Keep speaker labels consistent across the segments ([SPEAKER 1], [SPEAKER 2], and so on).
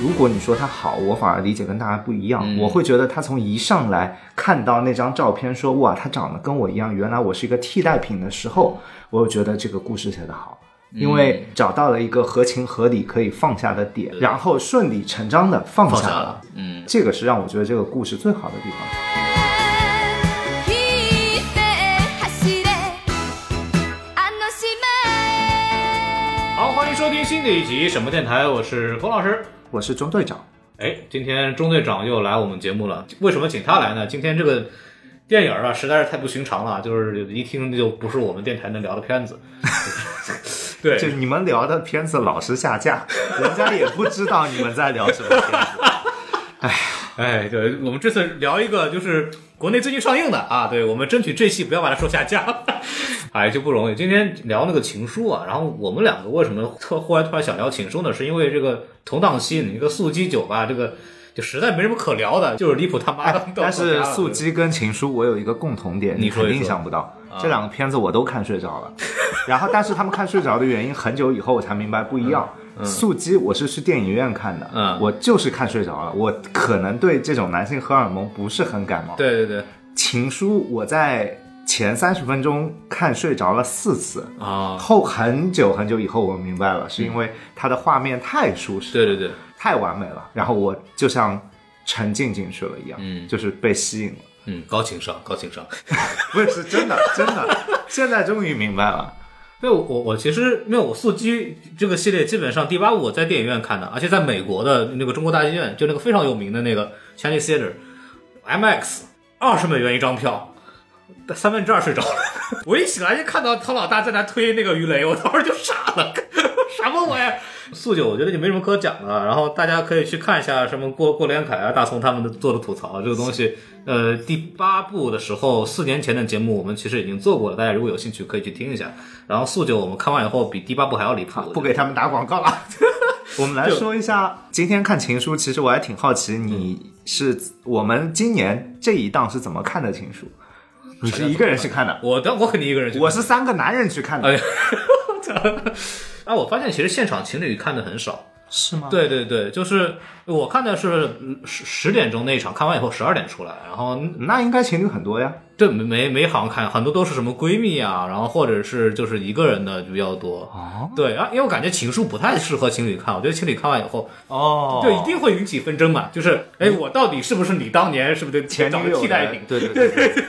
[SPEAKER 1] 如果你说它好，我反而理解跟大家不一样。
[SPEAKER 2] 嗯
[SPEAKER 1] 我会觉得他从一上来看到那张照片说哇，他长得跟我一样，原来我是一个替代品的时候，我就觉得这个故事写得好。
[SPEAKER 2] 嗯
[SPEAKER 1] 因为找到了一个合情合理可以放下的点，然后顺理成章的放
[SPEAKER 2] 嗯放
[SPEAKER 1] 下
[SPEAKER 2] 下
[SPEAKER 1] 了
[SPEAKER 2] 了，，嗯，
[SPEAKER 1] 这个是让我觉得这个故事最好的地方。
[SPEAKER 3] 「ひいて走れあの島へ」
[SPEAKER 4] 好，欢迎收听新的一集什么电台，我是龚老师。
[SPEAKER 1] 我是中队长，
[SPEAKER 4] 哎，今天中队长又来我们节目了，为什么请他来呢？今天这个电影啊，实在是太不寻常了，就是一听就不是我们电台能聊的片子。 对，
[SPEAKER 1] 就是你们聊的片子老是下架，人家也不知道你们在聊什么片子。
[SPEAKER 4] 哎，对，我们这次聊一个就是国内最近上映的啊，对我们争取这期不要把它说下架， 哎，就不容易。今天聊那个《情书》啊，然后我们两个为什么突忽然突然想聊《情书》呢？是因为这个同档期一个素鸡酒吧，这个就实在没什么可聊的，就是离谱他 妈的。到
[SPEAKER 1] 但是《
[SPEAKER 4] 到家了
[SPEAKER 1] 素鸡》跟《情书》，我有一个共同点，
[SPEAKER 4] 你说
[SPEAKER 1] 肯
[SPEAKER 4] 一
[SPEAKER 1] 定
[SPEAKER 4] 说啊
[SPEAKER 1] 想不到，这两个片子我都看睡着 了。然后，但是他们看睡着的原因，很久以后我才明白不一样。素鸡我是去电影院看的，
[SPEAKER 4] 嗯
[SPEAKER 1] 我就是看睡着了。我可能对这种男性荷尔蒙不是很感冒。
[SPEAKER 4] 对对对
[SPEAKER 1] 情书我在前三十分钟看睡着了四次，
[SPEAKER 4] 啊，嗯
[SPEAKER 1] 后很久很久以后我明白了，是因为它的画面太舒适，
[SPEAKER 4] 对对对，
[SPEAKER 1] 太完美了，然后我就像沉浸进去了一样，
[SPEAKER 4] 嗯
[SPEAKER 1] 就是被吸引了。
[SPEAKER 4] 嗯，高情商，高情商。
[SPEAKER 1] 不是是真的，真的，现在终于明白了。
[SPEAKER 4] 对，我我其实没有，我速激这个系列基本上第八部我在电影院看的，而且在美国的那个中国大剧院，就那个非常有名的那个 Chinese Theater MX，二十美元一张票，三分之二睡着了。 我一起来就看到唐老大在那推那个鱼雷，我当时就傻了，什么玩意儿？速九我觉得就没什么可讲的，然后大家可以去看一下什么郭郭连凯啊、大葱他们的做的吐槽这个东西。呃，第八部的时候，四年前的节目我们其实已经做过了，大家如果有兴趣可以去听一下。然后速九我们看完以后比第八部还要离谱，
[SPEAKER 1] 不给他们打广告 了。我们来说一下，今天看《情书》，其实我还挺好奇，你是我们今年这一档是怎么看的《情书》？你是一个人去看的，
[SPEAKER 4] 我当我肯定一个人去看，
[SPEAKER 1] 我是三个男人去看的，
[SPEAKER 4] 哎呀，啊，我发现其实现场情侣看的很少。
[SPEAKER 1] 是吗？
[SPEAKER 4] 对对对，就是我看的是嗯十十点钟那一场，看完以后十二点出来，然后
[SPEAKER 1] 那应该情侣很多呀。
[SPEAKER 4] 对没没没好像看，很多都是什么闺蜜啊，然后或者是就是一个人的比较多。
[SPEAKER 1] 哦
[SPEAKER 4] 对啊，因为我感觉情书不太适合情侣看，我觉得情侣看完以后，
[SPEAKER 1] 哦
[SPEAKER 4] 就一定会引起纷争嘛。就是，哎，我到底是不是你当年是不是
[SPEAKER 1] 前
[SPEAKER 4] 找
[SPEAKER 1] 女
[SPEAKER 4] 的
[SPEAKER 1] 友
[SPEAKER 4] 替代
[SPEAKER 1] 的
[SPEAKER 4] 品？
[SPEAKER 1] 对对对对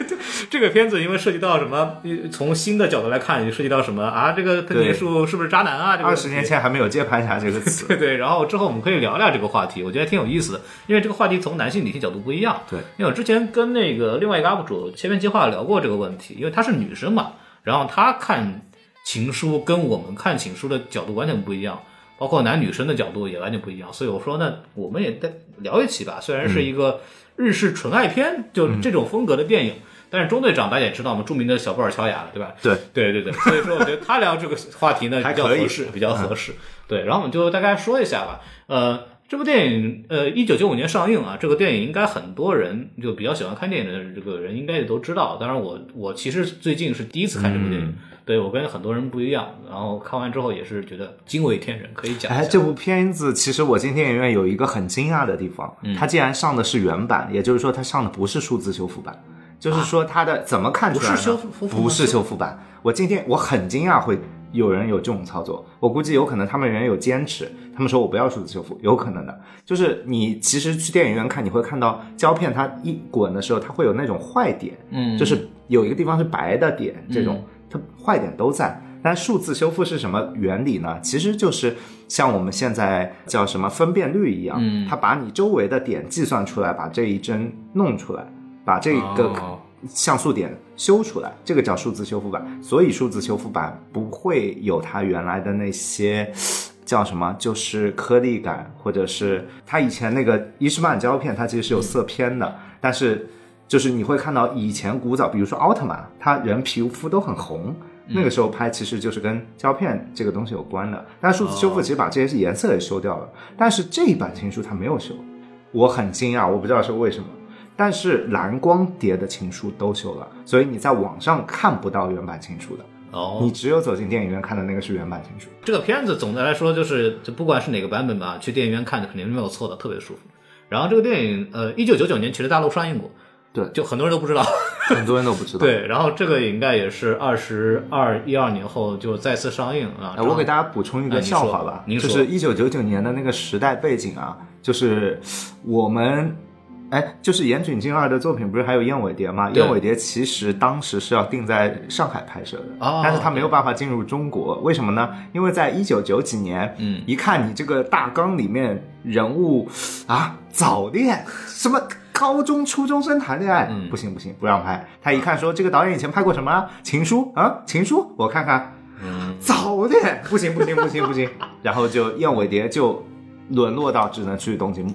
[SPEAKER 4] 这个片子因为涉及到什么，呃从新的角度来看，也涉及到什么啊？这个藤
[SPEAKER 1] 对
[SPEAKER 4] 井树是不是渣男啊？这个
[SPEAKER 1] 二
[SPEAKER 4] 问
[SPEAKER 1] 十
[SPEAKER 4] 题
[SPEAKER 1] 年前还没有接盘侠这个 词。
[SPEAKER 4] 对对，然后之后我们可以聊聊这个话题，我觉得挺有意思的，因为这个话题从男性女性角度不一样。
[SPEAKER 1] 对，
[SPEAKER 4] 因为我之前跟那个另外一个 UP 主切片计划聊过这个问题，因为她是女生嘛，然后她看情书跟我们看情书的角度完全不一样，包括男女生的角度也完全不一样，所以我说那我们也再聊一起吧，虽然是一个日式纯爱片，就这种风格的电影。但是中队长大家也知道嘛，著名的小布尔乔亚，对吧？
[SPEAKER 1] 对
[SPEAKER 4] 对对对，所以说我觉得他聊这个话题呢
[SPEAKER 1] 还
[SPEAKER 4] 比较
[SPEAKER 1] 可以嗯
[SPEAKER 4] 合适，比较合适。对，然后我们就大概说一下吧。呃，这部电影呃，一九九五年上映啊，这个电影应该很多人就比较喜欢看电影的这个人应该也都知道。当然我，我其实最近是第一次看这部
[SPEAKER 1] 嗯
[SPEAKER 4] 电影，对我跟很多人不一样。然后看完之后也是觉得惊为天人，可以讲一
[SPEAKER 1] 哎，
[SPEAKER 4] 下。
[SPEAKER 1] 这部片子其实我进电影院有一个很惊讶的地方，
[SPEAKER 4] 嗯
[SPEAKER 1] 它竟然上的是原版，也就是说它上的不是数字修复版，就是说它的、怎么看出来呢
[SPEAKER 4] 不是修复复吗
[SPEAKER 1] 不是修复版。我今天我很惊讶会有人有这种操作，我估计有可能他们人有坚持，他们说我不要数字修复，有可能的。就是你其实去电影院看，你会看到胶片它一滚的时候，它会有那种坏点，
[SPEAKER 4] 嗯
[SPEAKER 1] 就是有一个地方是白的点，这种、它坏点都在。但数字修复是什么原理呢？其实就是像我们现在叫什么分辨率一样，
[SPEAKER 4] 嗯
[SPEAKER 1] 它把你周围的点计算出来，把这一帧弄出来，把这个
[SPEAKER 4] 哦
[SPEAKER 1] 像素点修出来，这个叫数字修复版。所以数字修复版不会有它原来的那些。叫什么？就是颗粒感，或者是它以前那个伊士曼胶片，它其实是有色偏的，但是就是你会看到以前古早，比如说奥特曼，他人皮肤都很红，那个时候拍其实就是跟胶片这个东西有关的。但数字修复其实把这些颜色也修掉了，但是这一版情书它没有修，我很惊讶，我不知道是为什么。但是蓝光碟的情书都修了，所以你在网上看不到原版情书的。
[SPEAKER 4] 哦
[SPEAKER 1] 你只有走进电影院看的那个是原版情书。
[SPEAKER 4] 这个片子总的来说就是，就不管是哪个版本吧，去电影院看肯定是没有错的，特别舒服。然后这个电影，呃，一九九九年其实大陆上映过，
[SPEAKER 1] 对
[SPEAKER 4] 就很多人都不知道。
[SPEAKER 1] 很多人都不知道。
[SPEAKER 4] 对，然后这个应该也是二十二一二年后就再次上映啊。
[SPEAKER 1] 哎，我给大
[SPEAKER 4] 家
[SPEAKER 1] 家补充一
[SPEAKER 4] 哎
[SPEAKER 1] 个
[SPEAKER 4] 您
[SPEAKER 1] 笑
[SPEAKER 4] 说
[SPEAKER 1] 话吧，
[SPEAKER 4] 您
[SPEAKER 1] 就
[SPEAKER 4] 说
[SPEAKER 1] 是一九九九年的那个时代背景啊，就是我们，哎，就是岩井俊二的作品不是还有《燕尾蝶》吗？《
[SPEAKER 4] 对
[SPEAKER 1] 燕尾蝶》其实当时是要定在上海拍摄的，
[SPEAKER 4] 哦
[SPEAKER 1] 但是他没有办法进入中国，为什么呢？因为在一九九几年，
[SPEAKER 4] 嗯
[SPEAKER 1] 一看你这个大纲里面人物啊，早恋什么。高中、初中生谈恋爱，
[SPEAKER 4] 嗯
[SPEAKER 1] 不行不行，不让拍。他一看说，这个导演以前拍过什么啊？情书》啊，《情书》，我看看，
[SPEAKER 4] 嗯
[SPEAKER 1] 早恋，不行不行不行不行，然后就燕尾蝶就沦落到只能去东京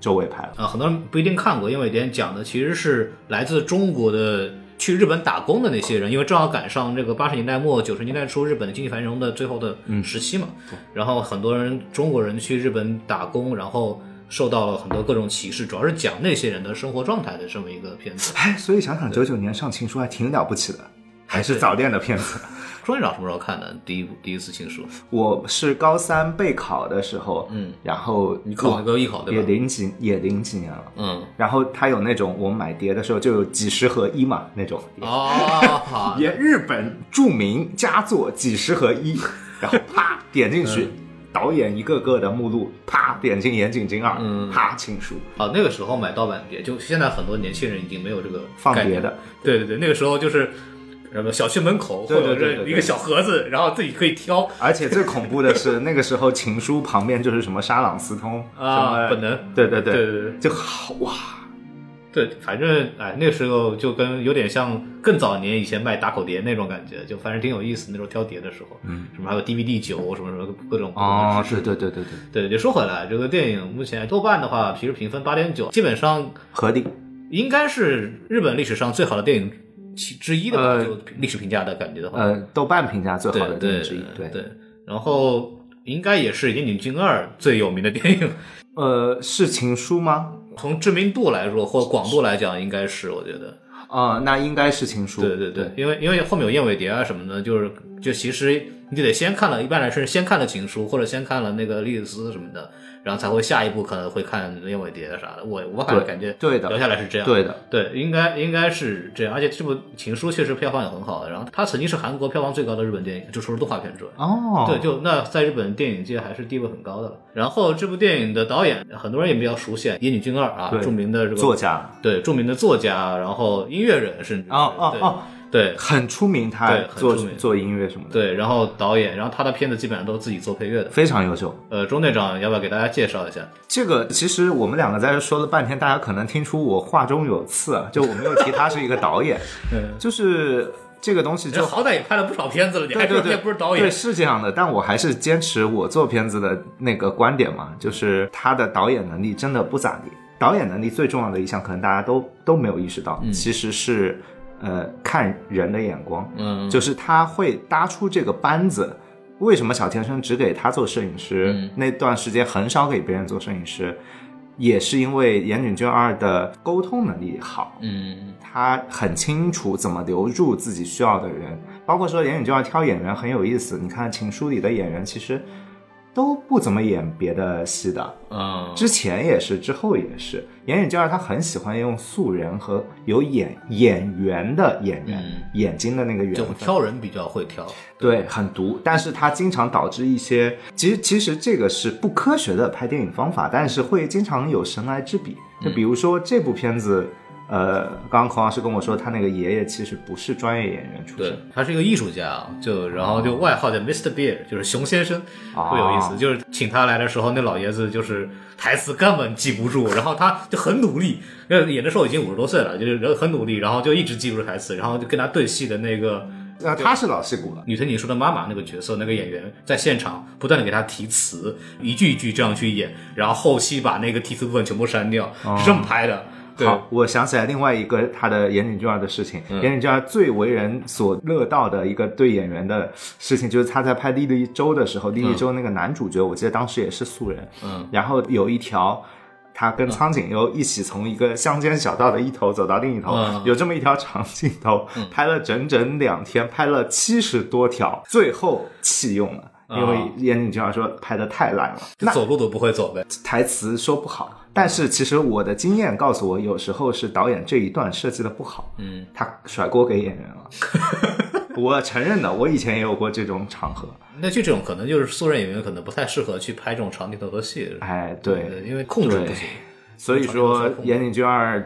[SPEAKER 1] 周围拍了。
[SPEAKER 4] 啊，很多人不一定看过，因为点讲的其实是来自中国的去日本打工的那些人，因为正好赶上这个八十年代末九十年代初日本的经济繁荣的最后的时期嘛。然后很多人中国人去日本打工，然后受到了很多各种歧视，主要是讲那些人的生活状态的这么一个片子。
[SPEAKER 1] 哎，所以想想九九年上情书还挺了不起的，还是早恋的片 子。
[SPEAKER 4] 庄院长什么时候看的？第一部第一次情书，
[SPEAKER 1] 我是高三备考的时候，
[SPEAKER 4] 嗯，
[SPEAKER 1] 然后
[SPEAKER 4] 你考那个艺
[SPEAKER 1] 也
[SPEAKER 4] 考对吧？
[SPEAKER 1] 零几也零几年了。
[SPEAKER 4] 嗯，
[SPEAKER 1] 然后他有那种我们买碟的时候就有几十合一嘛那种碟，
[SPEAKER 4] 哦，好，
[SPEAKER 1] 也日本著名佳作几十合 一，然后啪点进去，
[SPEAKER 4] 嗯
[SPEAKER 1] 导演一个个的目录，啪点进岩井俊二，
[SPEAKER 4] 嗯
[SPEAKER 1] 啪情书。
[SPEAKER 4] 啊，那个时候买盗版碟，就现在很多年轻人已经没有这个
[SPEAKER 1] 放
[SPEAKER 4] 概
[SPEAKER 1] 碟
[SPEAKER 4] 念
[SPEAKER 1] 的。
[SPEAKER 4] 对对对，那个时候就是什么小区门口
[SPEAKER 1] 对
[SPEAKER 4] 会
[SPEAKER 1] 对
[SPEAKER 4] 有
[SPEAKER 1] 对
[SPEAKER 4] 这
[SPEAKER 1] 对对
[SPEAKER 4] 一个小盒子，然后自己可以挑
[SPEAKER 1] 而且最恐怖的是，那个时候情书旁边就是什么沙朗斯通
[SPEAKER 4] 啊，
[SPEAKER 1] 什
[SPEAKER 4] 本
[SPEAKER 1] 么，
[SPEAKER 4] 能。
[SPEAKER 1] 对对
[SPEAKER 4] 对
[SPEAKER 1] 对，
[SPEAKER 4] 对
[SPEAKER 1] 就好啊哇，
[SPEAKER 4] 对，对反正哎，那个时候就跟有点像更早年以前卖打口碟那种感觉，就反正挺有意思。那时候挑碟的时候，嗯，什么还有 DVD 九，什么什么各种不同
[SPEAKER 1] 哦
[SPEAKER 4] 的知识。
[SPEAKER 1] 对对对对，
[SPEAKER 4] 哦对，就说回来，这个电影目前豆瓣的话，其实评分八点九，基本上
[SPEAKER 1] 合理。
[SPEAKER 4] 应该是日本历史上最好的电影其之一的吧，
[SPEAKER 1] 呃
[SPEAKER 4] 就历史评价的感觉的话，
[SPEAKER 1] 呃，豆瓣评价最
[SPEAKER 4] 对
[SPEAKER 1] 好的电
[SPEAKER 4] 对
[SPEAKER 1] 影之一，
[SPEAKER 4] 对对，然后应该也是《岩井俊二》最有名的电影，
[SPEAKER 1] 呃，是情书吗？
[SPEAKER 4] 从知名度来说或广度来讲，应该是我觉得，
[SPEAKER 1] 啊，那应该是情书。
[SPEAKER 4] 对对对，因为因为后面有燕尾蝶啊什么的，就是就其实你得先看了，一般来说是先看了《情书》或者先看了那个《莉莉丝》什么的，然后才会下一步可能会看燕尾蝶啊啥的。我我反正
[SPEAKER 1] 对
[SPEAKER 4] 感觉
[SPEAKER 1] 对的
[SPEAKER 4] 聊下来是这样，
[SPEAKER 1] 对的，
[SPEAKER 4] 对，应该应该是这样，而且这部《情书》确实票房也很好，啊然后它曾经是韩国票房最高的日本电影，就除了动画片之外。
[SPEAKER 1] 哦，
[SPEAKER 4] 对，就那在日本电影界还是地位很高的了。然后这部电影的导演很多人也比较熟悉，岩井俊二啊，
[SPEAKER 1] 对
[SPEAKER 4] 著名的这个
[SPEAKER 1] 作，家，
[SPEAKER 4] 对，著名的作家，然后音乐人，甚至
[SPEAKER 1] 哦哦哦，
[SPEAKER 4] 对对
[SPEAKER 1] 很出名，他
[SPEAKER 4] 对很
[SPEAKER 1] 做
[SPEAKER 4] 出名
[SPEAKER 1] 做音乐什么的，，
[SPEAKER 4] 对，然后导演，然后他的片子基本上都是自己做配乐的。
[SPEAKER 1] 非常优秀。
[SPEAKER 4] 呃，钟队长要不要给大家介绍一下？
[SPEAKER 1] 这个其实我们两个在这说了半天，大家可能听出我话中有刺 啊，就我没有提他是一个导演，
[SPEAKER 4] 嗯，
[SPEAKER 1] 就是这个东西
[SPEAKER 4] 这
[SPEAKER 1] 就
[SPEAKER 4] 好歹也拍了不少片子了，你还
[SPEAKER 1] 对
[SPEAKER 4] 说
[SPEAKER 1] 对
[SPEAKER 4] 人家
[SPEAKER 1] 对，
[SPEAKER 4] 不是导
[SPEAKER 1] 对
[SPEAKER 4] 演？
[SPEAKER 1] 是这样的，但我还是坚持我做片子的那个观点嘛，就是他的导演能力真的不咋地。导演能力最重要的一项，可能大家都都没有意识到，
[SPEAKER 4] 嗯
[SPEAKER 1] 其实是呃看人的眼光，
[SPEAKER 4] 嗯，
[SPEAKER 1] 就是他会搭出这个班子。为什么小田生只给他做摄影师？
[SPEAKER 4] 嗯
[SPEAKER 1] 那段时间很少给别人做摄影师，也是因为岩井俊二的沟通能力好，
[SPEAKER 4] 嗯
[SPEAKER 1] 他很清楚怎么留住自己需要的人，包括说演员就要挑演员很有意思。你看《情书》里的演员其实都不怎么演别的戏的，
[SPEAKER 4] 嗯，
[SPEAKER 1] 之前也是，之后也是。岩井俊二他很喜欢用素人和有演演员的演员、
[SPEAKER 4] 嗯
[SPEAKER 1] 眼睛的那个缘
[SPEAKER 4] 就
[SPEAKER 1] 分，
[SPEAKER 4] 挑人比较会挑，
[SPEAKER 1] 对，很毒，但是它经常导致一些，其实其实这个是不科学的拍电影方法，但是会经常有神来之笔。就
[SPEAKER 4] 嗯
[SPEAKER 1] 比如说这部片子，呃，刚刚孔老师跟我说，他那个爷爷其实不是专业演员出
[SPEAKER 4] 对
[SPEAKER 1] 身，，
[SPEAKER 4] 他是一个艺术家，啊就然后就外号叫 Mr. Beer，就是熊先生，
[SPEAKER 1] 啊
[SPEAKER 4] 特有意思。就是请他来的时候，那老爷子就是台词根本记不住，然后他就很努力，那演的时候已经五十多岁了，就是人很努力，然后就一直记不住台词，然后就跟他对戏的那个。
[SPEAKER 1] 那、他是老戏骨了。
[SPEAKER 4] 女藤井树的妈妈那个角色，那个演员在现场不断的给他提词，一句一句这样去演，然后后期把那个提词部分全部删掉，是这么拍的。对，
[SPEAKER 1] 啊
[SPEAKER 4] 嗯
[SPEAKER 1] 好，我想起来另外一个他的岩井俊二的事情。岩井俊二最为人所乐道的一个对演员的事情，就是他在拍《莉莉周》的时候，莉莉周那个男主角，我记得当时也是素人。
[SPEAKER 4] 嗯嗯，
[SPEAKER 1] 然后有一条他跟苍井优一起从一个乡间小道的一头走到另一头，
[SPEAKER 4] 嗯
[SPEAKER 1] 有这么一条长镜头，拍了整整两天，拍了七十多条，最后弃用了。因为
[SPEAKER 4] 啊
[SPEAKER 1] 岩井俊二说拍的太烂了，
[SPEAKER 4] 就走路都不会走呗。
[SPEAKER 1] 台词说不好，但是其实我的经验告诉我，有时候是导演这一段设计的不好，
[SPEAKER 4] 嗯，
[SPEAKER 1] 他甩锅给演员 了。我承认的，我以前也有过这种场合。
[SPEAKER 4] 那就这种可能就是素人演员可能不太适合去拍这种长镜头的戏，
[SPEAKER 1] 哎，对，
[SPEAKER 4] 对，因为控制不行。
[SPEAKER 1] 所以说
[SPEAKER 4] 场景
[SPEAKER 1] 《
[SPEAKER 4] 不
[SPEAKER 1] 岩井俊二》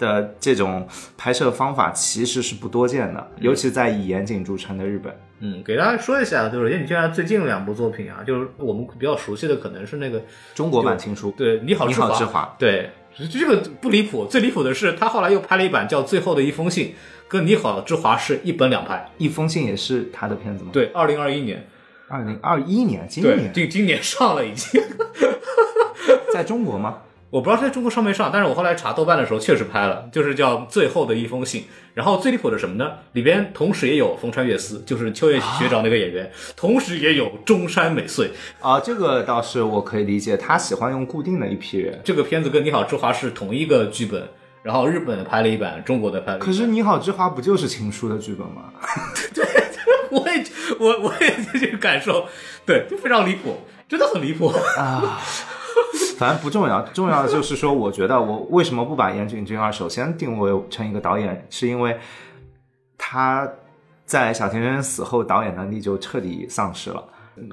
[SPEAKER 1] 的这种拍摄方法其实是不多见的，尤其在以岩井著称的日本。
[SPEAKER 4] 嗯，给大家说一下，就是岩井俊二最近两部作品啊，就是我们比较熟悉的可能是那个
[SPEAKER 1] 中国版《情书》
[SPEAKER 4] 对《你好，
[SPEAKER 1] 你好
[SPEAKER 4] 志
[SPEAKER 1] 志华
[SPEAKER 4] 对，这个不离谱。最离谱的是，他后来又拍了一版叫《最后的一封信》，跟《你好，之华》是一本两拍。
[SPEAKER 1] 一封信也是他的片子吗？，
[SPEAKER 4] 对，二零二一年，
[SPEAKER 1] 二零二一年，今
[SPEAKER 4] 对，
[SPEAKER 1] 年
[SPEAKER 4] 今今年上了已经。
[SPEAKER 1] 在中国吗？
[SPEAKER 4] 我不知道在中国上没上，但是我后来查豆瓣的时候确实拍了，就是叫《最后的一封信》。然后最离谱的是什么呢？里边同时也有风川月司，就是秋叶学长那个演员，同时也有中山美穗。
[SPEAKER 1] 啊，这个倒是我可以理解，他喜欢用固定的一批人。
[SPEAKER 4] 这个片子跟《你好，之华》是同一个剧本，然后日本的拍了一版，中国的拍了一版。
[SPEAKER 1] 可是《你好，之华》不就是《情书》的剧本吗？
[SPEAKER 4] 我也我我也有这个感受，对，就非常离谱，真的很离谱。
[SPEAKER 1] 反正不重要，重要的就是说，我觉得我为什么不把岩井俊二首先定位成一个导演，是因为他在小田真死后，导演能力就彻底丧失了。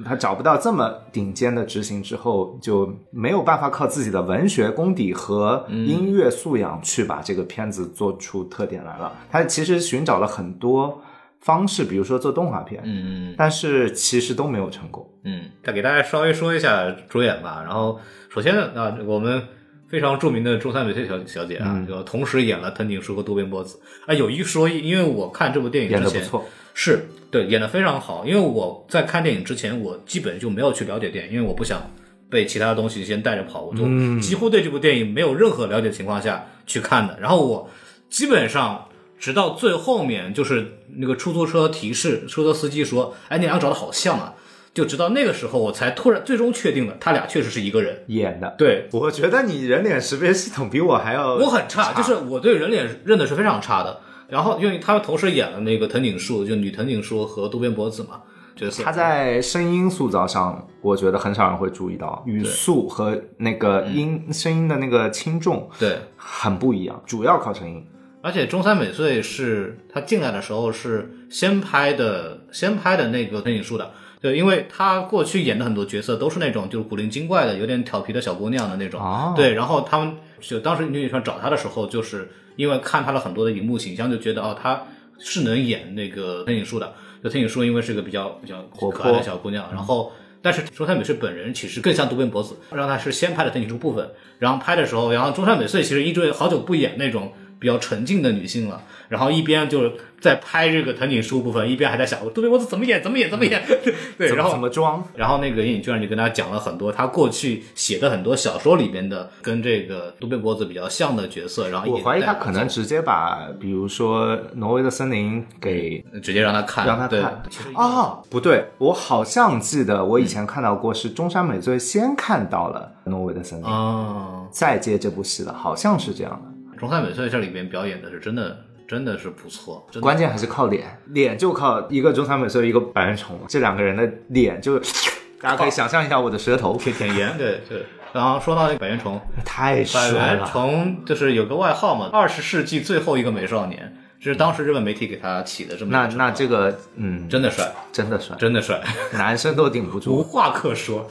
[SPEAKER 1] 他找不到这么顶尖的执行之后，就没有办法靠自己的文学功底和音乐素养去把这个片子做出特点来了。他其实寻找了很多方式，比如说做动画片，
[SPEAKER 4] 嗯
[SPEAKER 1] 但是其实都没有成功。
[SPEAKER 4] 嗯，再给大家稍微说一下主演吧。然后首先呢，啊，我们非常著名的中山美穗小小姐啊，
[SPEAKER 1] 嗯
[SPEAKER 4] 就同时演了藤井树和渡边博子。啊，有一说一，因为我看这部电影
[SPEAKER 1] 演
[SPEAKER 4] 之
[SPEAKER 1] 得不
[SPEAKER 4] 前
[SPEAKER 1] 错，
[SPEAKER 4] 是对演的非常好，因为我在看电影之前，我基本就没有去了解电影，因为我不想。被其他东西先带着跑，我就几乎对这部电影没有任何了解情况下去看的。然后我基本上直到最后面，就是那个出租车提示出租车司机说：“哎，你俩长得好像啊！”就直到那个时候，我才突然最终确定了他俩确实是一个人。
[SPEAKER 1] 演的。
[SPEAKER 4] 对
[SPEAKER 1] 我觉得你人脸识别系统比我还要
[SPEAKER 4] 我很差，就是我对人脸认的是非常差的。然后因为他们同时演了那个藤井树，就女藤井树和渡边博子嘛角色，
[SPEAKER 1] 他在声音塑造上，我觉得很少人会注意到语速和那个音、声音的那个轻重
[SPEAKER 4] 对，
[SPEAKER 1] 很不一样，主要靠声音。
[SPEAKER 4] 而且中山美穗是她进来的时候是先拍的，先拍的那个藤井树的。对，因为她过去演的很多角色都是那种就是古灵精怪的，有点调皮的小姑娘的那种。
[SPEAKER 1] 哦
[SPEAKER 4] 对，然后他们就当时女演员找她的时候，就是因为看她了很多的荧幕形象，就觉得哦，她是能演那个藤井树的。就藤井树因为是个比较比较可爱
[SPEAKER 1] 活泼
[SPEAKER 4] 的小姑娘，然后但是中山美穗本人其实更像渡边博子，让她是先拍的藤井树部分，然后拍的时候，然后中山美穗其实一直好久不演那种比较沉静的女性了，然后一边就是在拍这个藤井树部分，一边还在想渡边博子怎么演，怎么演，怎么演，
[SPEAKER 1] 嗯怎
[SPEAKER 4] 对，
[SPEAKER 1] 么
[SPEAKER 4] 然后
[SPEAKER 1] 怎么装？
[SPEAKER 4] 然后那个尹居然就跟他讲了很多他过去写的很多小说里边的跟这个渡边博子比较像的角色，然后
[SPEAKER 1] 我
[SPEAKER 4] 也
[SPEAKER 1] 怀疑
[SPEAKER 4] 带
[SPEAKER 1] 他可能直接把，比如说《挪威的森林》给
[SPEAKER 4] 直接让他看，
[SPEAKER 1] 让他
[SPEAKER 4] 对
[SPEAKER 1] 看
[SPEAKER 4] 其实
[SPEAKER 1] 哦，不对，我好像记得我以前看到过，是中山美穗先看到了《挪威的森林》
[SPEAKER 4] 啊，
[SPEAKER 1] 再接这部戏的，好像是这样的。
[SPEAKER 4] 中山美穗这里边表演的是真的真的是不错，真的
[SPEAKER 1] 关键还是靠脸，脸就靠一个中山美穗，一个白人虫，这两个人的脸就， 大家可以想象一下我的舌头，
[SPEAKER 4] 挺挺严，对对。然后说到那个百元虫，
[SPEAKER 1] 太
[SPEAKER 4] 百
[SPEAKER 1] 帅
[SPEAKER 4] 元
[SPEAKER 1] 了。
[SPEAKER 4] 虫就是有个外号嘛，二十世纪最后一个美少年，这是当时日本媒体给他起的这么一个
[SPEAKER 1] 那
[SPEAKER 4] 称号
[SPEAKER 1] 那这个，嗯，
[SPEAKER 4] 真的帅，
[SPEAKER 1] 真的帅，
[SPEAKER 4] 真的帅。
[SPEAKER 1] 男生都顶不
[SPEAKER 4] 无
[SPEAKER 1] 住。
[SPEAKER 4] 话可说。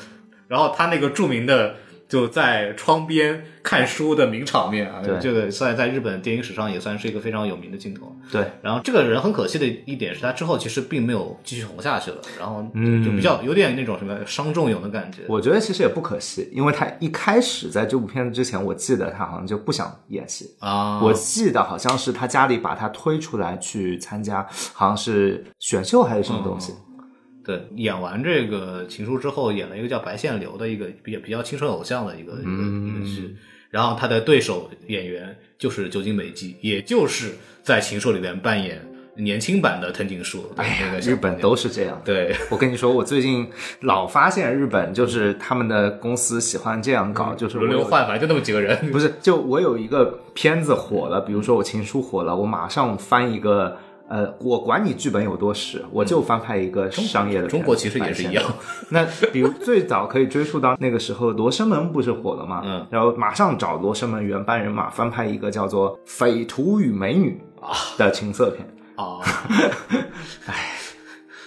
[SPEAKER 4] 然后他那个著名的就在窗边看书的名场面啊
[SPEAKER 1] 对，
[SPEAKER 4] 这个算在日本电影史上也算是一个非常有名的镜头。
[SPEAKER 1] 对，
[SPEAKER 4] 然后这个人很可惜的一点是他之后其实并没有继续红下去了，然后
[SPEAKER 1] 嗯
[SPEAKER 4] 就比较有点那种什么伤仲永的感觉。
[SPEAKER 1] 我觉得其实也不可惜，因为他一开始在这部片子之前，我记得他好像就不想演戏。
[SPEAKER 4] 啊，
[SPEAKER 1] 我记得好像是他家里把他推出来去参加，好像是选秀还是什么东西。
[SPEAKER 4] 对演完这个《情书》之后，演了一个叫《白线流》的一个比比较青春偶像的一个、
[SPEAKER 1] 嗯
[SPEAKER 4] 一个一个剧。然后他的对手演员就是酒井美纪，也就是在《情书》里边扮演年轻版的藤井树。对
[SPEAKER 1] 哎呀
[SPEAKER 4] 那个，小
[SPEAKER 1] 日本都是这样。
[SPEAKER 4] 对，
[SPEAKER 1] 我跟你说，我最近老发现日本就是他们的公司喜欢这样搞，就是我
[SPEAKER 4] 嗯轮流
[SPEAKER 1] 有
[SPEAKER 4] 换，反正就那么几个人。
[SPEAKER 1] 不是，就我有一个片子火了，比如说我情书火了，我马上翻一个，呃，我管你剧本有多屎，我就翻拍一个商业的片子、
[SPEAKER 4] 中国其实也是一样
[SPEAKER 1] 翻拍。那比如最早可以追溯到那个时候，《罗生门》不是火了吗？
[SPEAKER 4] 嗯，
[SPEAKER 1] 然后马上找《罗生门》原班人马翻拍一个叫做《匪徒与美女》
[SPEAKER 4] 啊
[SPEAKER 1] 的情色 片。
[SPEAKER 4] 哦，哎，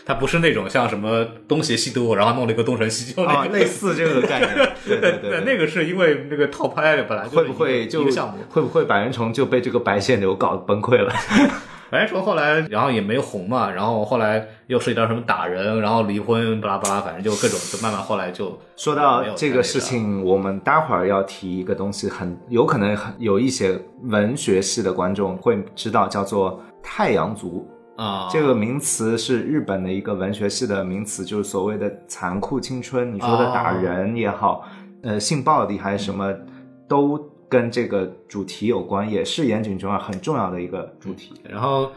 [SPEAKER 4] 他不是那种像什么东邪西毒，然后弄了一个东成西就
[SPEAKER 1] 啊，
[SPEAKER 4] 那个。
[SPEAKER 1] 类似这个概念，对 对对
[SPEAKER 4] 对，
[SPEAKER 1] 对
[SPEAKER 4] 那个是因为那个套拍本来就是
[SPEAKER 1] 会不会
[SPEAKER 4] 一个
[SPEAKER 1] 就
[SPEAKER 4] 一个项目？
[SPEAKER 1] 会不会百人虫就被这个白线流搞崩溃了？
[SPEAKER 4] 反正说后来，然后也没红嘛，然后后来又涉及到什么打人，然后离婚，巴拉巴拉，反正就各种，就慢慢后来就
[SPEAKER 1] 说到
[SPEAKER 4] 没有
[SPEAKER 1] 这
[SPEAKER 4] 太那
[SPEAKER 1] 个事情，我们待会儿要提一个东西很，有可能很有一些文学系的观众会知道，叫做“太阳族”
[SPEAKER 4] 啊，
[SPEAKER 1] 这个名词是日本的一个文学系的名词，就是所谓的残酷青春。你说的
[SPEAKER 4] 啊
[SPEAKER 1] 打人也好，呃，性暴力还是什么，都跟这个主题有关，也是岩井俊二很重要的一个主题。
[SPEAKER 4] 然后，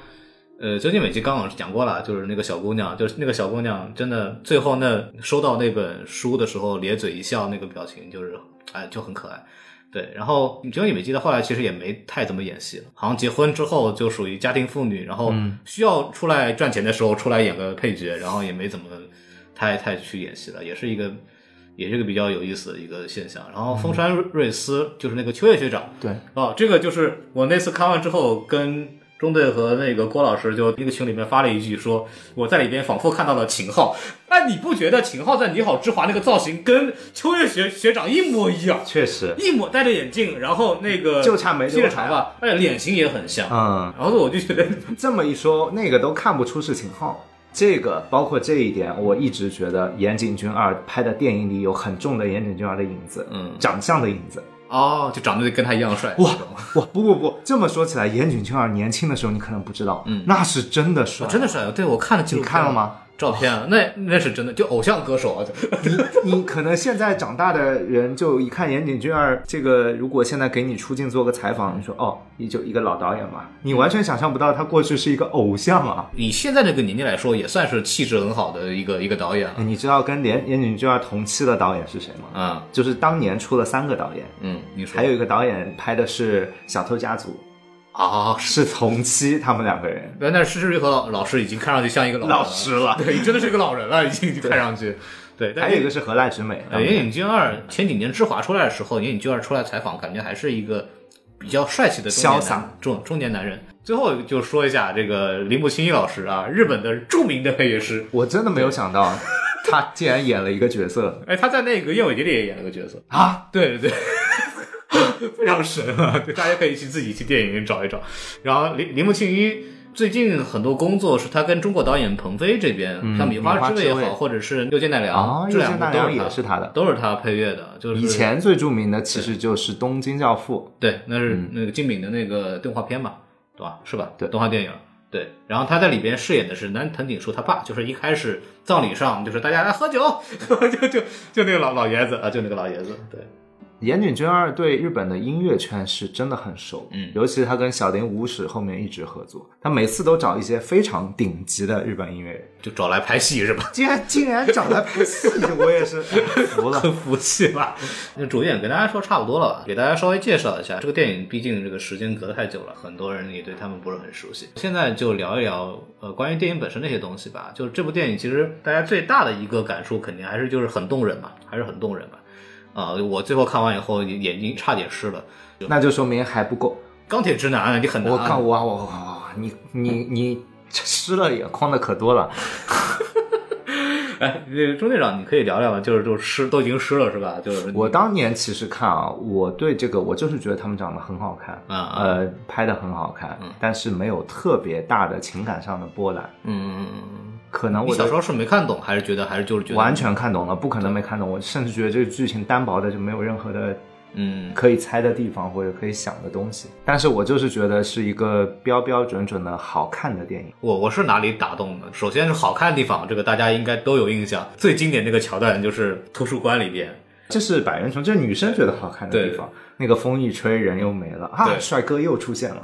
[SPEAKER 4] 呃，最近美纪刚好讲过了，就是那个小姑娘，就是那个小姑娘，真的最后那收到那本书的时候，咧嘴一笑那个表情，就是哎，就很可爱。对，然后久野美纪的后来其实也没太怎么演戏了，好像结婚之后就属于家庭妇女，然后需要出来赚钱的时候出来演个配角，然后也没怎么太太去演戏了，也是一个也是一个比较有意思的一个现象。然后风川瑞司就是那个秋叶学长，
[SPEAKER 1] 对，
[SPEAKER 4] 哦，这个就是我那次看完之后，跟中队和那个郭老师就那个群里面发了一句说，我在里边仿佛看到了秦昊。哎，你不觉得秦昊在《你好，之华》那个造型跟秋叶学学长一模一样？
[SPEAKER 1] 确实，
[SPEAKER 4] 一模戴着眼镜，然后那个
[SPEAKER 1] 就差没
[SPEAKER 4] 披着
[SPEAKER 1] 刘海
[SPEAKER 4] 长发，而且脸型也很像。
[SPEAKER 1] 嗯。
[SPEAKER 4] 然后我就觉得，
[SPEAKER 1] 这么一说，那个都看不出是秦昊。这个包括这一点，我一直觉得岩井俊二拍的电影里有很重的岩井俊二的影子，
[SPEAKER 4] 嗯
[SPEAKER 1] 长相的影子。
[SPEAKER 4] 哦，就长得跟他一样帅。
[SPEAKER 1] 哇哇，不不不，这么说起来，岩井俊二年轻的时候你可能不知道，嗯，那是真的帅，
[SPEAKER 4] 啊真的帅！对我看了纪录
[SPEAKER 1] 你
[SPEAKER 4] 片
[SPEAKER 1] 看了 吗？哦
[SPEAKER 4] 照片啊，那那是真的，就偶像歌手啊， 就
[SPEAKER 1] 你你可能现在长大的人，就一看岩井俊二这个，如果现在给你出镜做个采访，你说哦，你就一个老导演嘛，你完全想象不到他过去是一个偶像啊。
[SPEAKER 4] 以现在这个年纪来说，也算是气质很好的一个一个导演了。
[SPEAKER 1] 哎你知道跟岩岩井俊二同期的导演是谁吗？
[SPEAKER 4] 啊，
[SPEAKER 1] 就是当年出了三个导演，
[SPEAKER 4] 嗯，你说
[SPEAKER 1] 还有一个导演拍的是《小偷家族
[SPEAKER 4] 啊》，，
[SPEAKER 1] 是同期他们两个人。
[SPEAKER 4] 原来施之玉和老老师已经看上去像一个老人了
[SPEAKER 1] 老师了
[SPEAKER 4] 对，真的是一个老人了，已经看上去。对，但
[SPEAKER 1] 还有一个是河濑直美，
[SPEAKER 4] 呃，岩井俊二前几年之华出来的时候，岩井俊二出来采访，感觉还是一个比较帅气的中年男
[SPEAKER 1] 潇洒
[SPEAKER 4] 中中年男人。最后就说一下这个铃木清一老师啊，日本的著名的配乐师，
[SPEAKER 1] 我真的没有想到他竟然演了一个角色
[SPEAKER 4] 哎，他在那个《燕尾蝶》里也演了个角色，
[SPEAKER 1] 啊！
[SPEAKER 4] 对对对， 非常神啊！对，大家可以去自己去电影院找一找。然后铃铃木庆一最近很多工作是他跟中国导演彭飞这边，像《米花之味》也
[SPEAKER 1] 嗯米花之
[SPEAKER 4] 好，
[SPEAKER 1] 味
[SPEAKER 4] 或者是《又见奈良》
[SPEAKER 1] 啊，
[SPEAKER 4] 这
[SPEAKER 1] 右
[SPEAKER 4] 两
[SPEAKER 1] 见
[SPEAKER 4] 部
[SPEAKER 1] 大
[SPEAKER 4] 都
[SPEAKER 1] 良
[SPEAKER 4] 是他
[SPEAKER 1] 也是他的。
[SPEAKER 4] 都是他配乐的，就是
[SPEAKER 1] 以前最著名的其实就是《东京教父
[SPEAKER 4] 对，那是那个金敏的那个动画片嘛，对吧？是吧？
[SPEAKER 1] 嗯对
[SPEAKER 4] 动画电影。对，然后他在里边饰演的是南藤井树他爸，就是一开始葬礼上就是大家来喝酒， 就就就那个老老爷子啊，就那个老爷子，对，》。
[SPEAKER 1] 岩井俊二对日本的音乐圈是真的很熟，
[SPEAKER 4] 嗯
[SPEAKER 1] 尤其他跟小林武史后面一直合作，他每次都找一些非常顶级的日本音乐人，
[SPEAKER 4] 就找来拍戏是吧？
[SPEAKER 1] 竟然竟然找来拍戏， 我也是哎服了。
[SPEAKER 4] 很服气吧？嗯那主演给大家说差不多了吧？给大家稍微介绍一下这个电影，毕竟这个时间隔得太久了，很多人也对他们不是很熟悉。现在就聊一聊呃关于电影本身那些东西吧。就是这部电影，其实大家最大的一个感触，肯定还是就是很动人嘛，还是很动人嘛。啊、我最后看完以后眼眼睛差点湿了。
[SPEAKER 1] 那就说明还不够。
[SPEAKER 4] 钢铁直男，你很难。
[SPEAKER 1] 我靠，我我我我，你你你吃了眼眶的可多了。
[SPEAKER 4] 哎，这个钟队长，你可以聊聊吗？就是就是湿都已经湿了是吧？就是
[SPEAKER 1] 我当年其实看啊，我对这个我就是觉得他们长得很好看，
[SPEAKER 4] 啊啊
[SPEAKER 1] 呃，拍的很好看，但是没有特别大的情感上的波澜。
[SPEAKER 4] 嗯嗯嗯嗯，
[SPEAKER 1] 可能
[SPEAKER 4] 你
[SPEAKER 1] 我
[SPEAKER 4] 小时
[SPEAKER 1] 的
[SPEAKER 4] 候是没看懂，还是觉得还是就是觉得
[SPEAKER 1] 完全看懂了，不可能没看懂。我甚至觉得这个剧情单薄的就没有任何的
[SPEAKER 4] 嗯
[SPEAKER 1] 可以猜的地方或者可以想的东西。但是我就是觉得是一个标标准准的好看的电影。
[SPEAKER 4] 我我是哪里打动的？首先是好看的地方，这个大家应该都有印象。最经典那个桥段就是图书馆里边，
[SPEAKER 1] 这是百元虫，这是女生觉得好看的地方。那个风一吹，人又没了啊，
[SPEAKER 4] 对
[SPEAKER 1] 帅哥又出现了。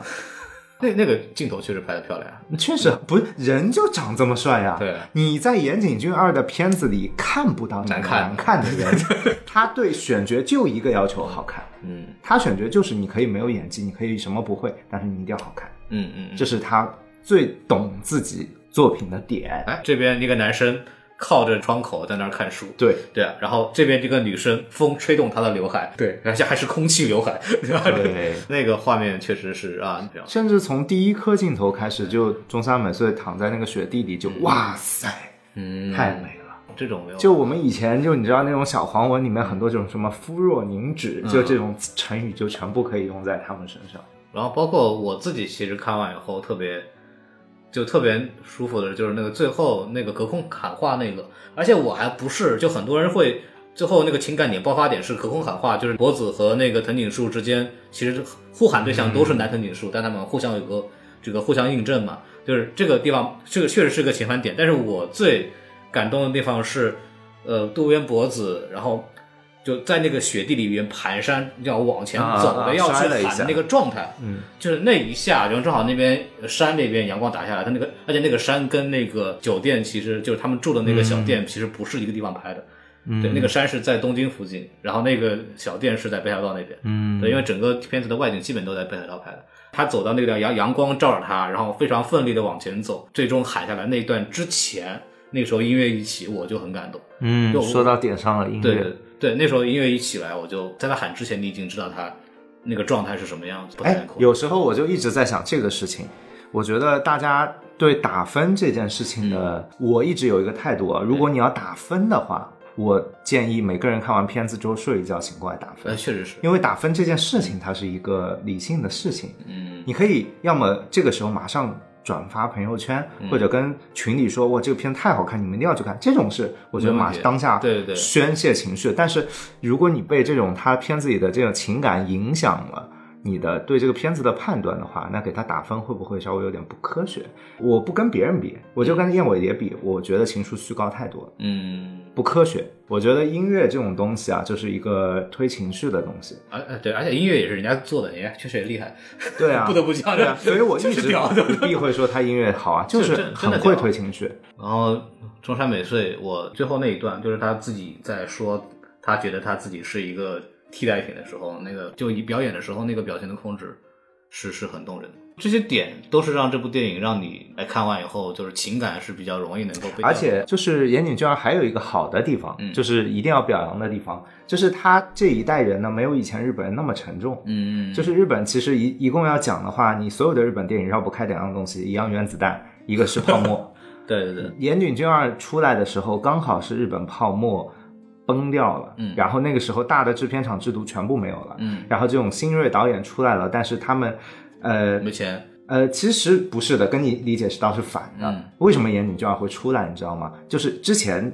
[SPEAKER 4] 那那个镜头确实拍的漂亮啊。
[SPEAKER 1] 确实不是人就长这么帅呀、
[SPEAKER 4] 对
[SPEAKER 1] 你在《岩井俊二》的片子里看不到那
[SPEAKER 4] 难
[SPEAKER 1] 个
[SPEAKER 4] 看
[SPEAKER 1] 难看的 人，他对选角就一个要求，好看。
[SPEAKER 4] 嗯
[SPEAKER 1] 他选角就是你可以没有演技，你可以什么不会，但是你一定要好看，
[SPEAKER 4] 嗯嗯，
[SPEAKER 1] 这是他最懂自己作品的点。
[SPEAKER 4] 哎，这边一个男生靠着窗口在那儿看书，
[SPEAKER 1] 对，
[SPEAKER 4] 对啊，然后这边这个女生风吹动她的刘海， 对，而且还是空气刘海，对吧？
[SPEAKER 1] 对 嗯
[SPEAKER 4] 那个画面确实是啊，比较
[SPEAKER 1] 甚至从第一颗镜头开始，就中山美穗躺在那个雪地里就，哇塞，
[SPEAKER 4] 嗯
[SPEAKER 1] 太美了。
[SPEAKER 4] 这种没有，
[SPEAKER 1] 就我们以前就你知道那种小黄文里面很多这种什么肤若凝
[SPEAKER 4] 嗯
[SPEAKER 1] 脂，就这种成语就全部可以用在他们身上。
[SPEAKER 4] 然后包括我自己，其实看完以后特别。就特别舒服的，就是那个最后那个隔空喊话那个，而且我还不是，就很多人会最后那个情感点爆发点是隔空喊话，就是博子和那个藤井树之间，其实互喊对象都
[SPEAKER 1] 嗯
[SPEAKER 4] 是男藤井树，但他们互相有个这个互相印证嘛，就是这个地方这个确实是个情感点，但是我最感动的地方是，呃，渡边博子，然后就在那个雪地里面蹒跚要往前
[SPEAKER 1] 啊
[SPEAKER 4] 走的，
[SPEAKER 1] 啊啊
[SPEAKER 4] 要去
[SPEAKER 1] 摔了一
[SPEAKER 4] 喊
[SPEAKER 1] 下
[SPEAKER 4] 那个状态，嗯，就是那一下，然后正好那边呃山那边阳光打下来，他那个而且那个山跟那个酒店其实就是他们住的那个小
[SPEAKER 1] 嗯
[SPEAKER 4] 店，其实不是一个地方拍的。对，那个山是在东京附近，然后那个小店是在北海道那边。嗯，对，因为整个片子的外景基本都在北海道拍的。他走到那个阳阳光照着他，然后非常奋力的往前走，最终喊下来那一段之前，那个时候音乐一起，我就很感动。
[SPEAKER 1] 嗯
[SPEAKER 4] 就我
[SPEAKER 1] 说到点上了，音
[SPEAKER 4] 对
[SPEAKER 1] 乐
[SPEAKER 4] 对。对，那时候音乐一起来，我就在他喊之前，你已经知道他那个状态是什么样子，不太
[SPEAKER 1] 哎
[SPEAKER 4] 难，控制。
[SPEAKER 1] 有时候我就一直在想这个事情，我觉得大家对打分这件事情
[SPEAKER 4] 嗯
[SPEAKER 1] 的，我一直有一个态度啊，如果你要打分的话，我建议每个人看完片子之后睡一觉醒过来打
[SPEAKER 4] 呃，
[SPEAKER 1] 分，
[SPEAKER 4] 确实是，
[SPEAKER 1] 因为打分这件事情它是一个理性的事情，
[SPEAKER 4] 嗯，
[SPEAKER 1] 你可以要么这个时候马上转发朋友圈，
[SPEAKER 4] 嗯
[SPEAKER 1] 或者跟群里说，哇，这个片太好看，你们一定要去看。这种是我觉得
[SPEAKER 4] 没
[SPEAKER 1] 马
[SPEAKER 4] 问题
[SPEAKER 1] 当下
[SPEAKER 4] 对对对
[SPEAKER 1] 宣泄情绪。但是如果你被这种他片子里的这种情感影响了。你的对这个片子的判断的话，那给他打分会不会稍微有点不科学？我不跟别人比，我就跟燕尾蝶比，我觉得情书虚高太多了。
[SPEAKER 4] 嗯。
[SPEAKER 1] 不科学。我觉得音乐这种东西啊，就是一个推情绪的东西。
[SPEAKER 4] 而呃对，而且音乐也是人家做的，人家确实也厉 害。
[SPEAKER 1] 对啊，
[SPEAKER 4] 不得不讲
[SPEAKER 1] 对啊，所以我一
[SPEAKER 4] 这是
[SPEAKER 1] 直
[SPEAKER 4] 屌 的
[SPEAKER 1] 不避讳说他音乐好 啊，就是
[SPEAKER 4] 这真的
[SPEAKER 1] 很
[SPEAKER 4] 屌
[SPEAKER 1] 会推情绪。
[SPEAKER 4] 然后中山美穗，我最后那一段就是他自己在说，他觉得他自己是一个替代品的时候，那个就以表演的时候那个表情的控制是是很动人的。这些点都是让这部电影让你来看完以后，就是情感是比较容易能够被。
[SPEAKER 1] 而且就是岩井俊二还有一个好的地方，
[SPEAKER 4] 嗯
[SPEAKER 1] 就是一定要表扬的地方，就是他这一代人呢，没有以前日本人那么沉重。
[SPEAKER 4] 嗯，嗯，
[SPEAKER 1] 就是日本其实一一共要讲的话，你所有的日本电影绕不开两样东西，一样原子弹，一个是泡沫。
[SPEAKER 4] 对对对，
[SPEAKER 1] 岩井俊二出来的时候，刚好是日本泡沫崩掉了，
[SPEAKER 4] 嗯
[SPEAKER 1] 然后那个时候大的制片厂制度全部没有了，
[SPEAKER 4] 嗯，
[SPEAKER 1] 然后这种新锐导演出来了，但是他们，呃
[SPEAKER 4] 没钱，
[SPEAKER 1] 呃，其实不是的，跟你理解是倒是反的。
[SPEAKER 4] 嗯
[SPEAKER 1] 为什么岩井俊二会出来，你知道吗？就是之前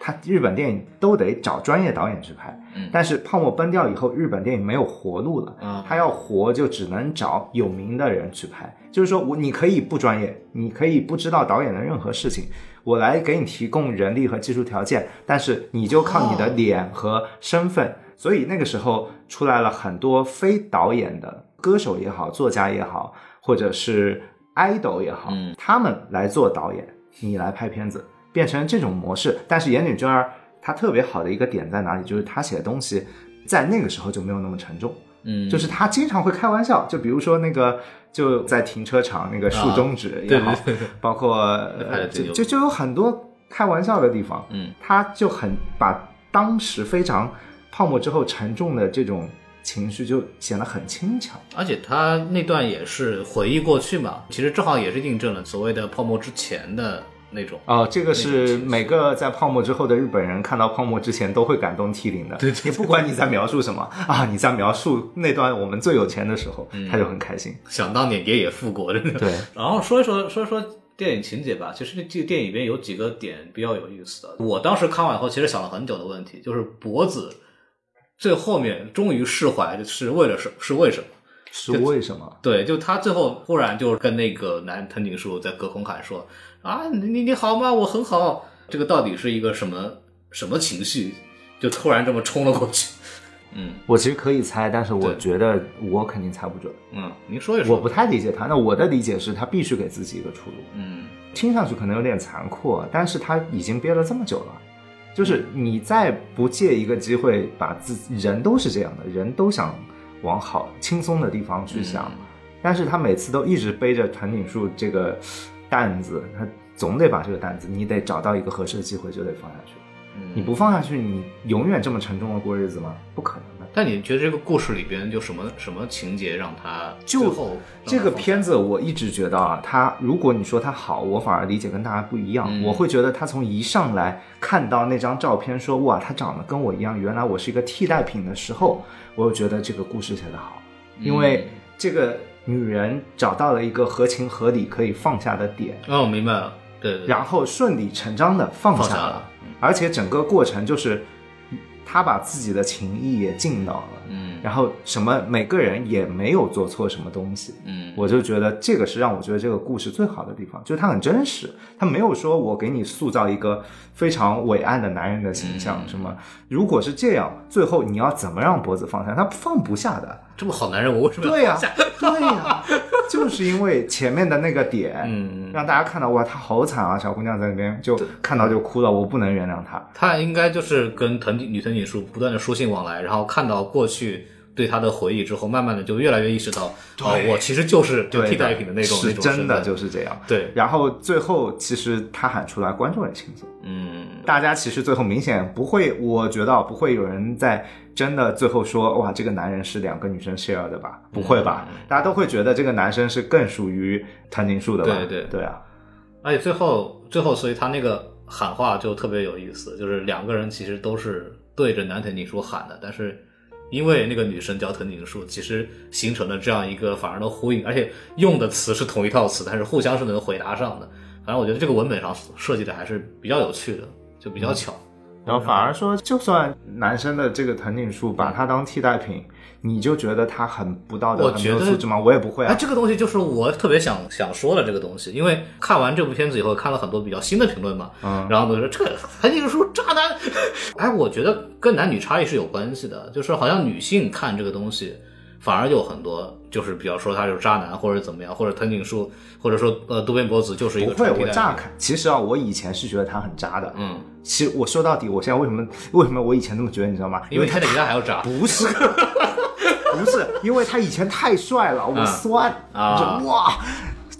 [SPEAKER 1] 他日本电影都得找专业导演去拍，
[SPEAKER 4] 嗯
[SPEAKER 1] 但是泡沫崩掉以后，日本电影没有活路了，
[SPEAKER 4] 嗯
[SPEAKER 1] 他要活就只能找有名的人去拍。就是说我你可以不专业，你可以不知道导演的任何事情，我来给你提供人力和技术条件，但是你就靠你的脸和身份。嗯所以那个时候出来了很多非导演的歌手也好，作家也好，或者是 idol 也好，
[SPEAKER 4] 嗯
[SPEAKER 1] 他们来做导演，你来拍片子，变成这种模式。但是岩井俊二他特别好的一个点在哪里？就是他写的东西在那个时候就没有那么沉重。
[SPEAKER 4] 嗯，
[SPEAKER 1] 就是他经常会开玩笑，就比如说那个就在停车场那个竖中指也好，
[SPEAKER 4] 啊对对对
[SPEAKER 1] 包括
[SPEAKER 4] 拍
[SPEAKER 1] 呃
[SPEAKER 4] 得最
[SPEAKER 1] 就
[SPEAKER 4] 牛
[SPEAKER 1] 就就有很多开玩笑的地方，
[SPEAKER 4] 嗯，
[SPEAKER 1] 他就很把当时非常泡沫之后沉重的这种情绪就显得很轻巧，
[SPEAKER 4] 而且他那段也是回忆过去嘛，其实正好也是印证了所谓的泡沫之前的那种。
[SPEAKER 1] 哦，这个
[SPEAKER 4] 那种
[SPEAKER 1] 是
[SPEAKER 4] 情绪
[SPEAKER 1] 每个在泡沫之后的日本人看到泡沫之前都会感动涕零的。对你不管你在描述什么啊，你在描述那段我们最有钱的时候，
[SPEAKER 4] 嗯
[SPEAKER 1] 他就很开心。
[SPEAKER 4] 想当年爷也富过，真的。
[SPEAKER 1] 对，
[SPEAKER 4] 然后说一说说一说电影情节吧。其实这个电影里边有几个点比较有意思的。我当时看完以后，其实想了很久的问题，就是脖子最后面终于释怀是为了什是为什么？
[SPEAKER 1] 是为什么？
[SPEAKER 4] 对，就他最后忽然就跟那个男藤井树在隔空喊说：“啊，你你你好吗？我很好。”这个到底是一个什么什么情绪？就突然这么冲了过去。嗯
[SPEAKER 1] 我其实可以猜，但是我
[SPEAKER 4] 对
[SPEAKER 1] 觉得我肯定猜不准。
[SPEAKER 4] 嗯，您说一说。
[SPEAKER 1] 我不太理解他。那我的理解是他必须给自己一个出路。
[SPEAKER 4] 嗯
[SPEAKER 1] 听上去可能有点残酷，啊但是他已经憋了这么久了，就是你再不借一个机会把自己，人都是这样的，人都想往好轻松的地方去想，
[SPEAKER 4] 嗯
[SPEAKER 1] 但是他每次都一直背着藤井树这个担子，他总得把这个担子，你得找到一个合适的机会就得放下去。
[SPEAKER 4] 嗯，
[SPEAKER 1] 你不放下去，你永远这么沉重的过日子吗？不可能的。
[SPEAKER 4] 但你觉得这个故事里边就什么什么情节让他
[SPEAKER 1] 就
[SPEAKER 4] 最后
[SPEAKER 1] 这个
[SPEAKER 4] 片
[SPEAKER 1] 片子我一直觉得啊，它如果你说它好，我反而理解跟大家不一样。
[SPEAKER 4] 嗯
[SPEAKER 1] 我会觉得他从一上来看到那张照片说哇，他长得跟我一样，原来我是一个替代品的时候，我又觉得这个故事写得好，
[SPEAKER 4] 嗯
[SPEAKER 1] 因为这个女人找到了一个合情合理可以放下的点，
[SPEAKER 4] 哦，明白了，对对对，
[SPEAKER 1] 然后顺理成章的放
[SPEAKER 4] 放
[SPEAKER 1] 下
[SPEAKER 4] 下
[SPEAKER 1] 了，
[SPEAKER 4] 了嗯
[SPEAKER 1] 而且整个过程就是他把自己的情谊也尽到了。
[SPEAKER 4] 嗯
[SPEAKER 1] 然后什么，每个人也没有做错什么东西，
[SPEAKER 4] 嗯，
[SPEAKER 1] 我就觉得这个是让我觉得这个故事最好的地方，就是它很真实，它没有说我给你塑造一个非常伟岸的男人的形象，
[SPEAKER 4] 嗯
[SPEAKER 1] 什么。如果是这样，最后你要怎么让脖子放下？他放不下的。
[SPEAKER 4] 这么好男人，我为什么要
[SPEAKER 1] 对呀、
[SPEAKER 4] 放
[SPEAKER 1] 对
[SPEAKER 4] 下
[SPEAKER 1] 呀、就是因为前面的那个点，
[SPEAKER 4] 嗯，
[SPEAKER 1] 让大家看到哇，他好惨啊，小姑娘在那边就看到就哭了，我不能原谅他。
[SPEAKER 4] 他应该就是跟藤井女藤井树不断的书信往来，然后看到过去对他的回忆之后，慢慢的就越来越意识到，哦、我其实就是就
[SPEAKER 1] 对
[SPEAKER 4] 替
[SPEAKER 1] 的
[SPEAKER 4] 代品的那种
[SPEAKER 1] 是
[SPEAKER 4] 那种
[SPEAKER 1] 真的
[SPEAKER 4] 身份
[SPEAKER 1] 就是这样。
[SPEAKER 4] 对，
[SPEAKER 1] 然后最后，其实他喊出来，观众也轻松。
[SPEAKER 4] 嗯
[SPEAKER 1] 大家其实最后明显不会，我觉得不会有人在真的最后说哇，这个男人是两个女生 share 的吧？不会吧？大家都会觉得这个男生是更属于藤井树的吧？
[SPEAKER 4] 对对
[SPEAKER 1] 对啊，
[SPEAKER 4] 而哎且最后最后，所以他那个喊话就特别有意思，就是两个人其实都是对着男藤井树喊的，但是因为那个女生叫藤井树，其实形成了这样一个反而能呼应，而且用的词是同一套词，但是互相是能回答上的。反正我觉得这个文本上设计的还是比较有趣的，就
[SPEAKER 1] 嗯
[SPEAKER 4] 比较巧。
[SPEAKER 1] 然后反而说，就算男生的这个藤井树把他当替代品，你就觉得他很不道德、
[SPEAKER 4] 我
[SPEAKER 1] 很没
[SPEAKER 4] 觉
[SPEAKER 1] 有
[SPEAKER 4] 得
[SPEAKER 1] 素质吗？我也不会
[SPEAKER 4] 哎，
[SPEAKER 1] 啊。
[SPEAKER 4] 这个东西就是我特别想想说的这个东西，因为看完这部片子以后，看了很多比较新的评论嘛，
[SPEAKER 1] 嗯
[SPEAKER 4] 然后都说这韩景书渣男，哎，我觉得跟男女差异是有关系的，就是好像女性看这个东西，反而有很多就是比较说他就是渣男或者怎么样，或者藤井树，或者说呃渡边博子就是一
[SPEAKER 1] 不
[SPEAKER 4] 个
[SPEAKER 1] 会，
[SPEAKER 4] 纯替
[SPEAKER 1] 我
[SPEAKER 4] 代
[SPEAKER 1] 乍
[SPEAKER 4] 品
[SPEAKER 1] 看，其实啊，我以前是觉得他很渣的。
[SPEAKER 4] 嗯，
[SPEAKER 1] 其实我说到底，我现在为什么为什么我以前这么觉得，你知道吗？
[SPEAKER 4] 因为他比他还要渣，
[SPEAKER 1] 不是， 不是，因为他以前太帅了，我
[SPEAKER 4] 嗯
[SPEAKER 1] 酸
[SPEAKER 4] 啊
[SPEAKER 1] 就哇。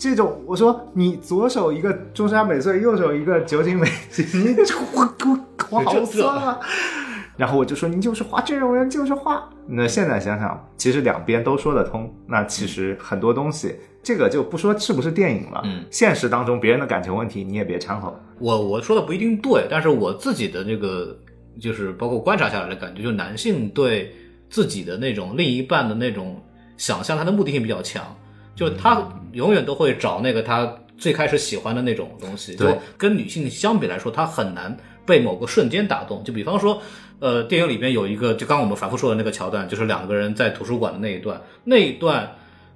[SPEAKER 1] 这种我说你左手一个中山美穗，右手一个酒井美纪，你这我我我好酸啊！然后我就说你就是花，这种人就是花。那现在想想，其实两边都说得通。那其实很多东西，这个就不说是不是电影了，
[SPEAKER 4] 嗯
[SPEAKER 1] 现实当中别人的感情问题你也别掺和。
[SPEAKER 4] 我我说的不一定对，但是我自己的这个就是包括观察下来的感觉，就男性对自己的那种另一半的那种想象，他的目的性比较强，就是他
[SPEAKER 1] 嗯
[SPEAKER 4] 永远都会找那个他最开始喜欢的那种东西，就
[SPEAKER 1] 对
[SPEAKER 4] 跟女性相比来说，他很难被某个瞬间打动。就比方说，呃，电影里边有一个，就刚刚我们反复说的那个桥段，就是两个人在图书馆的那一段，那一段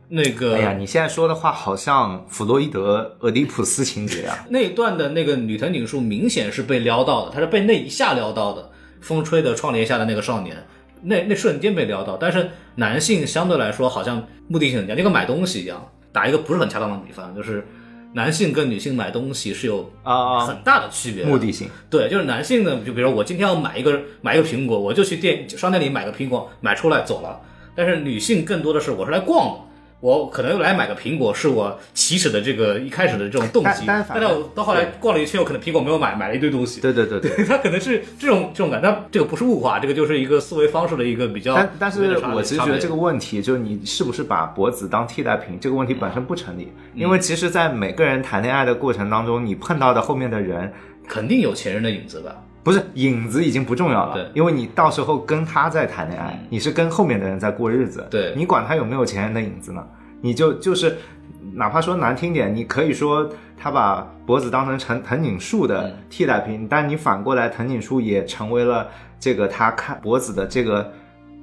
[SPEAKER 4] 那个
[SPEAKER 1] 哎呀，你现在说的话好像弗洛伊德俄狄浦斯情节啊。
[SPEAKER 4] 那一段的那个女藤井树明显是被撩到的，她是被那一下撩到的，风吹的窗帘下的那个少年，那那瞬间被撩到。但是男性相对来说好像目的性很强，就跟买东西一样，打一个不是很恰当的比方，就是男性跟女性买东西是有
[SPEAKER 1] 啊
[SPEAKER 4] 很大的区别的
[SPEAKER 1] 目的性，
[SPEAKER 4] 对，就是男性呢，就比如说我今天要买一个买一个苹果，我就去店商店里买个苹果，买出来走了。但是女性更多的是我是来逛的，我可能来买个苹果是我起始的这个一开始的这种动机，
[SPEAKER 1] 但但
[SPEAKER 4] 但
[SPEAKER 1] 反
[SPEAKER 4] 是我到后来逛了一圈，我可能苹果没有买，买了一堆东西。
[SPEAKER 1] 对对对对。
[SPEAKER 4] 他可能是这种这种感觉，但这个不是物化，这个就是一个思维方式的一个比较。
[SPEAKER 1] 但但是我其
[SPEAKER 4] 其
[SPEAKER 1] 实觉得这个问题，就是你是不是把脖子当替代品，这个问题本身不成立，因为其实，在每个人谈恋爱的过程当中，你碰到的后面的人，
[SPEAKER 4] 肯定有前人的影子吧？
[SPEAKER 1] 不是影子已经不重要了
[SPEAKER 4] 对，嗯
[SPEAKER 1] 因为你到时候跟他在谈恋爱，你是跟后面的人在过日子，
[SPEAKER 4] 对
[SPEAKER 1] 你管他有没有前人的影子呢？你就就是，哪怕说难听点，你可以说他把脖子当成藤藤井树
[SPEAKER 4] 嗯
[SPEAKER 1] 的替代品，但你反过来，藤井树也成为了这个他看脖子的这个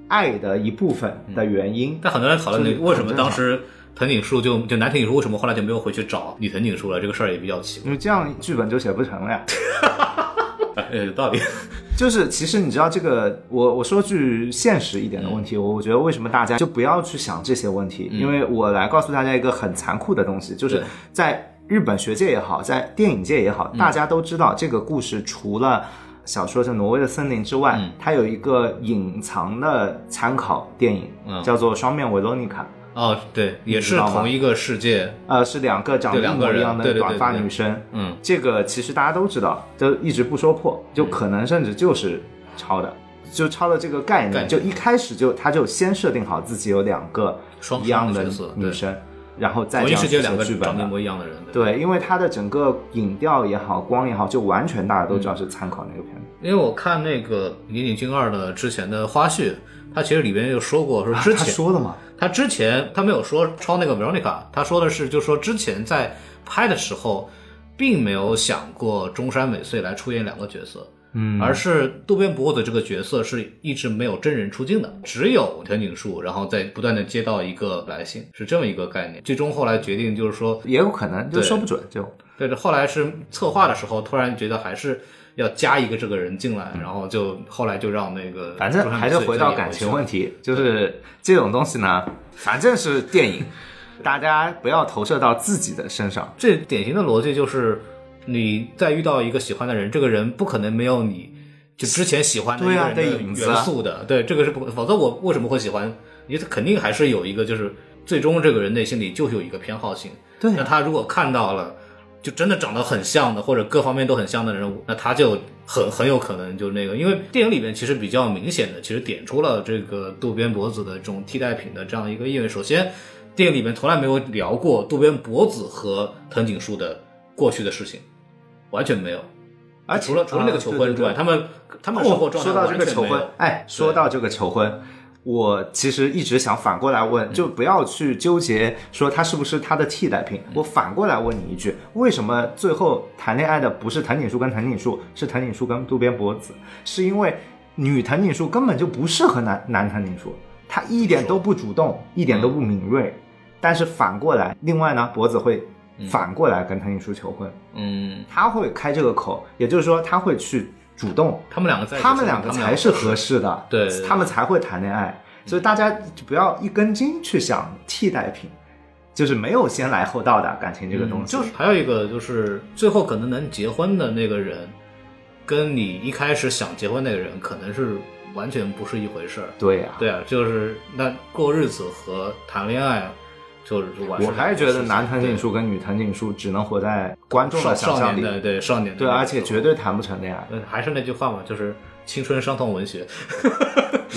[SPEAKER 1] 爱的一部分的原因。
[SPEAKER 4] 但很多人讨论那
[SPEAKER 1] 就是
[SPEAKER 4] 为什么
[SPEAKER 1] 很正
[SPEAKER 4] 当时藤井树就就男藤井树为什么后来就没有回去找女藤井树了，这个事儿也比较奇怪。
[SPEAKER 1] 因为这样剧本就写不成了呀，
[SPEAKER 4] 哎呃，有道理。
[SPEAKER 1] 就是其实你知道这个，我我说句现实一点的问
[SPEAKER 4] 嗯
[SPEAKER 1] 题，我我觉得为什么大家就不要去想这些问题，因为我来告诉大家一个很残酷的东西，就是
[SPEAKER 4] 对嗯
[SPEAKER 1] 在日本学界也好，在电影界也好，大家都知道这个故事除了。小说是《挪威的森林》之外，
[SPEAKER 4] 嗯
[SPEAKER 1] 它有一个隐藏的参考电影，
[SPEAKER 4] 嗯
[SPEAKER 1] 叫做《双面维罗妮卡》。
[SPEAKER 4] 哦，对，也
[SPEAKER 1] 你知
[SPEAKER 4] 是
[SPEAKER 1] 道吗
[SPEAKER 4] 同一个世界，
[SPEAKER 1] 呃，是两个长得
[SPEAKER 4] 对
[SPEAKER 1] 一
[SPEAKER 4] 两个
[SPEAKER 1] 模一
[SPEAKER 4] 人
[SPEAKER 1] 样的
[SPEAKER 4] 对对对
[SPEAKER 1] 短发
[SPEAKER 4] 对
[SPEAKER 1] 女生。
[SPEAKER 4] 嗯，
[SPEAKER 1] 这个其实大家都知道，就一直不说破，就可能甚至就是抄的，就抄了这个概
[SPEAKER 4] 概
[SPEAKER 1] 念。
[SPEAKER 4] 念
[SPEAKER 1] 就一开始就他就先设定好自己有两个
[SPEAKER 4] 双
[SPEAKER 1] 一样
[SPEAKER 4] 双的角色
[SPEAKER 1] 女
[SPEAKER 4] 对
[SPEAKER 1] 生，然后再
[SPEAKER 4] 同
[SPEAKER 1] 这
[SPEAKER 4] 一
[SPEAKER 1] 样
[SPEAKER 4] 世界两
[SPEAKER 1] 写
[SPEAKER 4] 个
[SPEAKER 1] 剧本
[SPEAKER 4] 长得一
[SPEAKER 1] 的。
[SPEAKER 4] 模一样的人，对。
[SPEAKER 1] 对，因为它的整个影调也好，光也好，就完全大家都知
[SPEAKER 4] 嗯
[SPEAKER 1] 道是参考那个片子。
[SPEAKER 4] 因为我看那个《岩井俊二》的之前的花絮，他其实里边就说过，说之
[SPEAKER 1] 啊他
[SPEAKER 4] 前、
[SPEAKER 1] 说了吗？
[SPEAKER 4] 他之前他没有说抄那个 Veronica，他说的是就说之前在拍的时候，并没有想过中山美穗来出演两个角色，
[SPEAKER 1] 嗯
[SPEAKER 4] 而是渡边博子这个角色是一直没有真人出镜的，只有藤井树，然后再不断的接到一个来信，是这么一个概念。最终后来决定就是说，
[SPEAKER 1] 也有可能，就
[SPEAKER 4] 对
[SPEAKER 1] 说不准，就
[SPEAKER 4] 对对，后来是策划的时候突然觉得还是。要加一个这个人进来，然后就后来就让那个
[SPEAKER 1] 嗯反正
[SPEAKER 4] 中山美
[SPEAKER 1] 还是
[SPEAKER 4] 穗
[SPEAKER 1] 回
[SPEAKER 4] 再
[SPEAKER 1] 到
[SPEAKER 4] 演
[SPEAKER 1] 感
[SPEAKER 4] 回
[SPEAKER 1] 情
[SPEAKER 4] 去
[SPEAKER 1] 问题，就是这种东西呢，反正是电 影，大家不要投射到自己的身上。
[SPEAKER 4] 这典型的逻辑就是，你在遇到一个喜欢的人，这个人不可能没有你就之前喜欢的
[SPEAKER 1] 对
[SPEAKER 4] 一
[SPEAKER 1] 啊
[SPEAKER 4] 个人
[SPEAKER 1] 的
[SPEAKER 4] 的
[SPEAKER 1] 影
[SPEAKER 4] 元
[SPEAKER 1] 子啊
[SPEAKER 4] 素的。对，这个是不，否则我为什么会喜欢？因为他肯定还是有一个，就是最终这个人内心里就是有一个偏好性。
[SPEAKER 1] 对
[SPEAKER 4] 那他如果看到了，就真的长得很像的，或者各方面都很像的人，那他就很很有可能就那个，因为电影里面其实比较明显的，其实点出了这个渡边博子的这种替代品的这样一个意味。首先，电影里面从来没有聊过渡边博子和藤井树的过去的事情，完全没有。
[SPEAKER 1] 而且
[SPEAKER 4] 除了除了那个求婚之外，
[SPEAKER 1] 啊对对对
[SPEAKER 4] 他们他们的生活
[SPEAKER 1] 哦，
[SPEAKER 4] 状态
[SPEAKER 1] 说到这个
[SPEAKER 4] 完全
[SPEAKER 1] 求
[SPEAKER 4] 没有
[SPEAKER 1] 婚，哎，说到这个求婚，我其实一直想反过来
[SPEAKER 4] 嗯
[SPEAKER 1] 问，就不要去纠结说他是不是他的替代
[SPEAKER 4] 嗯
[SPEAKER 1] 品。我反过来问你一句，为什么最后谈恋爱的不是藤井树跟藤井树，是藤井树跟渡边博子？是因为女藤井树根本就不适合男男藤井树，他一点都不主动，一点都不敏锐。但是反过来，另外呢，博子会反过来跟藤井树求婚，
[SPEAKER 4] 嗯，
[SPEAKER 1] 他会开这个口，也就是说他会去主动
[SPEAKER 4] 他们两个在一起
[SPEAKER 1] 他
[SPEAKER 4] 的时
[SPEAKER 1] 们
[SPEAKER 4] 候，
[SPEAKER 1] 两个才是合适的，
[SPEAKER 4] 对对对
[SPEAKER 1] 他们才会谈恋爱。所以大家就不要一根筋去想替代品，就是没有先来后到的感情这个东西。
[SPEAKER 4] 就是还有一个就是最后可能能结婚的那个人，跟你一开始想结婚那个人可能是完全不是一回事儿。
[SPEAKER 1] 对呀、
[SPEAKER 4] 对啊，就是那过日子和谈恋爱就是完全
[SPEAKER 1] 我还是觉得男藤井
[SPEAKER 4] 对
[SPEAKER 1] 树跟女藤井树只能活在观众的想
[SPEAKER 4] 少少
[SPEAKER 1] 象
[SPEAKER 4] 年的
[SPEAKER 1] 力，
[SPEAKER 4] 对少年的
[SPEAKER 1] 对，
[SPEAKER 4] 那个
[SPEAKER 1] 而且
[SPEAKER 4] 时候
[SPEAKER 1] 绝对谈不成恋爱，
[SPEAKER 4] 嗯还是那句话嘛，就是青春伤痛文学。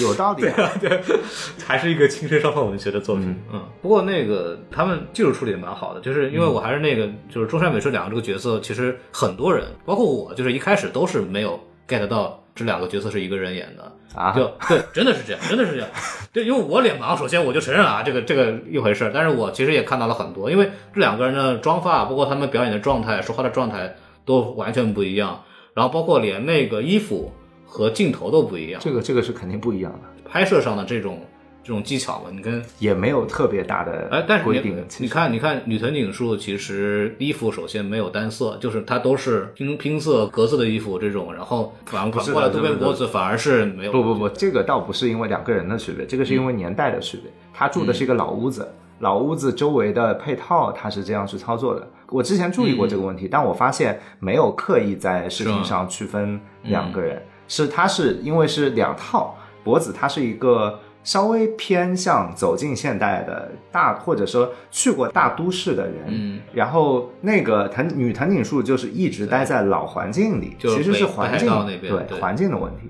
[SPEAKER 1] 有道理、啊。
[SPEAKER 4] 对， 还是一个青春伤痛文学的作品。嗯不过那个他们技术处理的蛮好的，就是因为我还是那个，就是中山美智两个这个角色，其实很多人，包括我，就是一开始都是没有 get 到这两个角色是一个人演的。
[SPEAKER 1] 啊
[SPEAKER 4] 就对，真的是这样，真的是这样。对，因为我脸盲，首先我就承认了啊，这个这个一回事儿。但是我其实也看到了很多，因为这两个人的妆发，包括他们表演的状态、说话的状态都完全不一样，然后包括连那个衣服和镜头都不一样。
[SPEAKER 1] 这个这个是肯定不一样的，
[SPEAKER 4] 拍摄上的这种这种技巧吧。你跟
[SPEAKER 1] 也没有特别大
[SPEAKER 4] 哎
[SPEAKER 1] 的，
[SPEAKER 4] 但是
[SPEAKER 1] 规
[SPEAKER 4] 你
[SPEAKER 1] 定。其
[SPEAKER 4] 你
[SPEAKER 1] 实，
[SPEAKER 4] 看，你看女藤井树其实衣服首先没有单色，就是它都是拼拼色格子的衣服这种，然后反
[SPEAKER 1] 不是
[SPEAKER 4] 反
[SPEAKER 1] 的
[SPEAKER 4] 过来渡
[SPEAKER 1] 不是
[SPEAKER 4] 边
[SPEAKER 1] 的
[SPEAKER 4] 博子反而是没有
[SPEAKER 1] 不不不，这个倒不是因为两个人的区别，这个是因为年代的区别。他住的是一个老屋子，老屋子周围的配套他是这样去操作的。我之前注意过这个问题，但我发现没有刻意在视
[SPEAKER 4] 嗯是啊嗯
[SPEAKER 1] 频
[SPEAKER 4] 吗
[SPEAKER 1] 上区分两个人，是他是因为是两套，脖子它是一个。稍微偏向走进现代的大，或者说去过大都市的人，
[SPEAKER 4] 嗯
[SPEAKER 1] 然后那个藤女藤井树就是一直待在老环境里，
[SPEAKER 4] 就是
[SPEAKER 1] 其实是
[SPEAKER 4] 北北
[SPEAKER 1] 环
[SPEAKER 4] 海
[SPEAKER 1] 境
[SPEAKER 4] 道那边
[SPEAKER 1] 对
[SPEAKER 4] 对
[SPEAKER 1] 环境的问题。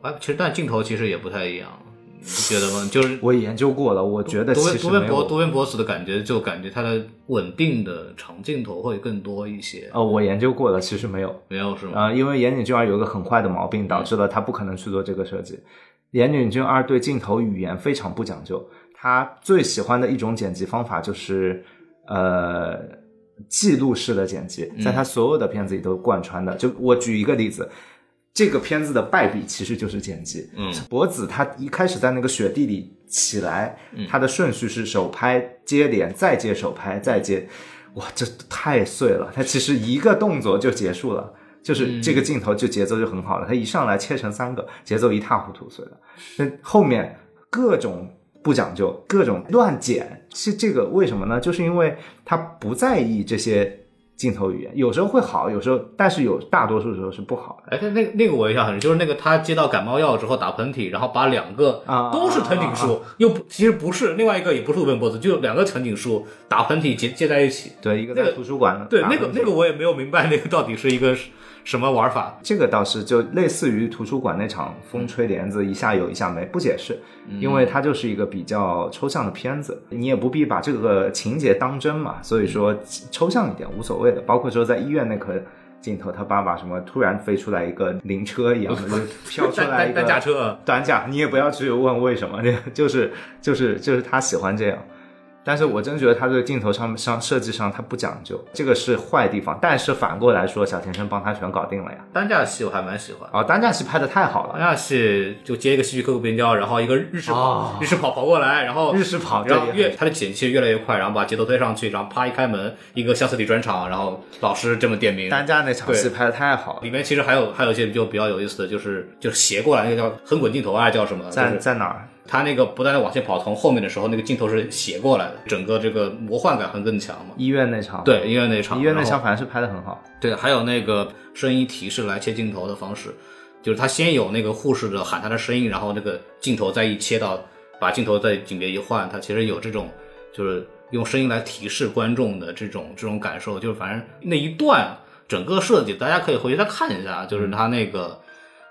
[SPEAKER 4] 啊，其实但镜头其实也不太一样，你觉得吗？就是
[SPEAKER 1] 嗯我研究过了，我觉得
[SPEAKER 4] 渡
[SPEAKER 1] 其
[SPEAKER 4] 边
[SPEAKER 1] 实
[SPEAKER 4] 渡
[SPEAKER 1] 没
[SPEAKER 4] 边博
[SPEAKER 1] 有。
[SPEAKER 4] 渡边博子的感觉，就感觉他的稳定的长镜头会更多一些，
[SPEAKER 1] 呃，我研究过了，其实没有。
[SPEAKER 4] 没有是吗？
[SPEAKER 1] 呃，因为岩井俊二有一个很坏的毛病，导致了他不可能去做这个设计。岩井俊二对镜头语言非常不讲究，他最喜欢的一种剪辑方法就是呃记录式的剪辑，
[SPEAKER 4] 嗯
[SPEAKER 1] 在他所有的片子里都贯穿的。就我举一个例子。这个片子的败笔其实就是剪辑。
[SPEAKER 4] 嗯，
[SPEAKER 1] 博子他一开始在那个雪地里起来，
[SPEAKER 4] 嗯
[SPEAKER 1] 他的顺序是手拍接连，再接手拍，再接，哇，这太碎了！他其实一个动作就结束了，
[SPEAKER 4] 嗯
[SPEAKER 1] 就是这个镜头就节奏就很好了，他一上来切成三个，节奏一塌糊涂，所以那后面各种不讲究，各种乱剪，是这个为什么呢？就是因为他不在意这些镜头语言，有时候会好，有时候但是有大多数时候是不好的。
[SPEAKER 4] 哎，那那个那个我印象很深，就是那个他接到感冒药之后打喷嚏，然后把两个
[SPEAKER 1] 啊
[SPEAKER 4] 都是藤井树，又不其实不是，另外一个也不是文本博子，就两个藤井树打喷嚏接接在一起。
[SPEAKER 1] 对，一个
[SPEAKER 4] 那
[SPEAKER 1] 在
[SPEAKER 4] 个
[SPEAKER 1] 图书馆
[SPEAKER 4] 对，
[SPEAKER 1] 打
[SPEAKER 4] 那个
[SPEAKER 1] 喷嚏
[SPEAKER 4] 那个我也没有明白那个到底是一个什么玩法。
[SPEAKER 1] 这个倒是就类似于图书馆那场
[SPEAKER 4] 嗯
[SPEAKER 1] 风吹帘子一下有一下没，不解释，因为它就是一个比较抽象的片子，你也不必把这个情节当真嘛，所
[SPEAKER 4] 嗯
[SPEAKER 1] 以说抽象一点无所谓的。包括说在医院那颗镜头，他爸爸什么突然飞出来一个灵车一样的，就飘出
[SPEAKER 4] 单
[SPEAKER 1] 来一
[SPEAKER 4] 哦
[SPEAKER 1] 个
[SPEAKER 4] 单单驾车，啊
[SPEAKER 1] 短甲，你也不要去问为什么， 这个就是就是就是他喜欢这样。但是我真觉得他对镜头上上设计上他不讲究，这个是坏地方。但是反过来说，小田生帮他全搞定了呀。
[SPEAKER 4] 单架戏我还蛮喜欢。
[SPEAKER 1] 哦，单架戏拍的太好
[SPEAKER 4] 单
[SPEAKER 1] 了，
[SPEAKER 4] 架戏就接一个戏剧刻苦边雕，然后一个日式跑、
[SPEAKER 1] 哦
[SPEAKER 4] 日式跑跑过来，然后
[SPEAKER 1] 日式跑这
[SPEAKER 4] 然后
[SPEAKER 1] 里
[SPEAKER 4] 越他的剪切越来越快，然后把节奏推上去，然后啪一开门，一个相似体专场，然后老师这么点名。
[SPEAKER 1] 单架那场戏
[SPEAKER 4] 对
[SPEAKER 1] 拍的太好了
[SPEAKER 4] 啊里，面其实还有还有一些就比较有意思的，就是就是斜过来那个叫横滚镜头啊，叫什么？就
[SPEAKER 1] 在
[SPEAKER 4] 是
[SPEAKER 1] 在哪儿？
[SPEAKER 4] 他那个不断的往前跑，从后面的时候那个镜头是斜过来的，整个这个魔幻感会更强嘛。
[SPEAKER 1] 医院那场，，
[SPEAKER 4] 对，医院那场，
[SPEAKER 1] 医院那
[SPEAKER 4] 然后
[SPEAKER 1] 场反正是拍的很好。
[SPEAKER 4] 对，还有那个声音提示来切镜头的方式，就是他先有那个护士的喊他的声音，然后那个镜头再一切到，把镜头再景别一换，他其实有这种就是用声音来提示观众的这种这种感受，就是反正那一段整个设计，大家可以回去再看一下，就是他那个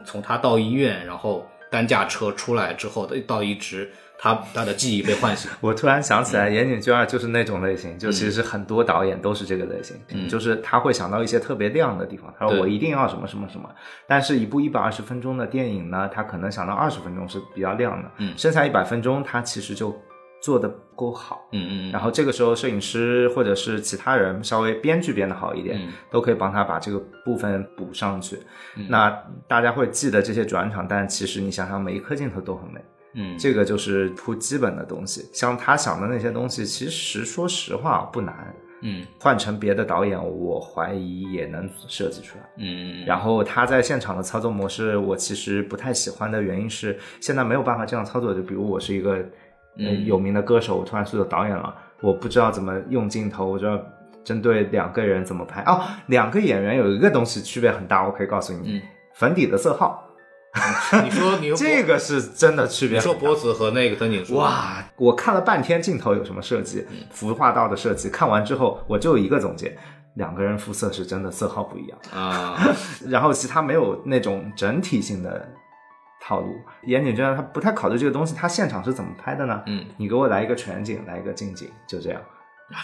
[SPEAKER 4] 从他到医院，然后担架车出来之后，到一直他他的记忆被 唤醒，
[SPEAKER 1] 我突然想起
[SPEAKER 4] 嗯
[SPEAKER 1] 来，《岩井俊二》就是那种类型，就其实很多导演都是这个类型，就是他会想到一些特别亮的地方，他说
[SPEAKER 4] 嗯对
[SPEAKER 1] 我一定要什么什么什么。但是，一部一百二十分钟的电影呢，他可能想到二十分钟是比较亮的，
[SPEAKER 4] 嗯
[SPEAKER 1] 剩下一百分钟他其实就做的不够好。
[SPEAKER 4] 嗯嗯嗯
[SPEAKER 1] 然后这个时候，摄影师或者是其他人稍微编剧编的好一点，
[SPEAKER 4] 嗯
[SPEAKER 1] 都可以帮他把这个部分补上去。那大家会记得这些转场，但其实你想想，每一颗镜头都很美。
[SPEAKER 4] 嗯，
[SPEAKER 1] 这个就是铺基本的东西。像他想的那些东西，其实说实话不难，
[SPEAKER 4] 嗯
[SPEAKER 1] 换成别的导演，我怀疑也能设计出来。
[SPEAKER 4] 嗯嗯，
[SPEAKER 1] 然后他在现场的操作模式，我其实不太喜欢的原因是，现在没有办法这样操作。就比如我是一个、呃、
[SPEAKER 4] 嗯
[SPEAKER 1] 有名的歌手，我突然是个导演了，我不知道怎么用镜头，我知道针对两个人怎么拍。哦，两个演员有一个东西区别很大，我可以告诉你，
[SPEAKER 4] 嗯
[SPEAKER 1] 粉底的色号，
[SPEAKER 4] 你说你说
[SPEAKER 1] 这个是真的区别
[SPEAKER 4] 你
[SPEAKER 1] 很大。
[SPEAKER 4] 说脖子和那个藤井树，
[SPEAKER 1] 哇，我看了半天镜头有什么设计，
[SPEAKER 4] 嗯
[SPEAKER 1] 服化道的设计，看完之后我就有一个总结：两个人肤色是真的色号不一样，
[SPEAKER 4] 啊，
[SPEAKER 1] 然后其他没有那种整体性的套路。岩井俊二他不太考虑这个东西，他现场是怎么拍的呢？
[SPEAKER 4] 嗯，啊
[SPEAKER 1] 你给我来一个全景，来一个近景，就这样，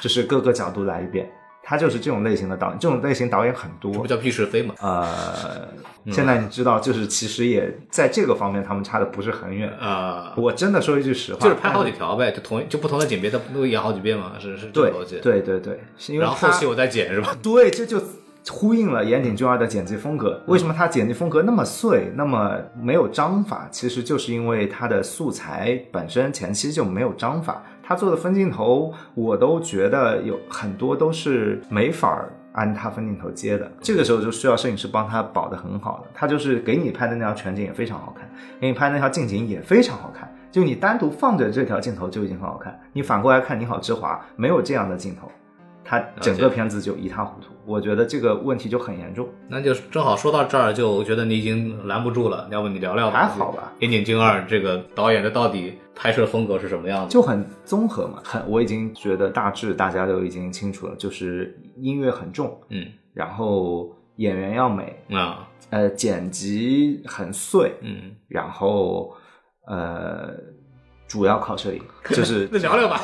[SPEAKER 1] 就是各个角度来一遍。他就是这种类型的导演，这种类型导演很多，
[SPEAKER 4] 不叫嗯屁是非嘛？
[SPEAKER 1] 呃，现在你知道，就是其实也在这个方面他们差的不是很远。
[SPEAKER 4] 啊、
[SPEAKER 1] 我真的说一句实话，
[SPEAKER 4] 就是拍好
[SPEAKER 1] 但
[SPEAKER 4] 几条呗，就同就不同的景别，它都演好几遍嘛，是是这
[SPEAKER 1] 对
[SPEAKER 4] 个逻辑。，
[SPEAKER 1] 对对对，是因为
[SPEAKER 4] 然后后
[SPEAKER 1] 他
[SPEAKER 4] 期我再剪是吧？
[SPEAKER 1] 对这就呼应了岩井俊二的剪辑风格。为什么他剪辑风格那么碎，那么没有章法？其实就是因为他的素材本身前期就没有章法，他做的分镜头我都觉得有很多都是没法儿按他分镜头接的。这个时候就需要摄影师帮他保得很好了。他就是给你拍的那条全景也非常好看，给你拍那条近景也非常好看。就你单独放着这条镜头就已经很好看，你反过来看《你好，之华》没有这样的镜头，他整个片子就一塌糊涂。我觉得这个问题就很严重。
[SPEAKER 4] 那就正好说到这儿，就我觉得你已经拦不住了，要不你聊聊吧
[SPEAKER 1] 还好吧？
[SPEAKER 4] 岩井俊二这个导演的到底拍摄风格是什么样的？
[SPEAKER 1] 就很综合嘛，很我已经觉得大致大家都已经清楚了，就是音乐很重，
[SPEAKER 4] 嗯
[SPEAKER 1] 然后演员要美，
[SPEAKER 4] 啊
[SPEAKER 1] 呃，剪辑很碎，
[SPEAKER 4] 嗯，
[SPEAKER 1] 然后呃，主要靠摄影，就是
[SPEAKER 4] 那聊聊 吧。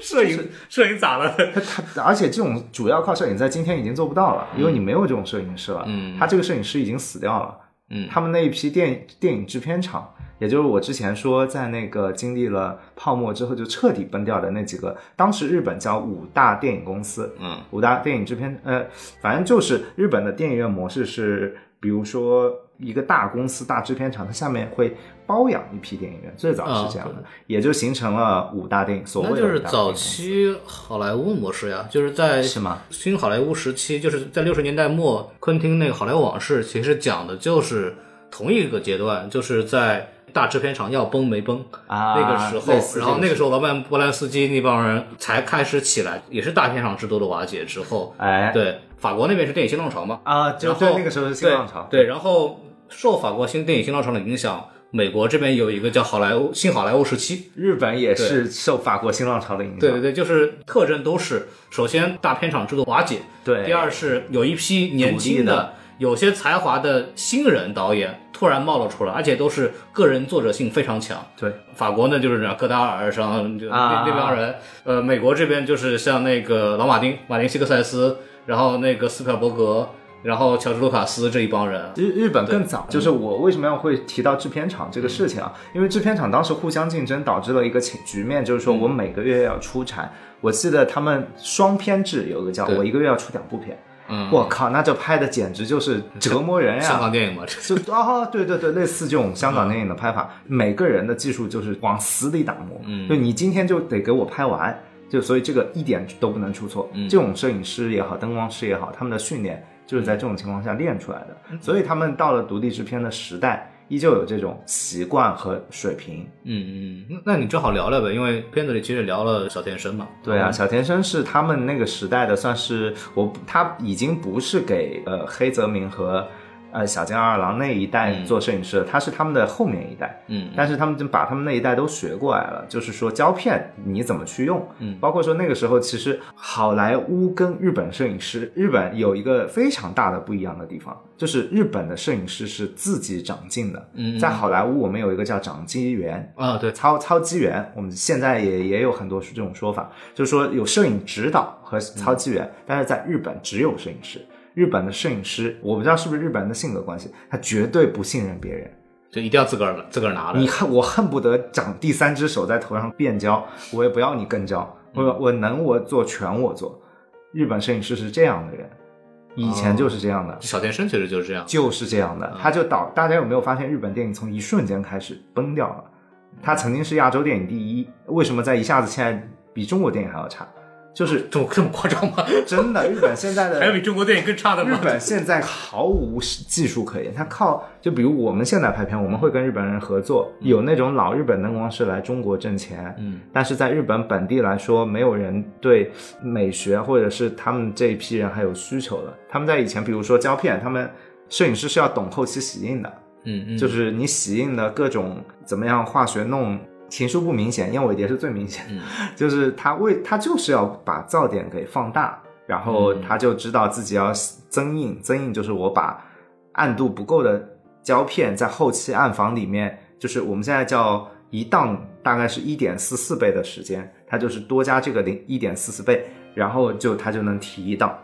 [SPEAKER 4] 摄影摄影咋了？
[SPEAKER 1] 他他，而且这种主要靠摄影在今天已经做不到了，因为你没有这种摄影师了。
[SPEAKER 4] 嗯
[SPEAKER 1] 他这个摄影师已经死掉了。
[SPEAKER 4] 嗯
[SPEAKER 1] 他们那一批电影电影制片厂，也就是我之前说在那个经历了泡沫之后就彻底崩掉的那几个，当时日本叫五大电影公司，
[SPEAKER 4] 嗯
[SPEAKER 1] 五大电影制片，呃，反正就是日本的电影院模式是比如说一个大公司、大制片厂，它下面会包养一批电影院，最早是这样的，
[SPEAKER 4] 啊
[SPEAKER 1] 也就形成了五大电影所谓
[SPEAKER 4] 那
[SPEAKER 1] 的
[SPEAKER 4] 就是
[SPEAKER 1] 五大电影
[SPEAKER 4] 早期好莱坞模式呀，就是在
[SPEAKER 1] 是吗？
[SPEAKER 4] 新好莱坞时期，就是在六十年代末，昆汀那个《好莱坞往事》其实讲的就是同一个阶段，就是在大制片厂要崩没崩。
[SPEAKER 1] 啊，
[SPEAKER 4] 那个时候
[SPEAKER 1] 类，似
[SPEAKER 4] 然后那个时
[SPEAKER 1] 候，
[SPEAKER 4] 候，罗曼·波兰斯基那帮人才开始起来，也是大片场制度的瓦解之后，
[SPEAKER 1] 哎，
[SPEAKER 4] 对，法国那边是电影新浪潮嘛，
[SPEAKER 1] 啊，就
[SPEAKER 4] 然后
[SPEAKER 1] 对那个时候是新浪潮，
[SPEAKER 4] 对，对，然后受法国新电影新浪潮的影响，美国这边有一个叫好莱坞新好莱坞时期。
[SPEAKER 1] 日本也是受法国新浪潮的影响，
[SPEAKER 4] 对对对，就是特征都是首先大片场制度瓦解，
[SPEAKER 1] 对
[SPEAKER 4] 第二是有一批年轻
[SPEAKER 1] 独立
[SPEAKER 4] 的
[SPEAKER 1] 的、
[SPEAKER 4] 有些才华的新人导演突然冒了出来，而且都是个人作者性非常强。
[SPEAKER 1] 对
[SPEAKER 4] 法国呢就是戈达尔上就那、
[SPEAKER 1] 啊
[SPEAKER 4] 那帮人，呃，美国这边就是像那个老马丁、马丁·西克塞斯，然后那个斯皮尔伯格，然后乔治·卢卡斯这一帮人，
[SPEAKER 1] 日日本更早，就是我为什么要会提到制片厂这个事情啊？
[SPEAKER 4] 嗯
[SPEAKER 1] 因为制片厂当时互相竞争，导致了一个情局面，就是说我每个月要出产。我记得他们双片制有个叫，
[SPEAKER 4] 对
[SPEAKER 1] 我一个月要出两部片，
[SPEAKER 4] 嗯，
[SPEAKER 1] 我靠，那这拍的简直就是折磨人
[SPEAKER 4] 香
[SPEAKER 1] 呀！
[SPEAKER 4] 港电影嘛， 这
[SPEAKER 1] 就啊、对对对，类似这种香港
[SPEAKER 4] 嗯
[SPEAKER 1] 电影的拍法，每个人的技术就是往死里打磨，
[SPEAKER 4] 嗯
[SPEAKER 1] 就你今天就得给我拍完，就所以这个一点都不能出错。
[SPEAKER 4] 嗯
[SPEAKER 1] 这种摄影师也好，灯光师也好，他们的训练就是在这种情况下练出来的，
[SPEAKER 4] 嗯
[SPEAKER 1] 嗯所以他们到了独立制片的时代，依旧有这种习惯和水平。
[SPEAKER 4] 嗯嗯，嗯那你正好聊聊呗，因为片子里其实聊了小田生嘛，
[SPEAKER 1] 对啊，小田生是他们那个时代的，算是我不他已经不是给呃黑泽明和呃小津安二郎那一代
[SPEAKER 4] 嗯
[SPEAKER 1] 做摄影师了，他是他们的后面一代。
[SPEAKER 4] 嗯，
[SPEAKER 1] 但是他们就把他们那一代都学过来了，就是说胶片你怎么去用，
[SPEAKER 4] 嗯
[SPEAKER 1] 包括说那个时候其实好莱坞跟日本摄影师，日本有一个非常大的不一样的地方，就是日本的摄影师是自己长进的，
[SPEAKER 4] 嗯嗯
[SPEAKER 1] 在好莱坞我们有一个叫长机员。
[SPEAKER 4] 啊对，
[SPEAKER 1] 操操机员，我们现在也也有很多是这种说法，就是说有摄影指导和
[SPEAKER 4] 嗯
[SPEAKER 1] 操机员，但是在日本只有摄影师。日本的摄影师，我不知道是不是日本人的性格关系，他绝对不信任别人，
[SPEAKER 4] 就一定要自个儿自个儿拿的，
[SPEAKER 1] 你恨我恨不得长第三只手在头上变焦，我也不要你跟焦，
[SPEAKER 4] 嗯
[SPEAKER 1] 我我能我做全我做。日本摄影师是这样的人，以前就是这样的，
[SPEAKER 4] 小田生其实就是这 样，
[SPEAKER 1] 就是这样
[SPEAKER 4] 嗯
[SPEAKER 1] 的，他就导。大家有没有发现日本电影从一瞬间开始崩掉了？它曾经是亚洲电影第一，为什么在一下子现在比中国电影还要差？就是
[SPEAKER 4] 这么这么夸张吗？
[SPEAKER 1] 真的，日本现在的
[SPEAKER 4] 还有比中国电影更差的
[SPEAKER 1] 日
[SPEAKER 4] 吗？
[SPEAKER 1] 本现在毫无技术可言，他靠就比如我们现在拍片，我们会跟日本人合作，有那种老日本灯光师来中国挣钱，
[SPEAKER 4] 嗯，
[SPEAKER 1] 但是在日本本地来说，没有人对美学或者是他们这一批人还有需求的。他们在以前，比如说胶片，他们摄影师是要懂后期洗印的，
[SPEAKER 4] 嗯嗯，
[SPEAKER 1] 就是你洗印的各种怎么样化学弄。情书不明显，燕尾蝶是最明显的，
[SPEAKER 4] 嗯
[SPEAKER 1] 就是他为他就是要把噪点给放大，然后
[SPEAKER 4] 嗯
[SPEAKER 1] 他就知道自己要增印，增印就是我把暗度不够的胶片在后期暗房里面，就是我们现在叫一档，大概是一点四四倍的时间，它就是多加这个零一点四四倍，然后就它就能提一档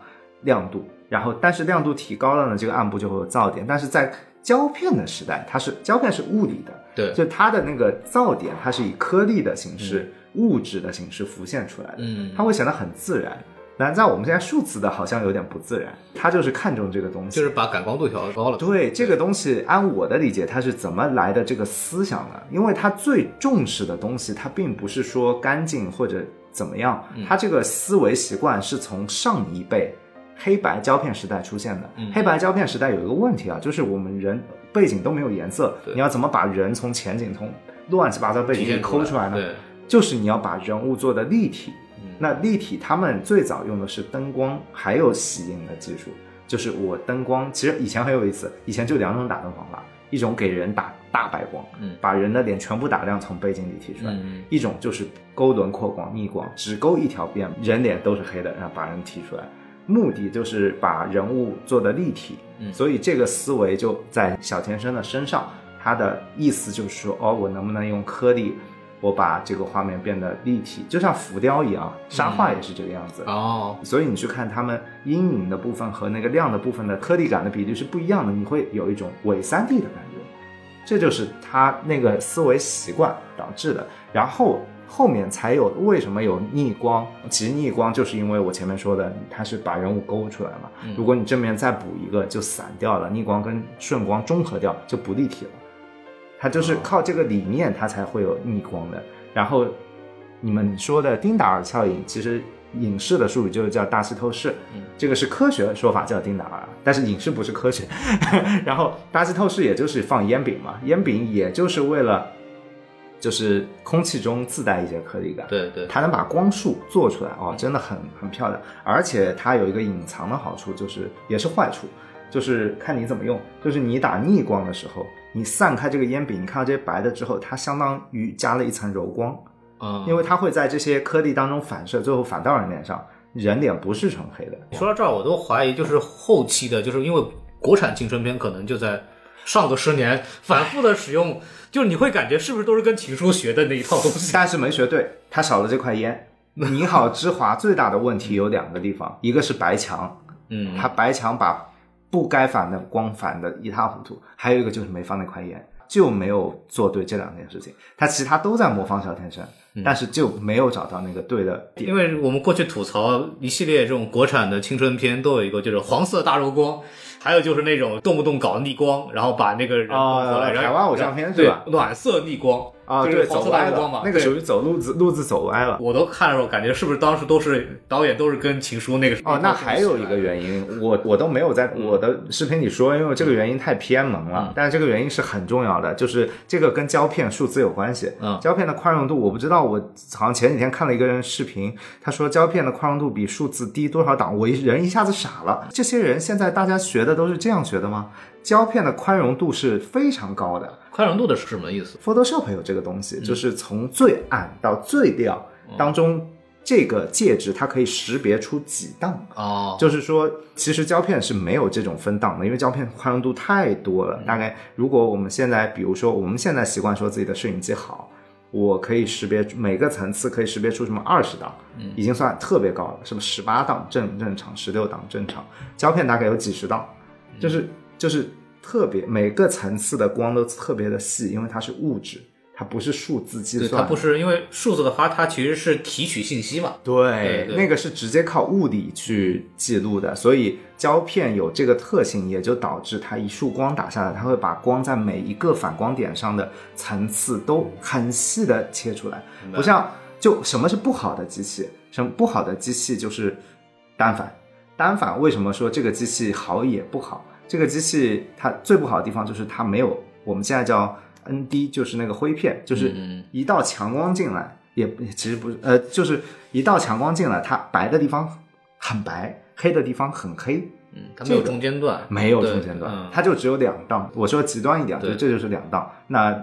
[SPEAKER 1] 亮度，然后但是亮度提高了呢，这个暗部就会有噪点，但是在胶片的时代，它是胶片是物理的，
[SPEAKER 4] 对，
[SPEAKER 1] 就它的那个噪点，它是以颗粒的形式、物质的形式浮现出来的，
[SPEAKER 4] 嗯，
[SPEAKER 1] 它会显得很自然。但在我们现在数字的，好像有点不自然。它就是看重这个东西，
[SPEAKER 4] 就是把感光度调高了，
[SPEAKER 1] 对这个东西，按我的理解，它是怎么来的这个思想呢？因为它最重视的东西，它并不是说干净或者怎么样，
[SPEAKER 4] 嗯
[SPEAKER 1] 它这个思维习惯是从上一辈黑白胶片时代出现的。
[SPEAKER 4] 嗯
[SPEAKER 1] 黑白胶片时代有一个问题啊，就是我们人背景都没有颜色，
[SPEAKER 4] 对
[SPEAKER 1] 你要怎么把人从前景从乱七八糟背
[SPEAKER 4] 体
[SPEAKER 1] 景给
[SPEAKER 4] 现
[SPEAKER 1] 抠出来呢？
[SPEAKER 4] 对，
[SPEAKER 1] 就是你要把人物做的立体。
[SPEAKER 4] 嗯
[SPEAKER 1] 那立体，他们最早用的是灯光，还有洗印的技术。就是我灯光，其实以前很有意思，以前就两种打灯方法，一种给人打大白光，
[SPEAKER 4] 嗯
[SPEAKER 1] 把人的脸全部打亮，从背景里提出来；
[SPEAKER 4] 嗯
[SPEAKER 1] 一种就是勾轮廓光、逆光，只勾一条边，人脸都是黑的，然后把人提出来。目的就是把人物做的立体，
[SPEAKER 4] 嗯
[SPEAKER 1] 所以这个思维就在小田生的身上。他的意思就是说，哦，我能不能用颗粒，我把这个画面变得立体，就像浮雕一样，沙画
[SPEAKER 4] 嗯
[SPEAKER 1] 也是这个样子。
[SPEAKER 4] 哦，
[SPEAKER 1] 所以你去看他们阴影的部分和那个亮的部分的颗粒感的比例是不一样的，你会有一种伪三 D 的感觉，这就是他那个思维习惯导致的。然后后面才有为什么有逆光？其实逆光就是因为我前面说的，它是把人物勾出来嘛。
[SPEAKER 4] 嗯
[SPEAKER 1] 如果你正面再补一个，就散掉了，逆光跟顺光中和掉就不立体了。它就是靠这个理念，它才会有逆光的。然后你们说的丁达尔效应，其实影视的术语就是叫大气透视，这个是科学说法叫丁达尔，但是影视不是科学。 然后大气透视也就是放烟饼嘛，烟饼也就是为了就是空气中自带一些颗粒感，
[SPEAKER 4] 对对，
[SPEAKER 1] 它能把光束做出来哦，真的很很漂亮。而且它有一个隐藏的好处，就是也是坏处，就是看你怎么用。就是你打逆光的时候，你散开这个烟饼，你看到这些白的之后，它相当于加了一层柔光，
[SPEAKER 4] 嗯，
[SPEAKER 1] 因为它会在这些颗粒当中反射，最后反到人脸上，人脸不是纯黑的。
[SPEAKER 4] 说到这儿，我都怀疑，就是后期的，就是因为国产青春片可能就在上个十年反复的使用，就是你会感觉是不是都是跟情书学的那一套东西？
[SPEAKER 1] 但是没学对，它少了这块烟。你好，之华最大的问题有两个地方，一个是白墙，
[SPEAKER 4] 嗯，
[SPEAKER 1] 他白墙把不该反的光反的一塌糊涂，还有一个就是没放那块烟，就没有做对这两件事情。他其他都在模仿小天神，但是就没有找到那个对的点。
[SPEAKER 4] 嗯因为我们过去吐槽一系列这种国产的青春片，都有一个就是黄色大柔光，还有就是那种动不动搞逆光，然后把那个人
[SPEAKER 1] 哦
[SPEAKER 4] 弄回来，然后
[SPEAKER 1] 台湾偶像片
[SPEAKER 4] 对
[SPEAKER 1] 是吧
[SPEAKER 4] 暖色逆光
[SPEAKER 1] 啊，
[SPEAKER 4] 就是
[SPEAKER 1] 对，
[SPEAKER 4] 黄
[SPEAKER 1] 走
[SPEAKER 4] 色大
[SPEAKER 1] 歪
[SPEAKER 4] 柔光嘛
[SPEAKER 1] 了，，那个
[SPEAKER 4] 对
[SPEAKER 1] 属于走路子路子走歪了。
[SPEAKER 4] 我都看的时候感觉是不是当时都是导演都是跟情书那个
[SPEAKER 1] 哦，那还有一个原因，我我都没有在我的视频里说，因为这个原因太偏门了。但是这个原因是很重要的，就是这个跟胶片数字有关系。
[SPEAKER 4] 嗯
[SPEAKER 1] 胶片的宽容度我不知道，我好像前几天看了一个人视频，他说胶片的宽容度比数字低多少档，我一人一下子傻了。这些人现在大家学的都是这样学的吗？胶片的宽容度是非常高的，
[SPEAKER 4] 宽容度的是什么意思？
[SPEAKER 1] Photoshop 有这个东西，就是从最暗到最亮当中，这个介质它可以识别出几档。
[SPEAKER 4] 哦，
[SPEAKER 1] 就是说，其实胶片是没有这种分档的，因为胶片宽容度太多
[SPEAKER 4] 嗯
[SPEAKER 1] 了。大概如果我们现在，比如说我们现在习惯说自己的摄影机好，我可以识别每个层次可以识别出什么二十档，
[SPEAKER 4] 嗯
[SPEAKER 1] 已经算特别高了，什么十八档正正常，十六档正常，胶片大概有几十档，
[SPEAKER 4] 嗯
[SPEAKER 1] 就是就是特别每个层次的光都特别的细，因为它是物质，它不是数字计
[SPEAKER 4] 对，
[SPEAKER 1] 算的，
[SPEAKER 4] 它不是因为数字的话，它其实是提取信息嘛。
[SPEAKER 1] 对
[SPEAKER 4] 对，对
[SPEAKER 1] 那个是直接靠物理去记录的，所以胶片有这个特性，也就导致它一束光打下来，它会把光在每一个反光点上的层次都很细的切出来，不像就什么是不好的机器，什么不好的机器就是单反，单反为什么说这个机器好也不好？这个机器它最不好的地方就是它没有我们现在叫 ND，就是那个灰片，就是
[SPEAKER 4] 嗯
[SPEAKER 1] 一道强光进来，也不其实不是，呃，就是一道强光进来，它白的地方很白，黑的地方很黑，
[SPEAKER 4] 嗯，它没有
[SPEAKER 1] 这个
[SPEAKER 4] 中间段，
[SPEAKER 1] 没有
[SPEAKER 4] 对
[SPEAKER 1] 中间段，
[SPEAKER 4] 嗯
[SPEAKER 1] 它就只有两档。我说极端一点，
[SPEAKER 4] 对
[SPEAKER 1] 就这就是两档。那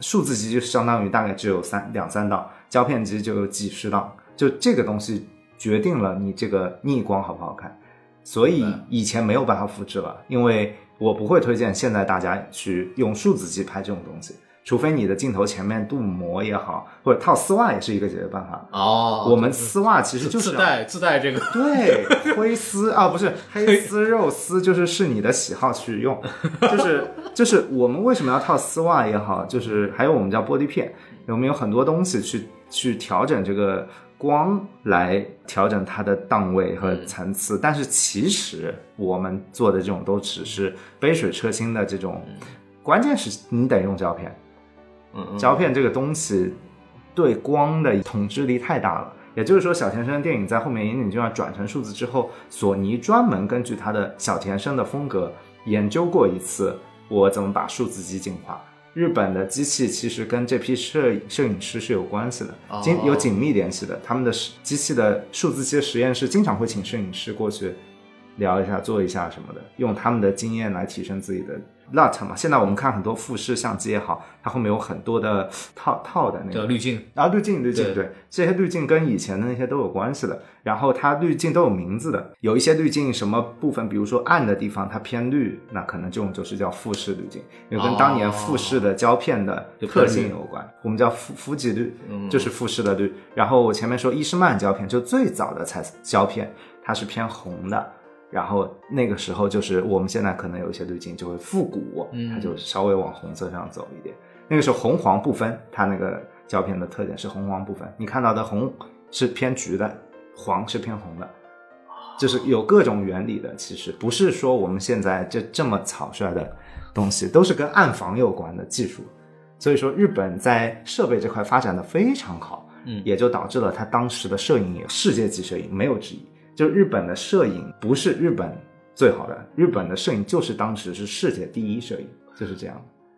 [SPEAKER 1] 数字机就相当于大概只有三两三档，胶片机就有几十档。就这个东西决定了你这个逆光好不好看，所以
[SPEAKER 4] 明白
[SPEAKER 1] 以前没有办法复制了，因为我不会推荐现在大家去用数字机拍这种东西，除非你的镜头前面镀膜也好，或者套丝袜也是一个解决办法。
[SPEAKER 4] 哦，
[SPEAKER 1] 我们丝袜其实就是
[SPEAKER 4] 自
[SPEAKER 1] 要
[SPEAKER 4] 带自带 这个，
[SPEAKER 1] 对，灰丝啊，不是黑丝、肉丝，就是是你的喜好去用，就是就是我们为什么要套丝袜也好，就是还有我们叫玻璃片，我们有很多东西去去调整这个光来调整它的档位和层次，但是其实我们做的这种都只是杯水车薪的这种，关键是你得用胶片，
[SPEAKER 4] 嗯嗯
[SPEAKER 1] 胶片这个东西对光的统治力太大了。也就是说，小田生的电影在后面岩井俊二转成数字之后，索尼专门根据他的小田生的风格研究过一次，我怎么把数字机进化。日本的机器其实跟这批摄影摄影师是有关系
[SPEAKER 4] 哦
[SPEAKER 1] 的，紧有紧密联系的。他们的实机器的数字机的实验室经常会请摄影师过去聊一下、做一下什么的，用他们的经验来提升自己的 LUT 嘛。现在我们看很多富士相机也好，它后面有很多的套套的那
[SPEAKER 4] 叫
[SPEAKER 1] 个
[SPEAKER 4] 滤镜，
[SPEAKER 1] 啊，滤镜，滤镜，
[SPEAKER 4] 对
[SPEAKER 1] 对这些滤镜跟以前的那些都有关系的。然后它滤镜都有名字的，有一些滤镜什么部分，比如说暗的地方它偏绿，那可能这种就是叫富士滤镜，因为跟当年富士的胶片的
[SPEAKER 4] 就偏
[SPEAKER 1] 特
[SPEAKER 4] 绿
[SPEAKER 1] 性有关。我们叫富富吉绿
[SPEAKER 4] 嗯，
[SPEAKER 1] 就是富士的绿。然后我前面说伊诗曼胶片，就最早的彩色胶片，它是偏红的。然后那个时候就是我们现在可能有一些滤镜就会复古，
[SPEAKER 4] 嗯
[SPEAKER 1] 它就稍微往红色上走一点。那个时候红黄不分，它那个胶片的特点是红黄不分，你看到的红是偏橘的，黄是偏红的，就是有各种原理的。其实不是说我们现在这这么草率的东西，都是跟暗房有关的技术。所以说，日本在设备这块发展的非常好，
[SPEAKER 4] 嗯
[SPEAKER 1] 也就导致了它当时的摄影也世界级摄影，没有之一。就是日本的摄影不是日本最好的，日本的摄影就是当时是世界第一摄影，就是这样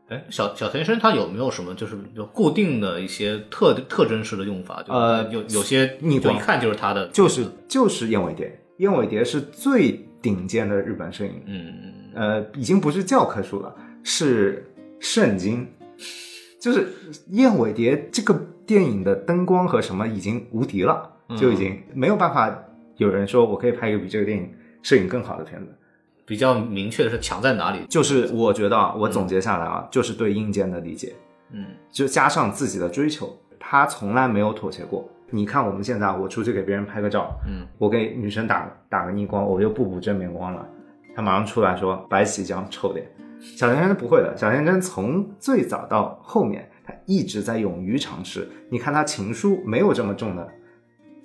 [SPEAKER 1] 的。
[SPEAKER 4] 哎，小小田生他有没有什么就是有固定的一些特特征式的用法？就
[SPEAKER 1] 呃
[SPEAKER 4] 有有些
[SPEAKER 1] 逆
[SPEAKER 4] 就
[SPEAKER 1] 光
[SPEAKER 4] 一看就是他的，
[SPEAKER 1] 就是就是燕尾蝶，燕尾蝶是最顶尖的日本摄影，
[SPEAKER 4] 嗯，
[SPEAKER 1] 呃，已经不是教科书了，是圣经。就是燕尾蝶这个电影的灯光和什么已经无敌了，就已经没有办法有人说我可以拍一个比这个电影摄影更好的片子。
[SPEAKER 4] 比较明确的是强在哪里？
[SPEAKER 1] 就是我觉得啊，我总结下来啊，就是对硬件的理解，
[SPEAKER 4] 嗯，
[SPEAKER 1] 就加上自己的追求，他从来没有妥协过。你看我们现在，啊我出去给别人拍个照，
[SPEAKER 4] 嗯，
[SPEAKER 1] 我给女生打打个逆光，我就不补正面光了。她马上出来说白起将臭脸。小田真不会的，小田真从最早到后面，他一直在勇于尝试。你看他情书没有这么重的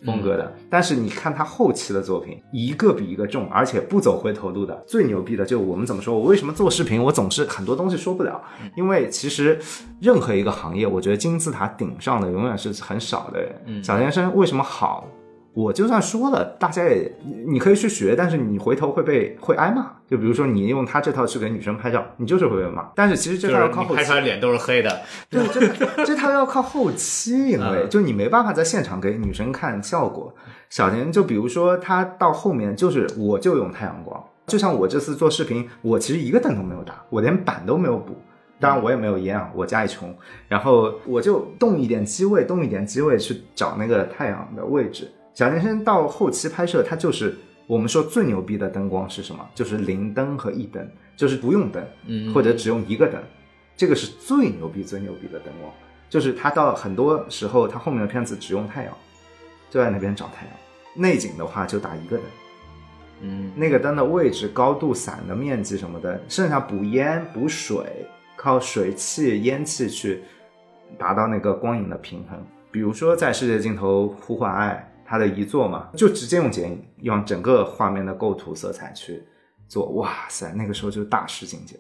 [SPEAKER 1] 风格的，
[SPEAKER 4] 嗯
[SPEAKER 1] 但是你看他后期的作品，一个比一个重，而且不走回头路的。最牛逼的就我们怎么说，我为什么做视频，我总是很多东西说不了，
[SPEAKER 4] 嗯
[SPEAKER 1] 因为其实任何一个行业，我觉得金字塔顶上的永远是很少的人。
[SPEAKER 4] 嗯
[SPEAKER 1] 小田生为什么好？我就算说了，大家也你你可以去学，但是你回头会被会挨骂。就比如说你用他这套去给女生拍照，你就是会被骂。但是其实
[SPEAKER 4] 就
[SPEAKER 1] 这套
[SPEAKER 4] 是
[SPEAKER 1] 要靠
[SPEAKER 4] 你
[SPEAKER 1] 后
[SPEAKER 4] 拍
[SPEAKER 1] 期
[SPEAKER 4] 出，来脸都是黑的，
[SPEAKER 1] 对，这这套要靠后期，因为
[SPEAKER 4] 嗯
[SPEAKER 1] 就你没办法在现场给女生看效果。小田就比如说他到后面就是我就用太阳光，就像我这次做视频，我其实一个灯都没有打，我连板都没有补。当然我也没有烟啊，我家里穷，然后我就动一点机位，动一点机位去找那个太阳的位置。小田生到后期拍摄，他就是我们说最牛逼的灯光是什么？就是零灯和一灯，就是不用灯，
[SPEAKER 4] 嗯
[SPEAKER 1] 或者只用一个灯，这个是最牛逼、最牛逼的灯光。就是他到很多时候，他后面的片子只用太阳，就在那边找太阳。内景的话就打一个灯，
[SPEAKER 4] 嗯，
[SPEAKER 1] 那个灯的位置、高度、散的面积什么的，剩下补烟、补水，靠水汽、烟气去达到那个光影的平衡。比如说在世界尽头呼唤爱，它的一座嘛，就直接用剪影，用整个画面的构图色彩去做。哇塞，那个时候就是大师境界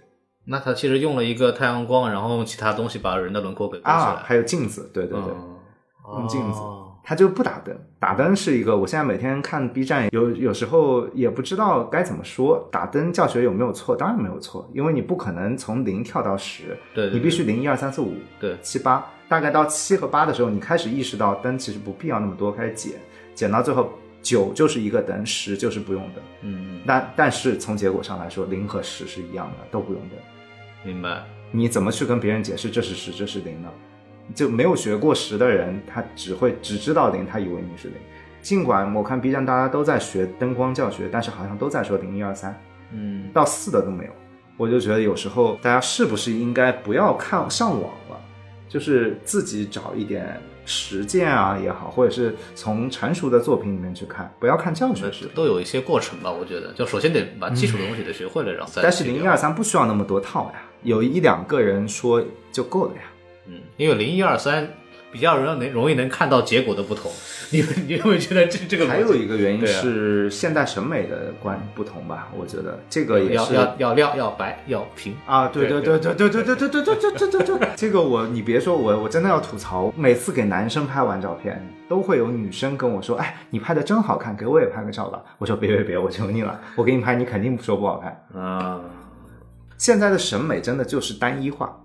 [SPEAKER 4] 那他其实用了一个太阳光，然后用其他东西把人的轮廓给勾起
[SPEAKER 1] 啊！
[SPEAKER 4] 来，
[SPEAKER 1] 还有镜子，对对对。
[SPEAKER 4] 嗯，
[SPEAKER 1] 用镜子
[SPEAKER 4] 哦
[SPEAKER 1] 他就不打灯，打灯是一个我现在每天看 B 站，有有时候也不知道该怎么说，打灯教学有没有错？当然没有错，因为你不可能从零跳到十，
[SPEAKER 4] 对对
[SPEAKER 1] 你必须零一二三四五
[SPEAKER 4] 对
[SPEAKER 1] 七八，大概到七和八的时候，你开始意识到灯其实不必要那么多，开始减，减到最后九就是一个灯，十就是不用灯。
[SPEAKER 4] 嗯，
[SPEAKER 1] 但但是从结果上来说，零和十是一样的，都不用灯。
[SPEAKER 4] 明白。
[SPEAKER 1] 你怎么去跟别人解释这是十，这是零呢？就没有学过十的人，他只会只知道零，他以为你是零。尽管我看 B 站大家都在学灯光教学，但是好像都在说零一二三
[SPEAKER 4] 嗯，
[SPEAKER 1] 到四的都没有。我就觉得有时候大家是不是应该不要看上网了，就是自己找一点实践啊也好，或者是从成熟的作品里面去看，不要看教学视频。
[SPEAKER 4] 都有一些过程吧，我觉得，就首先得把基础的东西得学会了，然后再。
[SPEAKER 1] 嗯但是零一二，三不需要那么多套呀，有一两个人说就够了呀。
[SPEAKER 4] 嗯，因为零一二三比较容易能容易能看到结果的不同， 你们你会觉得这这个
[SPEAKER 1] 还有一个原因
[SPEAKER 4] 对啊
[SPEAKER 1] 是现代审美的观不同吧，我觉得这个也
[SPEAKER 4] 要
[SPEAKER 1] 是
[SPEAKER 4] 要要亮要白要平，
[SPEAKER 1] 啊，对
[SPEAKER 4] 对
[SPEAKER 1] 对
[SPEAKER 4] 对
[SPEAKER 1] 对对对对对对对对对对对，这个我你别说我，我真的要吐槽，每次给男生拍完照片，都会有女生跟我说，哎，你拍的真好看，给我也拍个照吧。我说别别别，我求你了，我给你拍，你肯定说不好看。
[SPEAKER 4] 啊，
[SPEAKER 1] 现在的审美真的就是单一化，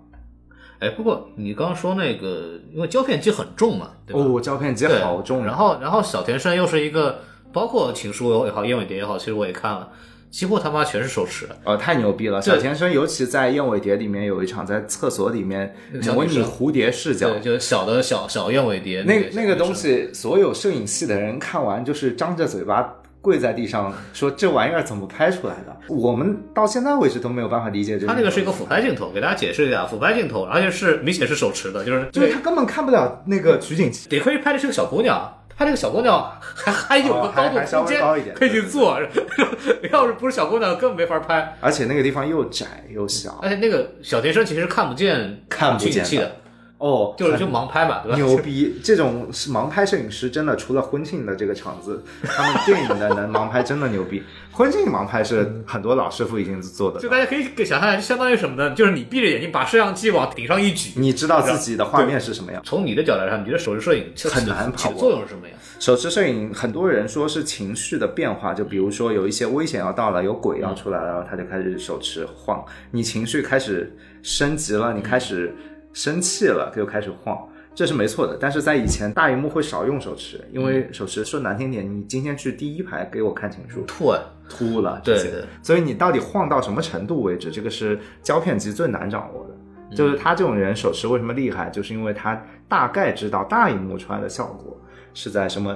[SPEAKER 4] 哎，不过你刚刚说那个，因为胶片机很重嘛，对吧？
[SPEAKER 1] 哦，胶片机
[SPEAKER 4] 对，
[SPEAKER 1] 好重，啊
[SPEAKER 4] 然后，然后小田生又是一个，包括情书也好，燕尾蝶也好，其实我也看了，几乎他妈全是手持。
[SPEAKER 1] 呃，太牛逼了！小田生尤其在《燕尾蝶》里面有一场在厕所里面
[SPEAKER 4] 小
[SPEAKER 1] 模
[SPEAKER 4] 女
[SPEAKER 1] 拟
[SPEAKER 4] 生
[SPEAKER 1] 蝴蝶视角
[SPEAKER 4] 对，，就是小的小小燕尾蝶，
[SPEAKER 1] 那
[SPEAKER 4] 个
[SPEAKER 1] 那个东，西，所有摄影系的人看完就是张着嘴巴跪在地上说：“这玩意儿怎么拍出来的？”我们到现在为止都没有办法理解这。
[SPEAKER 4] 它那个是一个，俯拍镜头，给大家解释一下，俯拍镜头，而且是明显是手持的，就是
[SPEAKER 1] 就是他根本看不了那个取景器。
[SPEAKER 4] 得亏拍的是个小姑娘，拍这个小姑娘还还有个
[SPEAKER 1] 哦还
[SPEAKER 4] 高度
[SPEAKER 1] 还稍
[SPEAKER 4] 空
[SPEAKER 1] 微
[SPEAKER 4] 间
[SPEAKER 1] 高一点
[SPEAKER 4] 可以
[SPEAKER 1] 对
[SPEAKER 4] 去
[SPEAKER 1] 对
[SPEAKER 4] 做， 要是不是小姑娘根本没法拍。
[SPEAKER 1] 而且那个地方又窄又小
[SPEAKER 4] 而，且那个小学生其实看不见
[SPEAKER 1] 看不
[SPEAKER 4] 取景
[SPEAKER 1] 见
[SPEAKER 4] 器
[SPEAKER 1] 的
[SPEAKER 4] 的，
[SPEAKER 1] 哦，
[SPEAKER 4] 就是就盲拍嘛，对吧？
[SPEAKER 1] 牛逼！这种是盲拍摄影师，真的除了婚庆的这个场子，他们电影的能盲拍真的牛逼。婚庆盲拍是很多老师傅已经做的
[SPEAKER 4] 就，大家可以给想象一下，相当于什么呢？就是你闭着眼睛把摄像机往顶上一举，
[SPEAKER 1] 你知道自己的画面是什么样。
[SPEAKER 4] 从你的角度来看，你觉得手持摄影起
[SPEAKER 1] 很难
[SPEAKER 4] 起
[SPEAKER 1] 把
[SPEAKER 4] 的
[SPEAKER 1] 握
[SPEAKER 4] 作用是什么呀？
[SPEAKER 1] 手持摄影，很多人说是情绪的变化，就比如说有一些危险要到了，有鬼要出来了，然后他就开始手持晃，你情绪开始升级了，你开始生气了，他就开始晃。这是没错的，但是在以前大荧幕会少用手持，因为手持说难听点，你今天去第一排给我看情书，
[SPEAKER 4] 吐啊！
[SPEAKER 1] 秃了，
[SPEAKER 4] 对
[SPEAKER 1] 直接
[SPEAKER 4] 对
[SPEAKER 1] 所以你到底晃到什么程度为止，这个是胶片机最难掌握的。
[SPEAKER 4] 嗯
[SPEAKER 1] 就是他这种人手持为什么厉害，就是因为他大概知道大荧幕出来的效果是在什么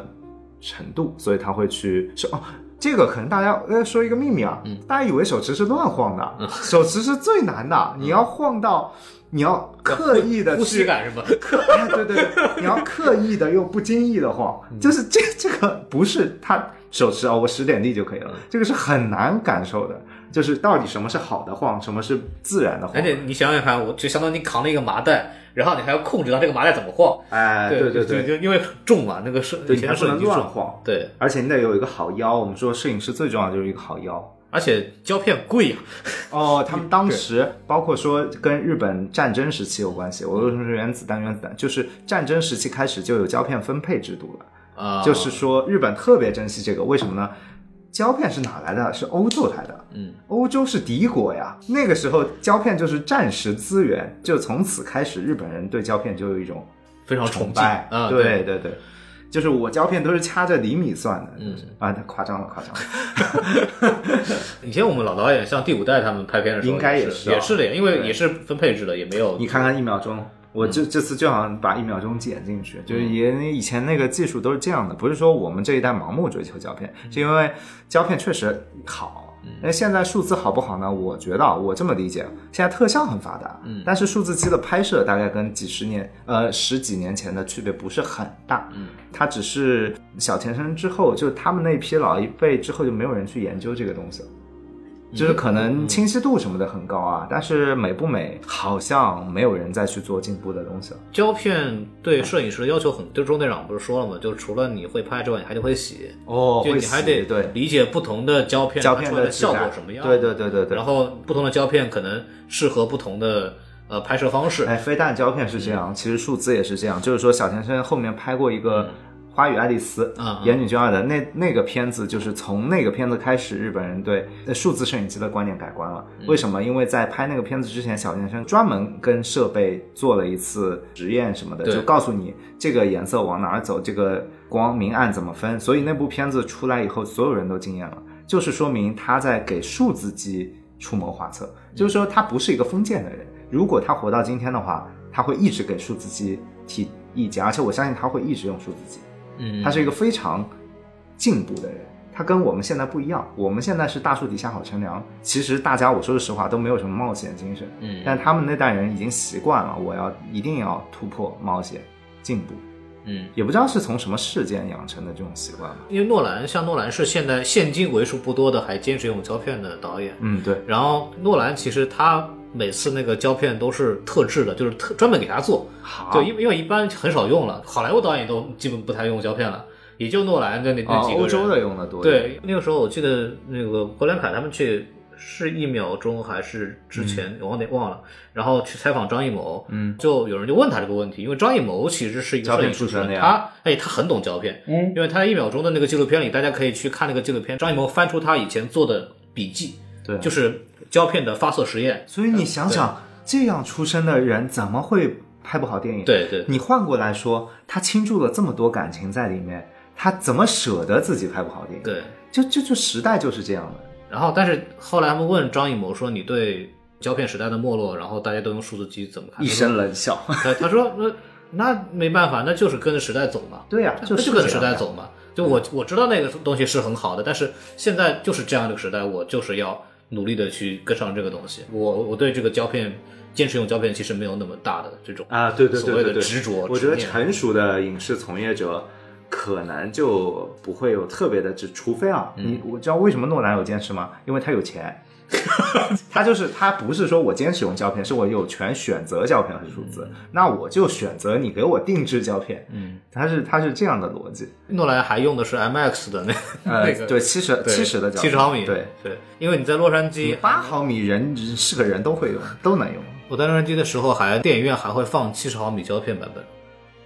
[SPEAKER 1] 程度，所以他会去手哦。这个可能大家呃说一个秘密
[SPEAKER 4] 嗯
[SPEAKER 1] 啊，大家以为手持是乱晃的，手持是最难的，你要晃到，你 要刻意的
[SPEAKER 4] 呼吸
[SPEAKER 1] 去
[SPEAKER 4] 感是吧？
[SPEAKER 1] 哎，对对对，你要刻意的又不经意的晃，
[SPEAKER 4] 嗯
[SPEAKER 1] 就是这这个不是他手持啊，我使点力就可以了，
[SPEAKER 4] 嗯
[SPEAKER 1] 这个是很难感受的，就是到底什么是好的晃，什么是自然的晃
[SPEAKER 4] 而。且你想想看，我就相当于你扛了一个麻袋，然后你还要控制到这个麻袋怎么晃。
[SPEAKER 1] 哎，对
[SPEAKER 4] 对
[SPEAKER 1] 对，
[SPEAKER 4] 就因为重嘛，那个摄
[SPEAKER 1] 对
[SPEAKER 4] 以
[SPEAKER 1] 你
[SPEAKER 4] 前
[SPEAKER 1] 还
[SPEAKER 4] 的
[SPEAKER 1] 不
[SPEAKER 4] 摄
[SPEAKER 1] 能
[SPEAKER 4] 影机
[SPEAKER 1] 乱
[SPEAKER 4] 重，
[SPEAKER 1] 晃，
[SPEAKER 4] 对，
[SPEAKER 1] 而且你得有一个好腰。我们说摄影师最重要的就是一个好腰。
[SPEAKER 4] 而且胶片贵呀、
[SPEAKER 1] 哦，他们当时包括说跟日本战争时期有关系，我为什么说原子弹原子弹？就是战争时期开始就有胶片分配制度了。
[SPEAKER 4] 啊，
[SPEAKER 1] 就是说日本特别珍惜这个，为什么呢？胶片是哪来的？是欧洲来的，
[SPEAKER 4] 嗯，
[SPEAKER 1] 欧洲是敌国呀。那个时候胶片就是战时资源，就从此开始，日本人对胶片就有一种
[SPEAKER 4] 非常
[SPEAKER 1] 崇
[SPEAKER 4] 崇
[SPEAKER 1] 拜。
[SPEAKER 4] 啊，
[SPEAKER 1] 对对对就是我胶片都是掐着厘米算的，
[SPEAKER 4] 嗯
[SPEAKER 1] 啊，那夸张了，夸张了。
[SPEAKER 4] 以前我们老导演像第五代他们拍片的时候，
[SPEAKER 1] 应该也
[SPEAKER 4] 也
[SPEAKER 1] 是
[SPEAKER 4] 是
[SPEAKER 1] 啊
[SPEAKER 4] 也是的，因为
[SPEAKER 1] 对
[SPEAKER 4] 也是分配制的，也没有
[SPEAKER 1] 你看看一秒钟，我这、
[SPEAKER 4] 嗯
[SPEAKER 1] 这次就好像把一秒钟剪进去，就是也以前那个技术都是这样的，不是说我们这一代盲目追求胶片，
[SPEAKER 4] 嗯
[SPEAKER 1] 是因为胶片确实好。那现在数字好不好呢？我觉得啊我这么理解，现在特效很发达，嗯，但是数字机的拍摄大概跟几十年呃十几年前的区别不是很大，嗯，它只是小前身之后，就是他们那批老一辈之后就没有人去研究这个东西了。
[SPEAKER 4] 嗯
[SPEAKER 1] 就是可能清晰度什么的很高啊，但是美不美，好像没有人再去做进步的东西了。
[SPEAKER 4] 胶片对摄影师的要求很，就周队长不是说了吗？就是除了你会拍之外，你还得会洗，
[SPEAKER 1] 哦
[SPEAKER 4] 就你还得
[SPEAKER 1] 对
[SPEAKER 4] 理解不同的胶片
[SPEAKER 1] 胶
[SPEAKER 4] 它
[SPEAKER 1] 片
[SPEAKER 4] 出来的
[SPEAKER 1] 质
[SPEAKER 4] 效
[SPEAKER 1] 感
[SPEAKER 4] 果什么样，
[SPEAKER 1] 对对对对对。
[SPEAKER 4] 然后不同的胶片可能适合不同的呃拍摄方式，
[SPEAKER 1] 哎，飞弹胶片是这
[SPEAKER 4] 嗯
[SPEAKER 1] 样，其实数字也是这样，就是说小田生后面拍过一个《花与爱丽丝》
[SPEAKER 4] 嗯嗯
[SPEAKER 1] 岩井俊二的那那个片子，就是从那个片子开始，日本人对呃数字摄影机的观念改观了。为什么？因为在拍那个片子之前，小田生专门跟设备做了一次实验什么的，
[SPEAKER 4] 对
[SPEAKER 1] 就告诉你这个颜色往哪儿走，这个光明暗怎么分。所以那部片子出来以后，所有人都惊艳了。就是说明他在给数字机出谋划策，就是说他不是一个封建的人。如果他活到今天的话，他会一直给数字机提意见，而且我相信他会一直用数字机。
[SPEAKER 4] 嗯，
[SPEAKER 1] 他是一个非常进步的人，他跟我们现在不一样。我们现在是大树底下好乘凉，其实大家我说实话都没有什么冒险精神，
[SPEAKER 4] 嗯
[SPEAKER 1] 但他们那代人已经习惯了，我要一定要突破冒险进步，
[SPEAKER 4] 嗯。
[SPEAKER 1] 也不知道是从什么事件养成的这种习惯吧。
[SPEAKER 4] 因为诺兰，像诺兰是现在现今为数不多的还坚持用胶片的导演。
[SPEAKER 1] 嗯，对，
[SPEAKER 4] 然后诺兰其实他每次那个胶片都是特制的，就是特专门给他做。
[SPEAKER 1] 好，
[SPEAKER 4] 对，因为因为一般很少用了，好莱坞导演都基本不太用胶片了，也就诺兰的那那
[SPEAKER 1] 哦
[SPEAKER 4] 几个人。
[SPEAKER 1] 欧洲的用的多，，
[SPEAKER 4] 对，那个时候我记得那个郭连凯他们去是一秒钟还是之前，我忘点忘了。然后去采访张艺谋，
[SPEAKER 1] 嗯，
[SPEAKER 4] 就有人就问他这个问题，因为张艺谋其实是一个
[SPEAKER 1] 胶片
[SPEAKER 4] 摄影师
[SPEAKER 1] 出身的呀
[SPEAKER 4] 他哎他很懂胶片，
[SPEAKER 1] 嗯，
[SPEAKER 4] 因为他在一秒钟的那个纪录片里，大家可以去看那个纪录片，张艺谋翻出他以前做的笔记，
[SPEAKER 1] 对
[SPEAKER 4] 就是胶片的发色实验，
[SPEAKER 1] 所以你想想，这样出身的人怎么会拍不好电影？，
[SPEAKER 4] 对对。
[SPEAKER 1] 你换过来说，他倾注了这么多感情在里面，他怎么舍得自己拍不好电影？，
[SPEAKER 4] 对，
[SPEAKER 1] 就就就时代就是这样的。
[SPEAKER 4] 然后但是后来他们问张艺谋说：“你对胶片时代的没落，然后大家都用数字机怎么看？”他说
[SPEAKER 1] 冷 笑。
[SPEAKER 4] 他他说那那没办法，那就是跟着时代走嘛，
[SPEAKER 1] 对呀、啊
[SPEAKER 4] 那
[SPEAKER 1] 是
[SPEAKER 4] 就跟
[SPEAKER 1] 这
[SPEAKER 4] 着时
[SPEAKER 1] 样的
[SPEAKER 4] 代。走嘛。就我我知道那个东西是很好的，但是现在就是这样的一个时代，我就是要努力的去跟上这个东西。我我对这个胶片坚持用胶片其实没有那么大的这种
[SPEAKER 1] 啊，对对对
[SPEAKER 4] 所谓
[SPEAKER 1] 对对
[SPEAKER 4] 的执着，
[SPEAKER 1] 我觉得
[SPEAKER 4] 执念
[SPEAKER 1] 成熟的影视从业者可能
[SPEAKER 4] 嗯
[SPEAKER 1] 就不会有特别的执，除非啊，你我知道为什么诺兰有坚持吗？因为他有钱。它就是它不是说我今天使用胶片，是我有权选择胶片和数字，
[SPEAKER 4] 嗯
[SPEAKER 1] 那我就选择你给我定制胶片。嗯，它是它是这样的逻辑。
[SPEAKER 4] 诺兰还用的是 MX 的那
[SPEAKER 1] 呃
[SPEAKER 4] 那，个
[SPEAKER 1] 对，七十呃七十的胶，
[SPEAKER 4] 七十毫米，
[SPEAKER 1] 对，嗯
[SPEAKER 4] 对，因为你在洛杉矶，
[SPEAKER 1] 八毫米人是个人都会用，都能用。
[SPEAKER 4] 我在洛杉矶的时候还电影院还会放七十毫米胶片版本，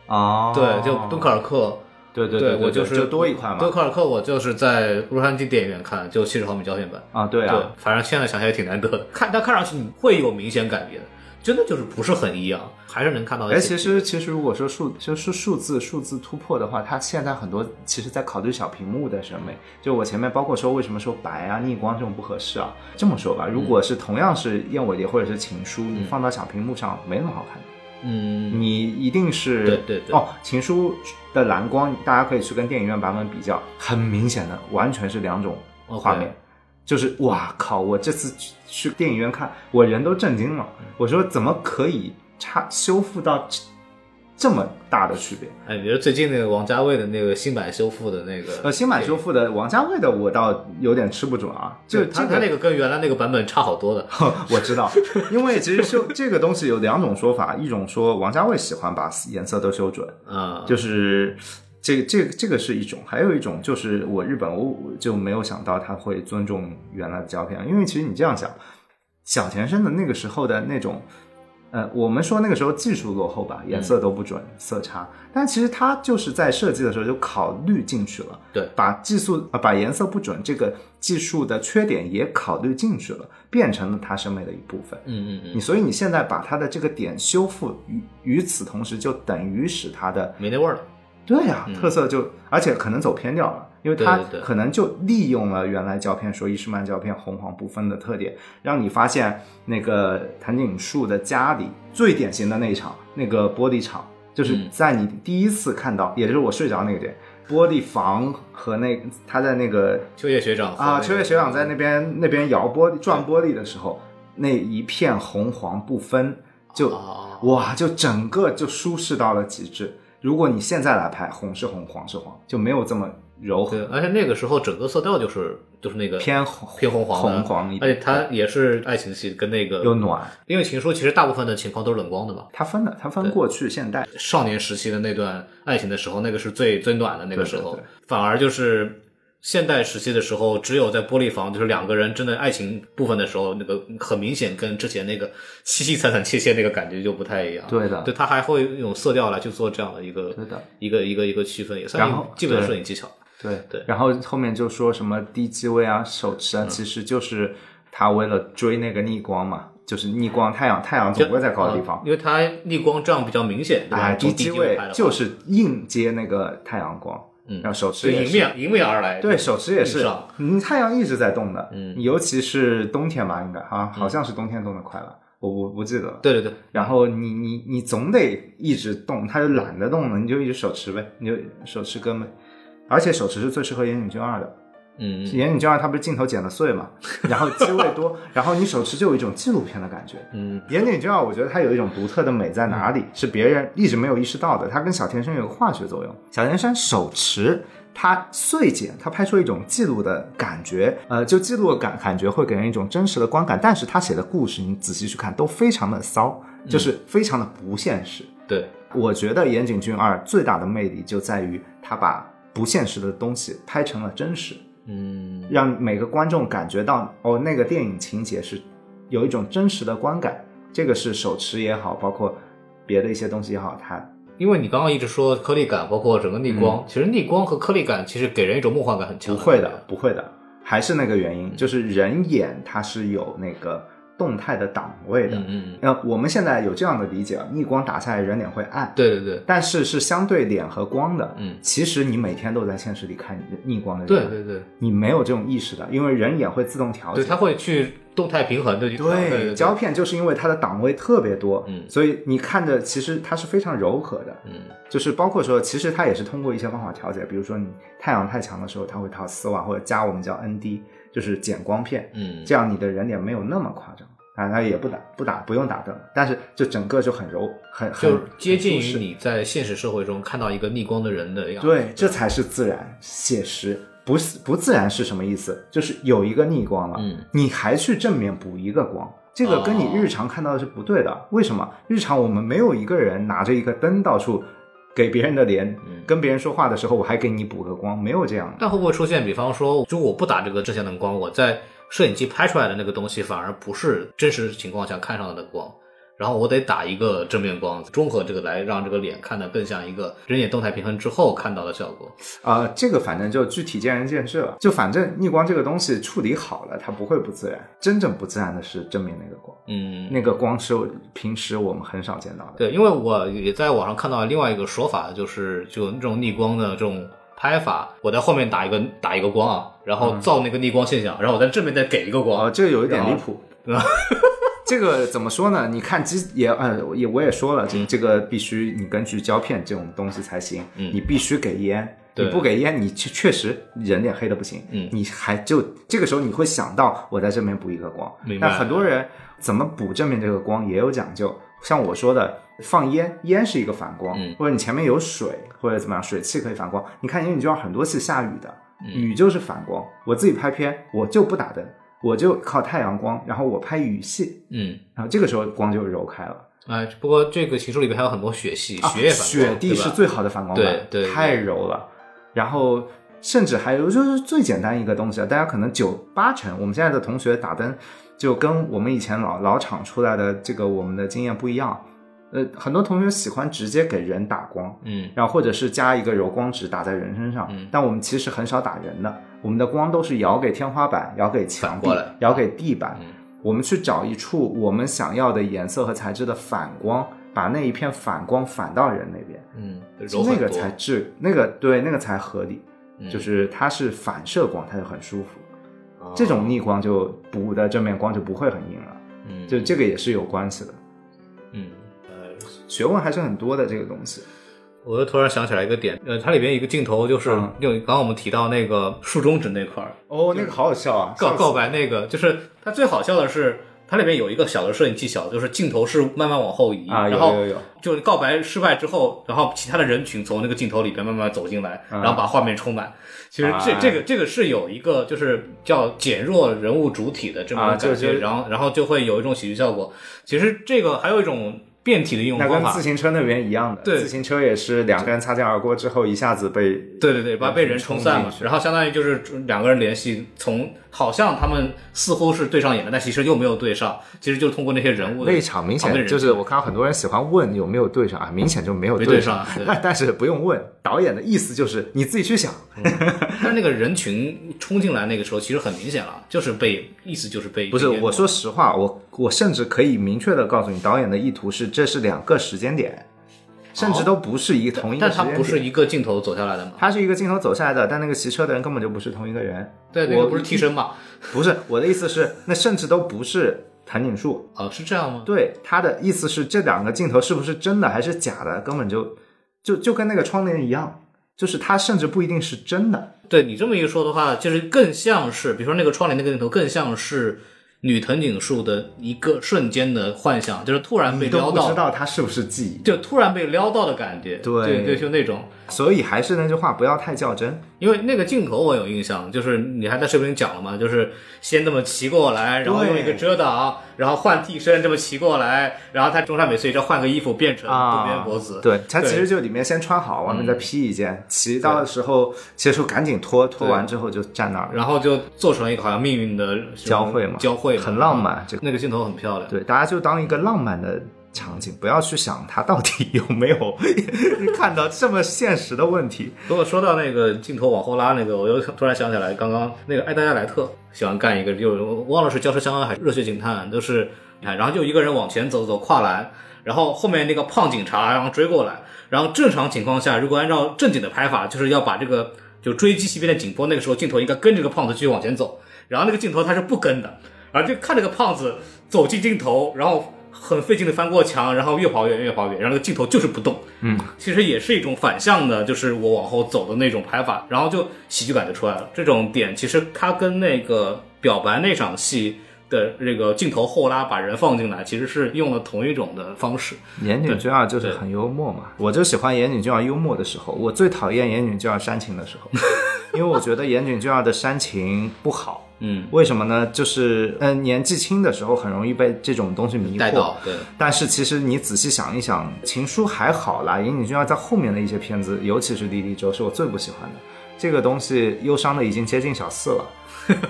[SPEAKER 1] 哦，
[SPEAKER 4] 对，就敦刻尔克。
[SPEAKER 1] 对对
[SPEAKER 4] 我就是
[SPEAKER 1] 就多一块嘛
[SPEAKER 4] 敦刻尔克，我就是在洛杉矶电影院看，就七十毫米胶片版。
[SPEAKER 1] 啊，对
[SPEAKER 4] 对
[SPEAKER 1] 啊，，
[SPEAKER 4] 反正现在想想也挺难得的，看但看上去你会有明显改变，真的就是不是很一样，还是能看到一
[SPEAKER 1] 哎，
[SPEAKER 4] 些。
[SPEAKER 1] 其实其实如果说数就是数字数字突破的话，它现在很多其实在考虑小屏幕的审美。就我前面包括说为什么说白啊逆光这种不合适啊，这么说吧，如果是同样是燕尾蝶或者是情书，你放到小屏幕上没那么好看。
[SPEAKER 4] 嗯，
[SPEAKER 1] 你一定是
[SPEAKER 4] 对对对
[SPEAKER 1] 哦，《情书》的蓝光，大家可以去跟电影院版本比较，很明显的，完全是两种嗯画面。
[SPEAKER 4] OK
[SPEAKER 1] 就是哇靠！我这次去去电影院看，我人都震惊了。
[SPEAKER 4] 嗯
[SPEAKER 1] 我说怎么可以差修复到这这么大的区别？
[SPEAKER 4] 哎，比如最近那个王家卫的那个新版修复的那个，
[SPEAKER 1] 呃，新版修复的王家卫的，我倒有点吃不准啊。就
[SPEAKER 4] 对他
[SPEAKER 1] 这
[SPEAKER 4] 他
[SPEAKER 1] 个
[SPEAKER 4] 那个跟原来那个版本差好多的。
[SPEAKER 1] 我知道，因为其实修这个东西有两种说法，一种说王家卫喜欢把颜色都修准，
[SPEAKER 4] 啊，
[SPEAKER 1] 就是这个这个这个是一种，还有一种就是我日本我我就没有想到他会尊重原来的胶片，因为其实你这样想，小田生的那个时候的那种。呃，我们说那个时候技术落后吧，颜色都不准，色差。但其实他就是在设计的时候就考虑进去了，
[SPEAKER 4] 对
[SPEAKER 1] 把技术、呃、把颜色不准这个技术的缺点也考虑进去了，变成了他审美的一部分。
[SPEAKER 4] 嗯嗯嗯，
[SPEAKER 1] 你所以你现在把它的这个点修复，与与此同时就等于使它的
[SPEAKER 4] 没那味儿了。
[SPEAKER 1] 对呀、特色就而且可能走偏掉了，因为它
[SPEAKER 4] 嗯对对对
[SPEAKER 1] 可能就利用了原来胶片说伊士曼胶片红黄不分的特点，让你发现那个藤井树的家里最典型的那一场，那个玻璃厂，就是
[SPEAKER 4] 嗯
[SPEAKER 1] 在你第一次看到，也就是我睡着那个点，玻璃房和那他在那个
[SPEAKER 4] 秋叶学长和那
[SPEAKER 1] 啊，
[SPEAKER 4] 个
[SPEAKER 1] 秋叶学长在那边那边摇玻璃转玻璃的时候，那一片红黄不分，就
[SPEAKER 4] 哦
[SPEAKER 1] 哇，就整个就舒适到了极致。如果你现在来拍，红是红，黄是黄，就没有这么柔和
[SPEAKER 4] 对，而且那个时候整个色调就是就是那个
[SPEAKER 1] 偏红
[SPEAKER 4] 偏红黄
[SPEAKER 1] 红
[SPEAKER 4] 的
[SPEAKER 1] 黄一
[SPEAKER 4] 而
[SPEAKER 1] 点
[SPEAKER 4] 且它也是爱情戏，跟那
[SPEAKER 1] 又
[SPEAKER 4] 个
[SPEAKER 1] 暖。
[SPEAKER 4] 因为情书其实大部分的情况都是冷光的嘛。
[SPEAKER 1] 它分的，它分
[SPEAKER 4] 对
[SPEAKER 1] 过去现代，
[SPEAKER 4] 少年时期的那段爱情的时候，那个是最最暖的那个时候，
[SPEAKER 1] 对对
[SPEAKER 4] 反而就是现代时期的时候，只有在玻璃房，就是两个人真的爱情部分的时候，那个很明显跟之前那个凄凄惨惨切切那个感觉就不太一样。
[SPEAKER 1] 对的
[SPEAKER 4] 对他还会用色调来去做这样的一个
[SPEAKER 1] 对的
[SPEAKER 4] 一个一个一个区分，也算
[SPEAKER 1] 然后
[SPEAKER 4] 基本的摄影技巧。
[SPEAKER 1] 对
[SPEAKER 4] 对嗯
[SPEAKER 1] 然后后面就说什么低机位啊、手持啊，其实就是他为了追那个逆光嘛，就是逆光太阳，太阳总会在高的地方
[SPEAKER 4] 啊，因为它逆光这样比较明显，对吧？
[SPEAKER 1] 哎，
[SPEAKER 4] 从
[SPEAKER 1] 低
[SPEAKER 4] 低
[SPEAKER 1] 机
[SPEAKER 4] 位
[SPEAKER 1] 位
[SPEAKER 4] 拍的话
[SPEAKER 1] 就是应接那个太阳光，
[SPEAKER 4] 嗯
[SPEAKER 1] 然后手持
[SPEAKER 4] 就
[SPEAKER 1] 也
[SPEAKER 4] 迎
[SPEAKER 1] 是，
[SPEAKER 4] 面迎面而来。
[SPEAKER 1] 对，手持也是
[SPEAKER 4] 上，
[SPEAKER 1] 你太阳一直在动的，
[SPEAKER 4] 嗯
[SPEAKER 1] 尤其是冬天吧，应该啊，好像是冬天动的快吧，我我不记得了。
[SPEAKER 4] 对对对，
[SPEAKER 1] 然后你你你总得一直动，它就懒得动了，你就一直手持呗，你就手持跟呗。而且手持是最适合《岩井俊二》的，
[SPEAKER 4] 嗯
[SPEAKER 1] 《
[SPEAKER 4] 嗯
[SPEAKER 1] 岩井俊二》他不是镜头剪的碎嘛，然后机位多， 然后你手持就有一种纪录片的感觉。
[SPEAKER 4] 嗯。
[SPEAKER 1] 岩井俊二，我觉得他有一种独特的美在哪里，是别人一直没有意识到的。他跟小田生有个化学作用。小田生手持，他碎剪，他拍出一种记录的感觉，呃，就记录的感感觉会给人一种真实的观感。但是他写的故事，你仔细去看，都非常的骚，就是非常的不现实。
[SPEAKER 4] 对，
[SPEAKER 1] 我觉得岩井俊二最大的魅力就在于他把不现实的东西拍成了真实。
[SPEAKER 4] 嗯，
[SPEAKER 1] 让每个观众感觉到哦，那个电影情节是有一种真实的观感。这个是手持也好，包括别的一些东西也好，它
[SPEAKER 4] 因为你刚刚一直说颗粒感，包括整个逆光，其实逆光和颗粒感其实给人一种梦幻感很
[SPEAKER 1] 嗯
[SPEAKER 4] 强。
[SPEAKER 1] 不会的，，不会的，还是那个原因，就是人眼它是有那个动态的档位的
[SPEAKER 4] 嗯。嗯，嗯
[SPEAKER 1] 那、我们现在有这样的理解，逆光打下来人脸会暗，
[SPEAKER 4] 对对对
[SPEAKER 1] 但是是相对脸和光的。
[SPEAKER 4] 嗯
[SPEAKER 1] 其实你每天都在现实里看逆光的人，
[SPEAKER 4] 对对对
[SPEAKER 1] 你没有这种意识的，因为人眼会自动调节。
[SPEAKER 4] 对，它会去动态平衡的去调。对
[SPEAKER 1] 对，
[SPEAKER 4] 对
[SPEAKER 1] 胶片就是因为它的档位特别多，
[SPEAKER 4] 嗯
[SPEAKER 1] 所以你看着其实它是非常柔和的，
[SPEAKER 4] 嗯，
[SPEAKER 1] 就是包括说，其实它也是通过一些方法调节，比如说你太阳太强的时候，它会调丝袜或者加我们叫 ND，就是减光片，
[SPEAKER 4] 嗯
[SPEAKER 1] 这样你的人脸没有那么夸张，啊，它也不打不打不用打灯，但是就整个就很柔，很很
[SPEAKER 4] 就是接近
[SPEAKER 1] 很舒
[SPEAKER 4] 于
[SPEAKER 1] 适
[SPEAKER 4] 你在现实社会中看到一个逆光的人的样子。
[SPEAKER 1] 对，这才是自然写实。不是不自然是什么意思？就是有一个逆光了，
[SPEAKER 4] 嗯
[SPEAKER 1] 你还去正面补一个光，这个
[SPEAKER 4] 哦
[SPEAKER 1] 跟你日常看到的是不对的。为什么？日常我们没有一个人拿着一个灯到处给别人的脸，
[SPEAKER 4] 嗯
[SPEAKER 1] 跟别人说话的时候，我还给你补个光，没有这样的。
[SPEAKER 4] 但会不会出现，比方说，就我不打这个正向灯光，我在摄影机拍出来的那个东西反而不是真实情况下看上的光，然后我得打一个正面光，综合这个来让这个脸看得更像一个人眼动态平衡之后看到的效果。
[SPEAKER 1] 呃，这个反正就具体见仁见智了。就反正逆光这个东西处理好了，它不会不自然。真正不自然的是正面那个光，
[SPEAKER 4] 嗯，
[SPEAKER 1] 那个光是平时我们很少见到的。
[SPEAKER 4] 对，因为我也在网上看到另外一个说法，就是就那种逆光的这种拍法，我在后面打一个打一个光啊，然后造那个逆光现象，然后我在正面再给一个
[SPEAKER 1] 嗯
[SPEAKER 4] 光。
[SPEAKER 1] 哦，这个有一点
[SPEAKER 4] 然后
[SPEAKER 1] 离谱。 这个怎么说呢？你看机也呃也我也说了，这这个必须你根据胶片这种东西才行，
[SPEAKER 4] 嗯
[SPEAKER 1] 你必须给烟。
[SPEAKER 4] 对
[SPEAKER 1] 你不给烟，你确确实人脸黑的不行。
[SPEAKER 4] 嗯
[SPEAKER 1] 你还就这个时候你会想到我在正面补一个光
[SPEAKER 4] 明，白
[SPEAKER 1] 但很多人怎么补正面这个光也有讲究。像我说的，放烟，烟是一个反光，
[SPEAKER 4] 嗯
[SPEAKER 1] 或者你前面有水或者怎么样，水汽可以反光。你看英语圈很多次下雨的，
[SPEAKER 4] 嗯
[SPEAKER 1] 雨就是反光。我自己拍片，我就不打灯，我就靠太阳光，然后我拍雨戏，
[SPEAKER 4] 嗯，
[SPEAKER 1] 然后这个时候光就揉开了。
[SPEAKER 4] 哎，不过这个情书里边还有很多血系、
[SPEAKER 1] 啊
[SPEAKER 4] 血液反光，
[SPEAKER 1] 雪地
[SPEAKER 4] 对吧
[SPEAKER 1] 是最好的反光板，
[SPEAKER 4] 对对对
[SPEAKER 1] 太柔了。然后甚至还有就是最简单一个东西啊，大家可能九八成，我们现在的同学打灯就跟我们以前老老厂出来的这个我们的经验不一样。呃，很多同学喜欢直接给人打光，
[SPEAKER 4] 嗯
[SPEAKER 1] 然后或者是加一个柔光纸打在人身上，
[SPEAKER 4] 嗯
[SPEAKER 1] 但我们其实很少打人的，我们的光都是摇给天花板、摇给墙壁
[SPEAKER 4] 反过来、
[SPEAKER 1] 摇给地板，
[SPEAKER 4] 嗯
[SPEAKER 1] 我们去找一处我们想要的颜色和材质的反光，把那一片反光反到人那边，
[SPEAKER 4] 嗯，柔
[SPEAKER 1] 那
[SPEAKER 4] 很
[SPEAKER 1] 个
[SPEAKER 4] 多
[SPEAKER 1] 才质，那个对，那个才合理，
[SPEAKER 4] 嗯
[SPEAKER 1] 就是它是反射光，它就很舒服。这种逆光就补的正面光就不会很硬了，
[SPEAKER 4] 哦嗯
[SPEAKER 1] 就这个也是有关系的，
[SPEAKER 4] 嗯。呃
[SPEAKER 1] 学问还是很多的这个东西。
[SPEAKER 4] 我又突然想起来一个点，呃，它里边有一个镜头就是
[SPEAKER 1] 嗯
[SPEAKER 4] 用刚刚我们提到那个竖中指那块儿，
[SPEAKER 1] 哦，那个好好笑啊！
[SPEAKER 4] 告
[SPEAKER 1] 上次
[SPEAKER 4] 告白那个，就是它最好笑的是，它里面有一个小的摄影技巧，就是镜头是慢慢往后移，
[SPEAKER 1] 啊，有
[SPEAKER 4] 然后
[SPEAKER 1] 有有，
[SPEAKER 4] 就是告白失败之后，然后其他的人群从那个镜头里边慢慢走进来，
[SPEAKER 1] 嗯
[SPEAKER 4] 然后把画面充满。其实这、
[SPEAKER 1] 啊
[SPEAKER 4] 这个这个是有一个就是叫减弱人物主体的这么
[SPEAKER 1] 啊
[SPEAKER 4] 一种感
[SPEAKER 1] 就
[SPEAKER 4] 觉，
[SPEAKER 1] 是
[SPEAKER 4] 然后然后就会有一种喜剧效果。其实这个还有一种变体的应用
[SPEAKER 1] 那
[SPEAKER 4] 方
[SPEAKER 1] 跟
[SPEAKER 4] 法
[SPEAKER 1] 自，行车那边一样的，
[SPEAKER 4] 对
[SPEAKER 1] 自行车也是两个人擦肩而过之后，一下子被
[SPEAKER 4] 对对对，把被人冲散
[SPEAKER 1] 冲
[SPEAKER 4] 了
[SPEAKER 1] 进，去
[SPEAKER 4] 然后相当于就是两个人联系，从好像他们似乎是对上眼了，但其实又没有对上，其实就是通过那些人物的
[SPEAKER 1] 那一场明
[SPEAKER 4] 旁边
[SPEAKER 1] 显
[SPEAKER 4] 人
[SPEAKER 1] 就是我看到很多人喜欢问有没有对上啊，明显就没有
[SPEAKER 4] 没
[SPEAKER 1] 对
[SPEAKER 4] 对上啊对
[SPEAKER 1] 但但是不用问，导演的意思就是你自己去想。
[SPEAKER 4] 嗯但是那个人群冲进来那个时候，其实很明显了，就是被意思就是被
[SPEAKER 1] 不是，
[SPEAKER 4] 被淹没
[SPEAKER 1] 我说实话，我我甚至可以明确的告诉你，导演的意图是这是两个时间点，甚至都不是一个同一个
[SPEAKER 4] 但
[SPEAKER 1] 时间
[SPEAKER 4] 它
[SPEAKER 1] 点。
[SPEAKER 4] 不是一个镜头走下来的嘛？
[SPEAKER 1] 它是一个镜头走下来的，但那个骑车的人根本就不是同一个人。
[SPEAKER 4] 对，那
[SPEAKER 1] 我
[SPEAKER 4] 个不是替身嘛？
[SPEAKER 1] 不是我的意思是，那甚至都不是藤井树，
[SPEAKER 4] 哦，是这样吗？
[SPEAKER 1] 对，他的意思是这两个镜头是不是真的还是假的，根本就就就跟那个窗帘一样，就是它甚至不一定是真的。
[SPEAKER 4] 对你这么一说的话，就是更像是，比如说那个窗帘那个镜头，更像是女藤井树的一个瞬间的幻想，就是突然被
[SPEAKER 1] 你都
[SPEAKER 4] 撩
[SPEAKER 1] 不知
[SPEAKER 4] 到，
[SPEAKER 1] 道它是不是记忆，
[SPEAKER 4] 就突然被撩到的感觉。
[SPEAKER 1] 对
[SPEAKER 4] 对对，就那种。
[SPEAKER 1] 所以还是那句话，不要太较真。
[SPEAKER 4] 因为那个镜头我有印象，就是你还在视频里讲了嘛，就是先这么骑过来，然后
[SPEAKER 1] 对
[SPEAKER 4] 用一个遮挡，然后换替身这么骑过来，然后他中山美穗这换个衣服变成渡边博子，
[SPEAKER 1] 啊对，它
[SPEAKER 4] 对嗯
[SPEAKER 1] 其实就里面先穿好，外面再披一件，骑到的时候骑的时候赶紧脱，脱完之后就站那儿
[SPEAKER 4] 然后就做成一个好像命运的
[SPEAKER 1] 交汇嘛，
[SPEAKER 4] 交汇嘛嗯
[SPEAKER 1] 很浪。漫。这个
[SPEAKER 4] 那个镜头很漂亮，
[SPEAKER 1] 对，大家就当一个浪漫的场景，不要去想它到底有没有 看到这么现实的问题。
[SPEAKER 4] 如果说到那个镜头往后拉那个，我又突然想起来，刚刚那个艾达加莱特喜欢干一个，就是我忘了是《交车相爱》啊还是《热血警探》，就是你看，然后就一个人往前走走跨栏，然后后面那个胖警察然后追过来，然后正常情况下，如果按照正经的拍法，就是要把这个就追击西边的警波，那个时候镜头应该跟这个胖子继续往前走，然后那个镜头他是不跟的，然后就看这个胖子走进镜头，然后。很费劲的翻过墙，然后越跑越远，越跑越远，然后那个镜头就是不动。其实也是一种反向的，就是我往后走的那种拍法，然后就喜剧感就出来了。这种点其实它跟那个表白那场戏的这个镜头后拉把人放进来，其实是用了同一种的方式。
[SPEAKER 1] 岩井俊二就是 很幽默嘛，我就喜欢岩井俊二幽默的时候，我最讨厌岩井俊二煽情的时候。因为我觉得岩井俊二的煽情不好。
[SPEAKER 4] 嗯，
[SPEAKER 1] 为什么呢？就是嗯、呃年纪轻的时候很容易被这种东西迷
[SPEAKER 4] 嗯带
[SPEAKER 1] 惑
[SPEAKER 4] 到。对，
[SPEAKER 1] 但是其实你仔细想一想，《情书》还好啦，岩井俊二在后面的一些片子，尤其是《莉莉周》，是我最不喜欢的。这个东西忧伤的已经接近小四 了，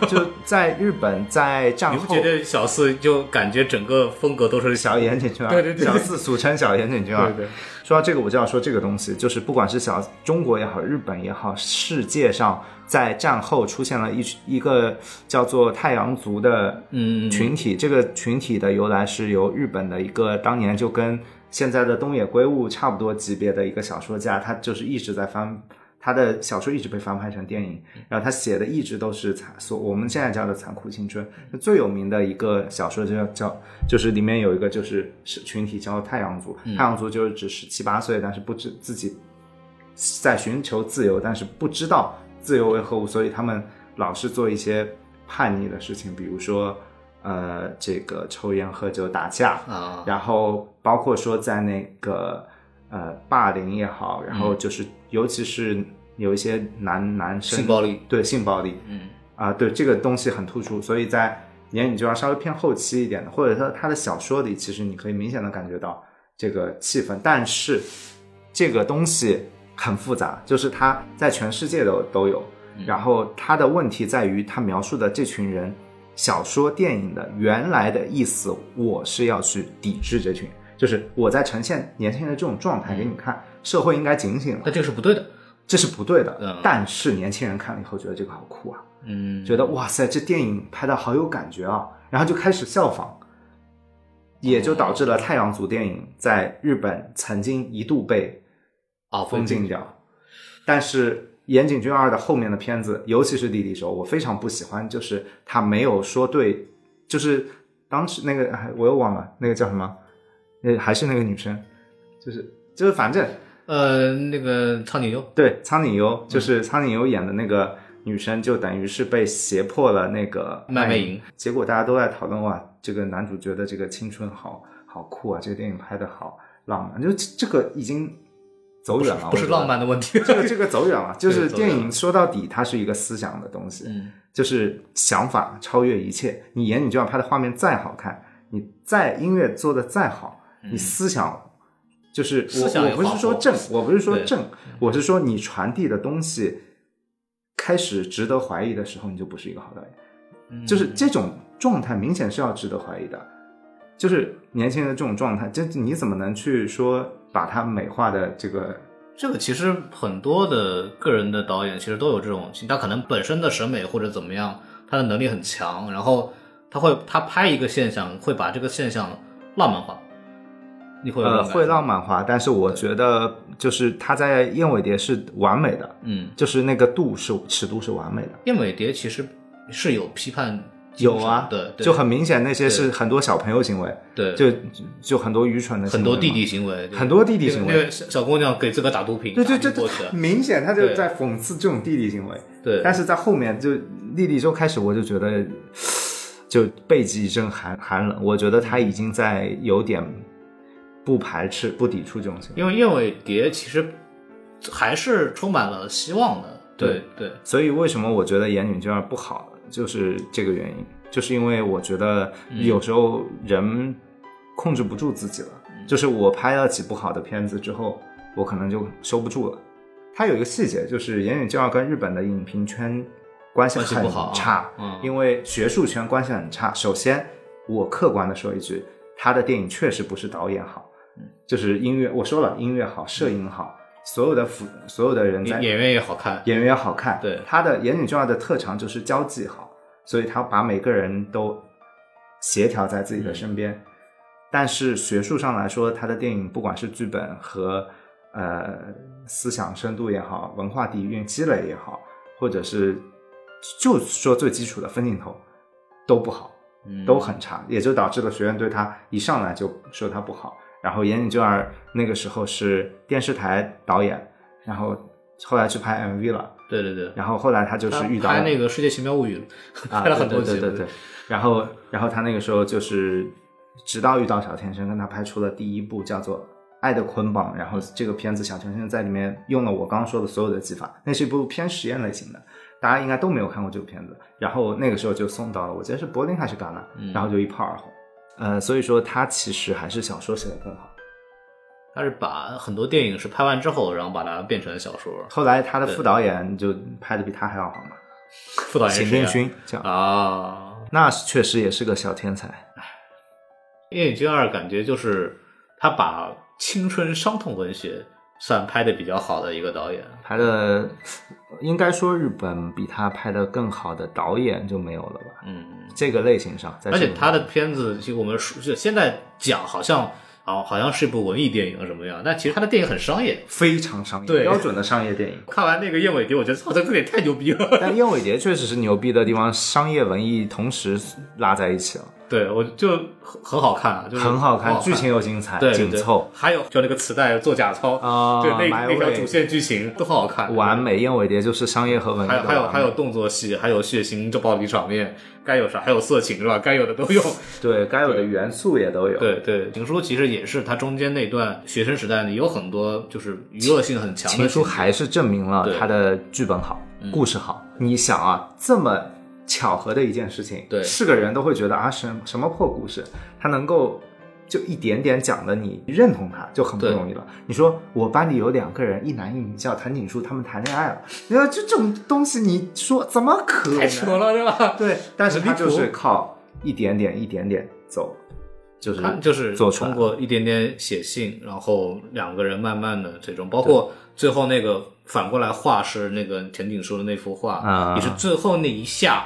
[SPEAKER 1] 就在日本，在战
[SPEAKER 4] 你不
[SPEAKER 1] 后
[SPEAKER 4] 觉得小四就感觉整个风格都是
[SPEAKER 1] 小岩井俊二，
[SPEAKER 4] 对对对
[SPEAKER 1] 小四俗称小岩井俊二。
[SPEAKER 4] 对对，
[SPEAKER 1] 说到这个，我就要说这个东西，就是不管是小中国也好，日本也好，世界上在战后出现了一一个叫做太阳族的
[SPEAKER 4] 嗯
[SPEAKER 1] 群体，这个群体的由来是由日本的一个当年就跟现在的东野圭吾差不多级别的一个小说家，他就是一直在翻。他的小说一直被翻拍成电影，然后他写的一直都是残所我们现在叫的残酷青春。那最有名的一个小说就叫叫，就是里面有一个就是是群体叫太阳族，
[SPEAKER 4] 嗯
[SPEAKER 1] 太阳族就是指十七八岁但是不知自己在寻求自由，但是不知道自由为何物，所以他们老是做一些叛逆的事情，比如说呃这个抽烟、喝酒、打架，
[SPEAKER 4] 啊，
[SPEAKER 1] 然后包括说在那个呃霸凌也好，然后就是尤其是有一些男男生
[SPEAKER 4] 性暴力，
[SPEAKER 1] 对性暴力
[SPEAKER 4] 嗯
[SPEAKER 1] 啊、对这个东西很突出，所以在年你就要稍微偏后期一点的，或者说他的小说里，其实你可以明显的感觉到这个气氛，但是这个东西很复杂，就是它在全世界都都有，
[SPEAKER 4] 嗯
[SPEAKER 1] 然后它的问题在于它描述的这群人。小说、电影的原来的意思，我是要去抵制这群，就是我在呈现年轻人的这种状态给你看，社会应该警醒了
[SPEAKER 4] 但，这个是不嗯对的，
[SPEAKER 1] 这是不对的。
[SPEAKER 4] 嗯
[SPEAKER 1] 但是年轻人看了以后觉得这个好酷啊，
[SPEAKER 4] 嗯，
[SPEAKER 1] 觉得哇塞，这电影拍的好有感觉啊，然后就开始效仿，也就导致了太阳族电影在日本曾经一度被
[SPEAKER 4] 啊
[SPEAKER 1] 封禁掉。但是岩井俊二的后面的片子，尤其是《莉莉周》，我非常不喜欢，就是他没有说对，就是当时那个哎我又忘了那个叫什么，那还是那个女生，就是就是反正
[SPEAKER 4] 呃那个苍井优，
[SPEAKER 1] 对，苍井优就是苍井优演的那个女生，就等于是被胁迫了那个
[SPEAKER 4] 漫魅影，
[SPEAKER 1] 结果大家都在讨论哇，这个男主角的这个青春好好酷啊，这个电影拍的好浪漫，就这这个已经走远了，
[SPEAKER 4] 不
[SPEAKER 1] 啊我觉
[SPEAKER 4] 是
[SPEAKER 1] 得
[SPEAKER 4] 浪。漫的问题，
[SPEAKER 1] 这个这个走远了，就是
[SPEAKER 4] 对走远
[SPEAKER 1] 电
[SPEAKER 4] 了
[SPEAKER 1] 影说到底，它是一个思想的东西，
[SPEAKER 4] 嗯
[SPEAKER 1] 就是想法超越一切。你演你就要拍的画面再好看，你再音乐做的再好，
[SPEAKER 4] 嗯
[SPEAKER 1] 你思想就是
[SPEAKER 4] 思
[SPEAKER 1] 我
[SPEAKER 4] 想
[SPEAKER 1] 我
[SPEAKER 4] 有
[SPEAKER 1] 不是
[SPEAKER 4] 保
[SPEAKER 1] 说
[SPEAKER 4] 护
[SPEAKER 1] 正，我不是说
[SPEAKER 4] 对嗯
[SPEAKER 1] 正，我是说你传递的东西开始值得怀疑的时候，你就不是一个好导演。
[SPEAKER 4] 嗯
[SPEAKER 1] 就是这种状态明显是要值得怀疑的，就是年轻人的这种状态，这你怎么能去说把它美化的这个
[SPEAKER 4] 这个其实很多的个人的导演其实都有这种，他可能本身的审美或者怎么样，他的能力很强，然后他会他拍一个现象，会把这个现象浪漫化，你会有这
[SPEAKER 1] 呃
[SPEAKER 4] 种感
[SPEAKER 1] 会
[SPEAKER 4] 觉
[SPEAKER 1] 浪漫化，但是我觉得就是它在燕尾蝶是完美的，
[SPEAKER 4] 嗯，
[SPEAKER 1] 就是那个度是尺度是完美的。
[SPEAKER 4] 燕尾蝶其实是有批判精神
[SPEAKER 1] 有啊，
[SPEAKER 4] 对，对
[SPEAKER 1] 就很明显，那些
[SPEAKER 4] 对
[SPEAKER 1] 是很多小朋友行为，
[SPEAKER 4] 对，
[SPEAKER 1] 就就很多愚蠢的行为嘛，
[SPEAKER 4] 很多弟弟行为，对
[SPEAKER 1] 很多弟弟行为
[SPEAKER 4] 那个小小姑娘给自个打毒品，
[SPEAKER 1] 对对
[SPEAKER 4] 打
[SPEAKER 1] 对
[SPEAKER 4] 晕过去
[SPEAKER 1] 对，明显他就
[SPEAKER 4] 对
[SPEAKER 1] 在讽刺这种弟弟行为。
[SPEAKER 4] 对，
[SPEAKER 1] 但是在后面就莉莉周开始，我就觉得 就背脊一阵寒寒冷，我觉得他已经在有点不排斥、不抵触这种行为，
[SPEAKER 4] 因为燕尾蝶其实还是充满了希望的，对对，
[SPEAKER 1] 所以为什么我觉得言语这样不好，就是这个原因，就是因为我觉得
[SPEAKER 4] 嗯
[SPEAKER 1] 有时候人控制不住自己了，
[SPEAKER 4] 嗯
[SPEAKER 1] 就是我拍了几部好的片子之后，我可能就收不住了。它有一个细节，就是言语教跟日本的影评圈关系
[SPEAKER 4] 关系
[SPEAKER 1] 很
[SPEAKER 4] 不好啊
[SPEAKER 1] 差，
[SPEAKER 4] 嗯
[SPEAKER 1] 因为学术圈关系很差。首先，我客观的说一句，他的电影确实不是导演好，
[SPEAKER 4] 嗯
[SPEAKER 1] 就是音乐，我说了音乐好，摄影好，所有的辅所有的人在
[SPEAKER 4] 演演员也好看，
[SPEAKER 1] 演员也好看。
[SPEAKER 4] 对
[SPEAKER 1] 他的岩井俊二的特长就是交际好，所以他把每个人都协调在自己的身边。但是学术上来说，他的电影不管是剧本和呃思想深度也好，文化底蕴积累也好，或者是就说最基础的分镜头都不好。
[SPEAKER 4] 嗯
[SPEAKER 1] 都很差，也就导致了学院对他一上来就说他不好。然后岩井俊二那个时候是电视台导演，然后后来去拍 MV 了，
[SPEAKER 4] 对对对，
[SPEAKER 1] 然后后来他就是遇到
[SPEAKER 4] 拍
[SPEAKER 1] 了
[SPEAKER 4] 那个《世界奇妙物语》，
[SPEAKER 1] 啊，
[SPEAKER 4] 拍了很多集，
[SPEAKER 1] 对对对对对，然后然后他那个时候就是直到遇到小天生，跟他拍出了第一部叫做爱的捆绑》，然后这个片子小泉先生在里面用了我刚刚说的所有的技法，那是一部偏实验类型的，大家应该都没有看过这部片子。然后那个时候就送到了，我记得是柏林还是戛纳，然后就一炮而红。呃，所以说他其实还是小说写的更好。
[SPEAKER 4] 他是把很多电影是拍完之后，然后把它变成小说。
[SPEAKER 1] 后来他的副导演就拍的比他还要好嘛，
[SPEAKER 4] 副导演是
[SPEAKER 1] 秦
[SPEAKER 4] 谁
[SPEAKER 1] 定
[SPEAKER 4] 啊
[SPEAKER 1] 勋这样，
[SPEAKER 4] 啊，
[SPEAKER 1] 那确实也是个小天才。
[SPEAKER 4] 《夜影君二》感觉就是他把青春伤痛文学算拍的比较好的一个导演。
[SPEAKER 1] 拍的应该说日本比他拍的更好的导演就没有了吧？
[SPEAKER 4] 嗯，
[SPEAKER 1] 这个类型上，在
[SPEAKER 4] 而且
[SPEAKER 1] 这个
[SPEAKER 4] 他的片子，就我们说就现在讲好像啊，好像是一部文艺电影什么样，但其实他的电影很商业。
[SPEAKER 1] 非常商业，
[SPEAKER 4] 对。
[SPEAKER 1] 标准的商业电影
[SPEAKER 4] 看完那个《燕尾蝶》，我觉得操，哦这个也太牛逼了。
[SPEAKER 1] 但燕尾蝶确实是牛逼的地方，商业文艺同时拉在一起了，
[SPEAKER 4] 对，我就很很好看啊，就是
[SPEAKER 1] 很好
[SPEAKER 4] 看，
[SPEAKER 1] 看，剧情又精彩，
[SPEAKER 4] 对对
[SPEAKER 1] 紧
[SPEAKER 4] 对
[SPEAKER 1] 凑，
[SPEAKER 4] 还有就那个磁带做假钞
[SPEAKER 1] 啊
[SPEAKER 4] 对那
[SPEAKER 1] 埋
[SPEAKER 4] 那条
[SPEAKER 1] 尾
[SPEAKER 4] 主线剧情都很好看，
[SPEAKER 1] 完美。燕尾蝶就是商业和文艺
[SPEAKER 4] 还
[SPEAKER 1] 的
[SPEAKER 4] 有还有
[SPEAKER 1] 完美
[SPEAKER 4] 还有动作戏，还有血腥这暴力场面，该有啥还有色情是吧？该有的都有。
[SPEAKER 1] 对该有的元素也都有。
[SPEAKER 4] 对对，情书其实也是他中间那段学生时代呢，有很多就是娱乐性很强的
[SPEAKER 1] 情书
[SPEAKER 4] 情节
[SPEAKER 1] 还是证明了
[SPEAKER 4] 对嗯
[SPEAKER 1] 他的剧本好，故事好。你想啊，这么巧合的一件事情，
[SPEAKER 4] 对
[SPEAKER 1] 是个人都会觉得啊，什什么破故事，他能够就一点点讲的你认同他，就很不
[SPEAKER 4] 对
[SPEAKER 1] 容易了。你说我班里有两个人，一男一女叫谭景树，他们谈恋爱了，你说这种东西，你说怎么可
[SPEAKER 4] 太扯
[SPEAKER 1] 能？
[SPEAKER 4] 了是吧？
[SPEAKER 1] 对，但是他
[SPEAKER 4] 很离
[SPEAKER 1] 就
[SPEAKER 4] 谱
[SPEAKER 1] 是靠一点点一点点走，就是
[SPEAKER 4] 他就是
[SPEAKER 1] 做出来
[SPEAKER 4] 通过一点点写信，然后两个人慢慢的最终，包括最后那个反过来画是那个田景书的那幅画，
[SPEAKER 1] 啊
[SPEAKER 4] 也是最后那一下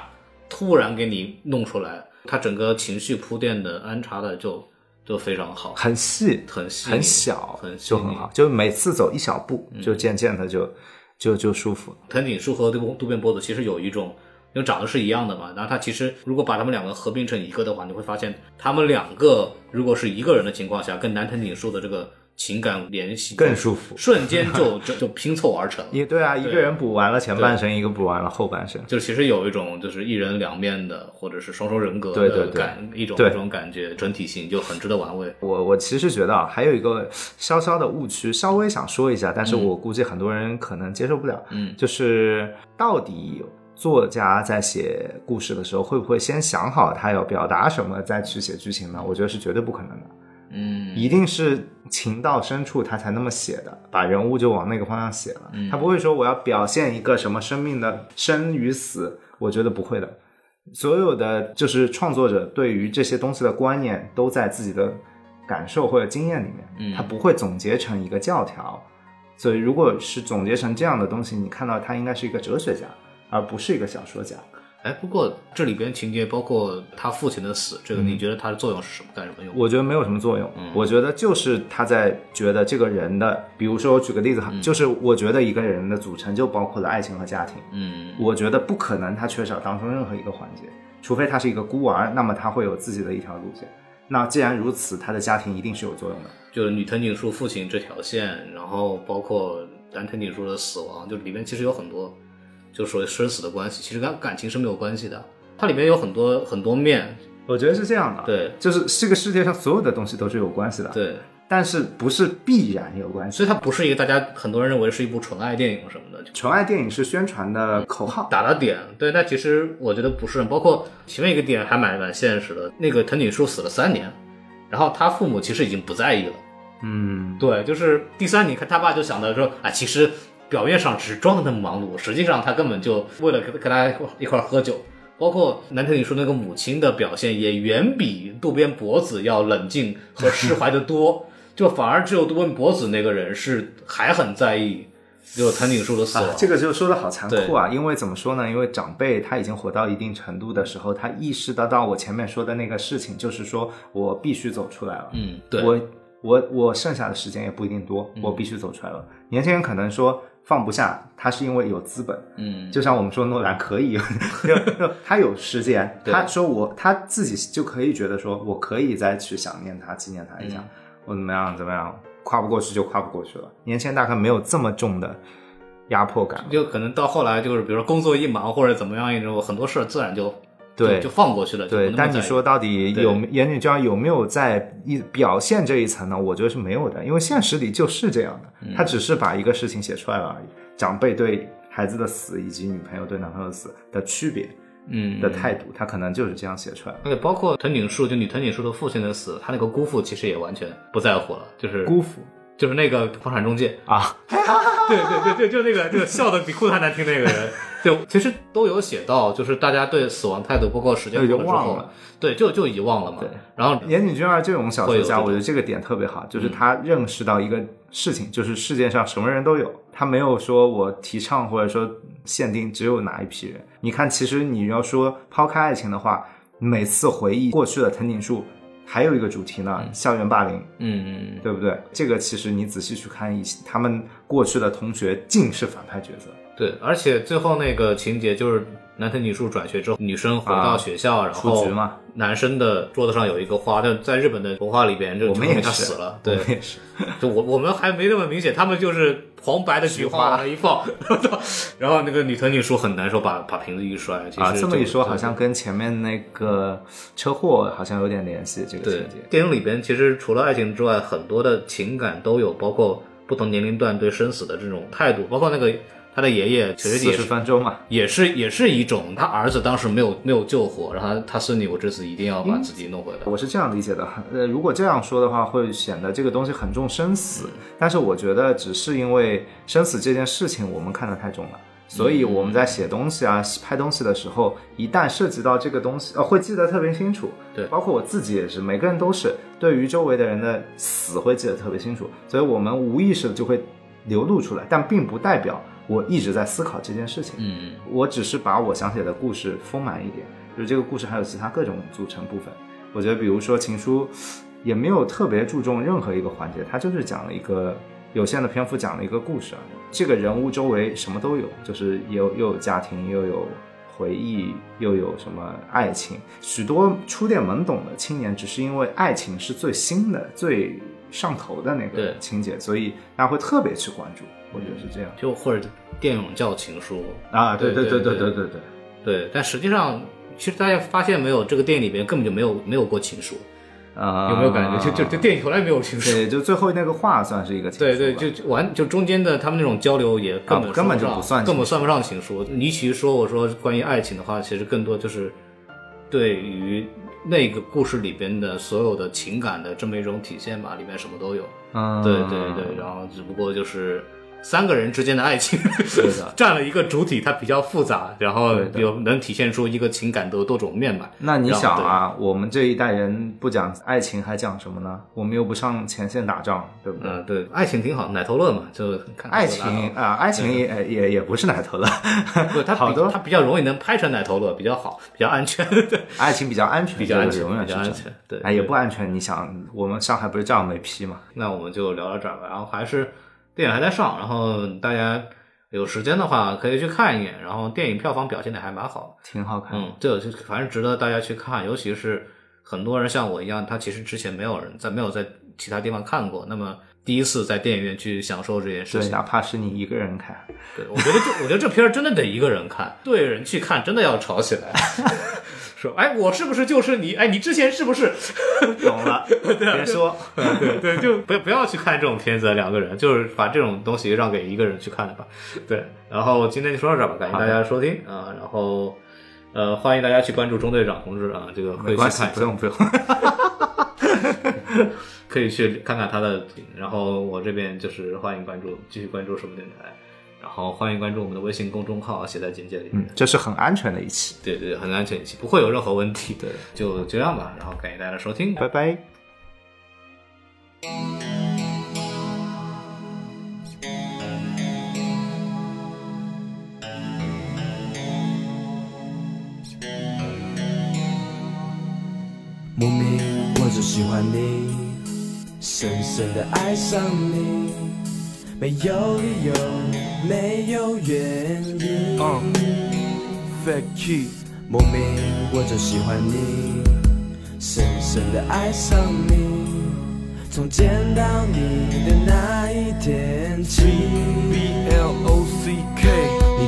[SPEAKER 4] 突然给你弄出来，他整个情绪铺垫的安插的就就非常好，
[SPEAKER 1] 很细，
[SPEAKER 4] 很细腻
[SPEAKER 1] 很小，
[SPEAKER 4] 很嗯细
[SPEAKER 1] 就
[SPEAKER 4] 腻
[SPEAKER 1] 很好，就每次走一小步，就渐渐的就就就舒服了。
[SPEAKER 4] 藤井树和渡渡边博子其实有一种，因为长得是一样的嘛，然后他其实如果把他们两个合并成一个的话，你会发现他们两个如果是一个人的情况下，跟南藤井树的这个情感联系
[SPEAKER 1] 更舒服
[SPEAKER 4] 瞬间就就就拼凑而成了。
[SPEAKER 1] 也对啊，一个人补完了前半生，一个补完了后半生。
[SPEAKER 4] 就其实有一种就是一人两面的，或者是双重人格
[SPEAKER 1] 对对
[SPEAKER 4] 的
[SPEAKER 1] 对
[SPEAKER 4] 感，一种
[SPEAKER 1] 对
[SPEAKER 4] 一种感觉，整体性就很值得玩味。
[SPEAKER 1] 我我其实觉得啊，还有一个稍稍的误区，稍微想说一下，但是我估计很多人可能接受不了，
[SPEAKER 4] 嗯
[SPEAKER 1] 就是到底作家在写故事的时候，会不会先想好他要表达什么，再去写剧情呢？我觉得是绝对不可能的。
[SPEAKER 4] 嗯，
[SPEAKER 1] 一定是情到深处他才那么写的，把人物就往那个方向写了。
[SPEAKER 4] 嗯
[SPEAKER 1] 他不会说我要表现一个什么生命的生与死，我觉得不会的。所有的就是创作者对于这些东西的观念都在自己的感受或者经验里面，
[SPEAKER 4] 嗯
[SPEAKER 1] 他不会总结成一个教条。所以，如果是总结成这样的东西，你看到他应该是一个哲学家，而不是一个小说家。
[SPEAKER 4] 哎，不过这里边情节包括他父亲的死，这个你觉得它的作用是什么？干什么用？
[SPEAKER 1] 嗯我觉得没有什么作用。
[SPEAKER 4] 嗯
[SPEAKER 1] 我觉得就是他在觉得这个人的，比如说我举个例子
[SPEAKER 4] 嗯
[SPEAKER 1] 哈，就是我觉得一个人的组成就包括了爱情和家庭。
[SPEAKER 4] 嗯，
[SPEAKER 1] 我觉得不可能他缺少当中任何一个环节，除非他是一个孤儿，那么他会有自己的一条路线。那既然如此，他的家庭一定是有作用的。
[SPEAKER 4] 就是女藤井树父亲这条线，然后包括男藤井树的死亡，就里面其实有很多，就所谓生死的关系，其实跟感情是没有关系的。它里面有很多很多面，
[SPEAKER 1] 我觉得是这样的，，
[SPEAKER 4] 对
[SPEAKER 1] 就是这个世界上所有的东西都是有关系的，，
[SPEAKER 4] 对，
[SPEAKER 1] 但是不是必然有关系。
[SPEAKER 4] 所以它不是一个大家很多人认为是一部纯爱电影什么的，就
[SPEAKER 1] 纯爱电影是宣传的口号，
[SPEAKER 4] 打了点。对，但其实我觉得不是，包括前面一个点还蛮蛮现实的，那个藤井树死了三年，然后他父母其实已经不在意了。
[SPEAKER 1] 嗯，
[SPEAKER 4] 对，就是第三，你看他爸就想到说，啊，其实表面上只是装的那么忙碌，实际上他根本就为了跟跟大家一块儿喝酒。包括南藤你说那个母亲的表现，也远比渡边博子要冷静和释怀的多。 就反而只有渡边博子那个人是还很在意，就藤井树的死亡。
[SPEAKER 1] 啊，这个就说的好残酷啊！因为怎么说呢？因为长辈他已经活到一定程度的时候，他意识得到我前面说的那个事情，就是说我必须走出来了。
[SPEAKER 4] 嗯，对，嗯
[SPEAKER 1] 我我我剩下的时间也不一定多，我必须走出来了。年轻人可能说放不下，他是因为有资本，
[SPEAKER 4] 嗯，
[SPEAKER 1] 就像我们说诺兰可以， 就就他有时间，
[SPEAKER 4] 对
[SPEAKER 1] 他说我他自己就可以觉得说我可以再去想念他、纪念他一下，
[SPEAKER 4] 嗯
[SPEAKER 1] 我怎么样怎么样，跨不过去就跨不过去了。年轻人大概没有这么重的压迫感了。
[SPEAKER 4] 就可能到后来就是，比如说工作一忙或者怎么样一种，很多事儿自然就
[SPEAKER 1] 对
[SPEAKER 4] 就就放过去了。就
[SPEAKER 1] 对，
[SPEAKER 4] 不那么
[SPEAKER 1] 但
[SPEAKER 4] 在
[SPEAKER 1] 你
[SPEAKER 4] 意
[SPEAKER 1] 说到底有
[SPEAKER 4] 对
[SPEAKER 1] 言语教育有没有在一表现这一层呢？我觉得是没有的，因为现实里就是这样
[SPEAKER 4] 嗯
[SPEAKER 1] 的，他只是把一个事情写出来了而已。长辈对孩子的死以及女朋友对男朋友的死的区别
[SPEAKER 4] 嗯
[SPEAKER 1] 的态度，他可能就是这样写出来。
[SPEAKER 4] 而且包括藤井树，就女藤井树的父亲的死，他那个姑父其实也完全不在乎了，就是
[SPEAKER 1] 辜负
[SPEAKER 4] 就是那个房产中介，
[SPEAKER 1] 啊，
[SPEAKER 4] 对对对对，就那个就笑的比裤子还难听那个人，就其实都有写到，就是大家对死亡态度，包括时间
[SPEAKER 1] 就已
[SPEAKER 4] 过
[SPEAKER 1] 经
[SPEAKER 4] 了之
[SPEAKER 1] 忘
[SPEAKER 4] 后
[SPEAKER 1] 了，
[SPEAKER 4] 对，就就遗忘了嘛
[SPEAKER 1] 对。
[SPEAKER 4] 然后嗯
[SPEAKER 1] 岩井俊二这种小
[SPEAKER 4] 会有
[SPEAKER 1] 说
[SPEAKER 4] 这
[SPEAKER 1] 家，
[SPEAKER 4] 种嗯
[SPEAKER 1] 我觉得这个点特别好，就是他认识到一个事情，就是世界上什么人都有，他没有说我提倡或者说限定只有哪一批人。你看，其实你要说抛开爱情的话，每次回忆过去的藤井树，还有一个主题呢，校园霸凌，
[SPEAKER 4] 嗯，
[SPEAKER 1] 对不对？这个其实你仔细去看一些，他们过去的同学尽是反派角色，
[SPEAKER 4] 对，而且最后那个情节就是男藤井树转学之后，女生回到
[SPEAKER 1] 啊
[SPEAKER 4] 学校，然
[SPEAKER 1] 出
[SPEAKER 4] 后
[SPEAKER 1] 局嘛，
[SPEAKER 4] 男生的桌子上有一个花，但在日本的文化里边，这个
[SPEAKER 1] 我
[SPEAKER 4] 就
[SPEAKER 1] 们
[SPEAKER 4] 认为
[SPEAKER 1] 也
[SPEAKER 4] 他
[SPEAKER 1] 是
[SPEAKER 4] 死了，
[SPEAKER 1] 我
[SPEAKER 4] 对，
[SPEAKER 1] 们也是。
[SPEAKER 4] 就我我们还没那么明显，他们就是黄白的菊花 往那一放，然后那个女藤井树很难受，把把瓶子一摔。其实
[SPEAKER 1] 啊，
[SPEAKER 4] 就
[SPEAKER 1] 这么一说，
[SPEAKER 4] 就
[SPEAKER 1] 好像跟前面那个车祸好像有点联系，这个
[SPEAKER 4] 对
[SPEAKER 1] 情节。
[SPEAKER 4] 电影里边其实除了爱情之外，很多的情感都有，包括不同年龄段对生死的这种态度，包括那个他的爷爷其实
[SPEAKER 1] 四
[SPEAKER 4] 也
[SPEAKER 1] 十
[SPEAKER 4] 是
[SPEAKER 1] 分钟嘛，
[SPEAKER 4] 也是也是一种他儿子当时没有没有救活，然后他他孙女我这次一定要
[SPEAKER 1] 嗯
[SPEAKER 4] 把自己弄回来。
[SPEAKER 1] 我是这样理解的。呃，如果这样说的话，会显得这个东西很重生死。但是我觉得，只是因为生死这件事情我们看得太重了，所以我们在写东西啊、拍东西的时候，一旦涉及到这个东西，呃，会记得特别清楚。
[SPEAKER 4] 对
[SPEAKER 1] 包括我自己也是，每个人都是对于周围的人的死会记得特别清楚，所以我们无意识地就会流露出来，但并不代表我一直在思考这件事情。
[SPEAKER 4] 嗯，
[SPEAKER 1] 我只是把我想写的故事丰满一点，就是这个故事还有其他各种组成部分。我觉得，比如说《情书》，也没有特别注重任何一个环节，它就是讲了一个有限的篇幅讲了一个故事啊。这个人物周围什么都有，就是也有又有家庭，又有回忆，又有什么爱情。许多初恋懵懂的青年，只是因为爱情是最新的、最上头的那
[SPEAKER 4] 对
[SPEAKER 1] 个情节，所以大家会特别去关注。我觉得是这样
[SPEAKER 4] 就或者电影叫《情书》，
[SPEAKER 1] 啊，对
[SPEAKER 4] 对
[SPEAKER 1] 对
[SPEAKER 4] 对
[SPEAKER 1] 对
[SPEAKER 4] 对
[SPEAKER 1] 对对。
[SPEAKER 4] 对，但实际上，其实大家发现没有，这个电影里边根本就没有没有过情书，
[SPEAKER 1] 啊，
[SPEAKER 4] 有没有感觉？就就就电影从来没有情书。
[SPEAKER 1] 对，就最后那个话算是一个情
[SPEAKER 4] 对
[SPEAKER 1] 书
[SPEAKER 4] 对，
[SPEAKER 1] 吧
[SPEAKER 4] 就就完就中间的他们那种交流也根本、
[SPEAKER 1] 啊根本就不算情
[SPEAKER 4] 算，
[SPEAKER 1] 书
[SPEAKER 4] 根本算不上情书。你其实说我说关于爱情的话，其实更多就是对于那个故事里边的所有的情感的这么一种体现吧，里面什么都有。
[SPEAKER 1] 嗯，
[SPEAKER 4] 对对对，然后只不过就是三个人之间的爱情
[SPEAKER 1] 的
[SPEAKER 4] 占了一个主体，它比较复杂，然后
[SPEAKER 1] 的
[SPEAKER 4] 有能体现出一个情感的多种面貌。
[SPEAKER 1] 那你
[SPEAKER 4] 然后
[SPEAKER 1] 想啊，我们这一代人不讲爱情，还讲什么呢？我们又不上前线打仗，对不对？
[SPEAKER 4] 嗯，对，爱情挺好，奶头乐嘛，就看看
[SPEAKER 1] 爱
[SPEAKER 4] 就拉倒
[SPEAKER 1] 情啊，爱情也也也也不是奶头了，
[SPEAKER 4] 不，它
[SPEAKER 1] 好
[SPEAKER 4] 比
[SPEAKER 1] 多
[SPEAKER 4] 它比较容易能拍成奶头乐，比较好，比较安全，对，
[SPEAKER 1] 爱情比较安全，
[SPEAKER 4] 比较安全
[SPEAKER 1] 这个永远
[SPEAKER 4] 比
[SPEAKER 1] 是这
[SPEAKER 4] 较安
[SPEAKER 1] 样
[SPEAKER 4] 全对
[SPEAKER 1] 哎，也不
[SPEAKER 4] 对
[SPEAKER 1] 安全。你想，我们上海不是照样没批嘛？
[SPEAKER 4] 那我们就聊到这儿吧。然后还是电影还在上，然后大家有时间的话可以去看一眼。然后电影票房表现的还蛮好的。
[SPEAKER 1] 挺好看的。
[SPEAKER 4] 嗯，这个就反正值得大家去看，尤其是很多人像我一样，他其实之前没有人在没有在其他地方看过，那么第一次在电影院去享受这件事
[SPEAKER 1] 对，
[SPEAKER 4] 情。
[SPEAKER 1] 哪怕是你一个人看，
[SPEAKER 4] 对，我觉得这我觉得这片儿真的得一个人看，对人去看真的要吵起来， 说哎我是不是就是你？哎你之前是不是？
[SPEAKER 1] 懂了，啊别说，
[SPEAKER 4] 啊对对，就不要不要去看这种片子，两个人就是把这种东西让给一个人去看的吧。对，然后今天就说到这儿吧，感谢大家收听啊、然后。呃，欢迎大家去关注中队长同志啊，这个会
[SPEAKER 1] 没
[SPEAKER 4] 去
[SPEAKER 1] 关系
[SPEAKER 4] 看，一
[SPEAKER 1] 不
[SPEAKER 4] 下。
[SPEAKER 1] 用不用。
[SPEAKER 4] 可以去看看他的。然后我这边就是欢迎关注，继续关注什么电台，然后欢迎关注我们的微信公众号，写在简介里面。
[SPEAKER 1] 嗯，这是很安全的一期，
[SPEAKER 4] 对对，很安全，不会有任何问题。对，就这样吧。然后感谢大家的收听，
[SPEAKER 1] 拜拜。
[SPEAKER 2] 莫名我就喜欢你，深深的爱上你，没有理由，没有原因。Fake key，莫名我就喜欢你，深深的爱上你，从见到你的那一天起。B L O C K，你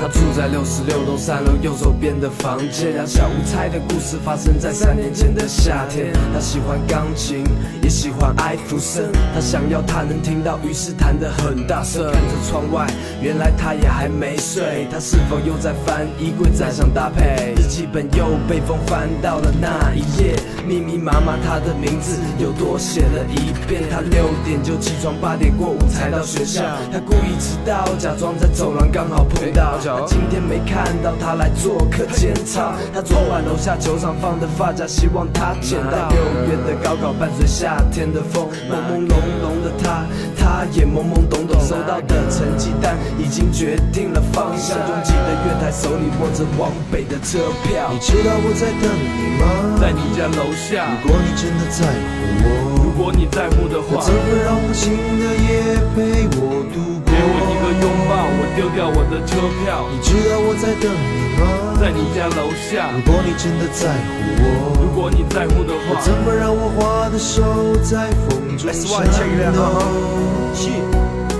[SPEAKER 2] 他住在六十六栋三楼右手边的房间。两小无猜的故事发生在三年前的夏天。他喜欢钢琴，也喜欢艾弗森。他想要他能听到，于是弹得很大声。看着窗外，原来他也还没睡。他是否又在翻衣柜，在想搭配？日记本又被风翻到了那一页，密密麻麻他的名字又多写了一遍。他六点就起床，八点过五才到学校。他故意迟到，假装在走廊刚好碰
[SPEAKER 5] 哎
[SPEAKER 2] 到。他今天没看到他来做客检查。他昨晚楼下球场放的发夹，希望他捡到。六月的高考伴随夏天的风，朦朦胧胧的他，他也懵懵懂懂。收到的成绩单已经决定了方向。拥挤的月台，手里握着往北的车票。你知道我在等你吗？
[SPEAKER 5] 在你家楼下。
[SPEAKER 2] 如果你真的在乎我
[SPEAKER 5] 如果你在乎的话，
[SPEAKER 2] 怎会让无情的夜陪我度过？
[SPEAKER 5] 给我一个拥抱，我丢掉我的车票，
[SPEAKER 2] 你知道我在等你吗？
[SPEAKER 5] 在你家楼下。
[SPEAKER 2] 如果你真的在乎我，
[SPEAKER 5] 如果你在乎的话，
[SPEAKER 2] 怎会让我花的手在风中颤
[SPEAKER 6] SY 签约了哈
[SPEAKER 2] 抖？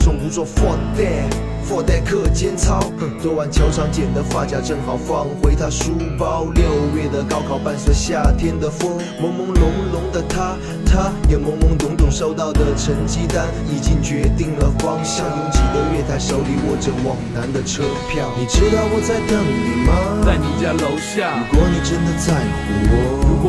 [SPEAKER 6] 中午做 for that for that 课间操。哼昨晚球场剪的发夹正好放回他书包。六月的高考伴随夏天的风，朦朦胧胧的他，他也懵懵懂懂收到的成绩单，已经决定了方向。拥挤的月台，手里握着往南的车票。
[SPEAKER 2] 你知道我在等你吗？
[SPEAKER 5] 在你家楼下。
[SPEAKER 2] 如果你真的在乎
[SPEAKER 5] 如
[SPEAKER 2] 我，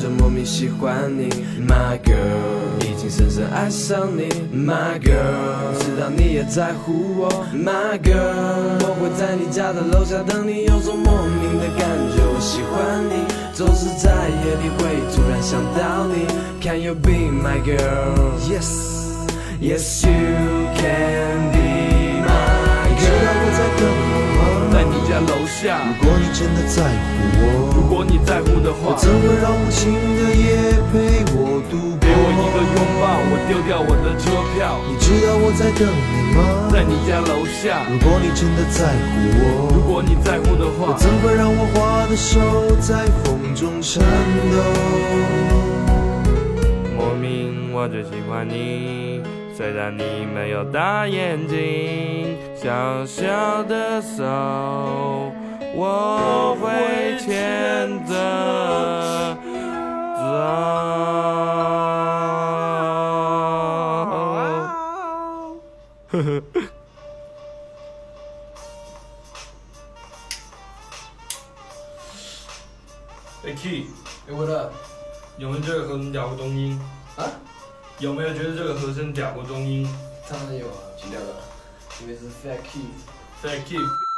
[SPEAKER 2] 就莫名喜欢你，My girl，已经深深爱上你，My girl，知道你也在乎我，My girl，我会在你家的楼下等你，有种莫名的感觉，我喜欢你，总是在夜里会突然想到你，Can you be my girl？
[SPEAKER 6] Yes，
[SPEAKER 2] Yes, you can be my
[SPEAKER 6] 你知道
[SPEAKER 2] girl。
[SPEAKER 6] 我在等你吗？
[SPEAKER 5] 在你家楼下。
[SPEAKER 6] 如果你真的在乎我，
[SPEAKER 5] 如果你在乎的话，
[SPEAKER 6] 怎会让无情的夜陪我度
[SPEAKER 5] 给
[SPEAKER 6] 过？
[SPEAKER 5] 我一个拥抱，我丢掉我的车票，
[SPEAKER 6] 你知道我在等你吗？
[SPEAKER 5] 在你家楼下。
[SPEAKER 6] 如果你真的在乎我，
[SPEAKER 5] 如果你在乎的话，
[SPEAKER 6] 怎会让我花的手在风中颤抖？
[SPEAKER 5] 莫名我就喜欢你，虽然你没有大眼睛，小小的手我会牵着 走。
[SPEAKER 7] 哎 Key，
[SPEAKER 2] 哎，我的，
[SPEAKER 7] 有没有这个和声屌过中音？
[SPEAKER 2] 啊？
[SPEAKER 7] 有没有觉得这个和声屌过中音
[SPEAKER 2] 啊当然有啊，去掉了，因为是 fat key。
[SPEAKER 7] 在 Key。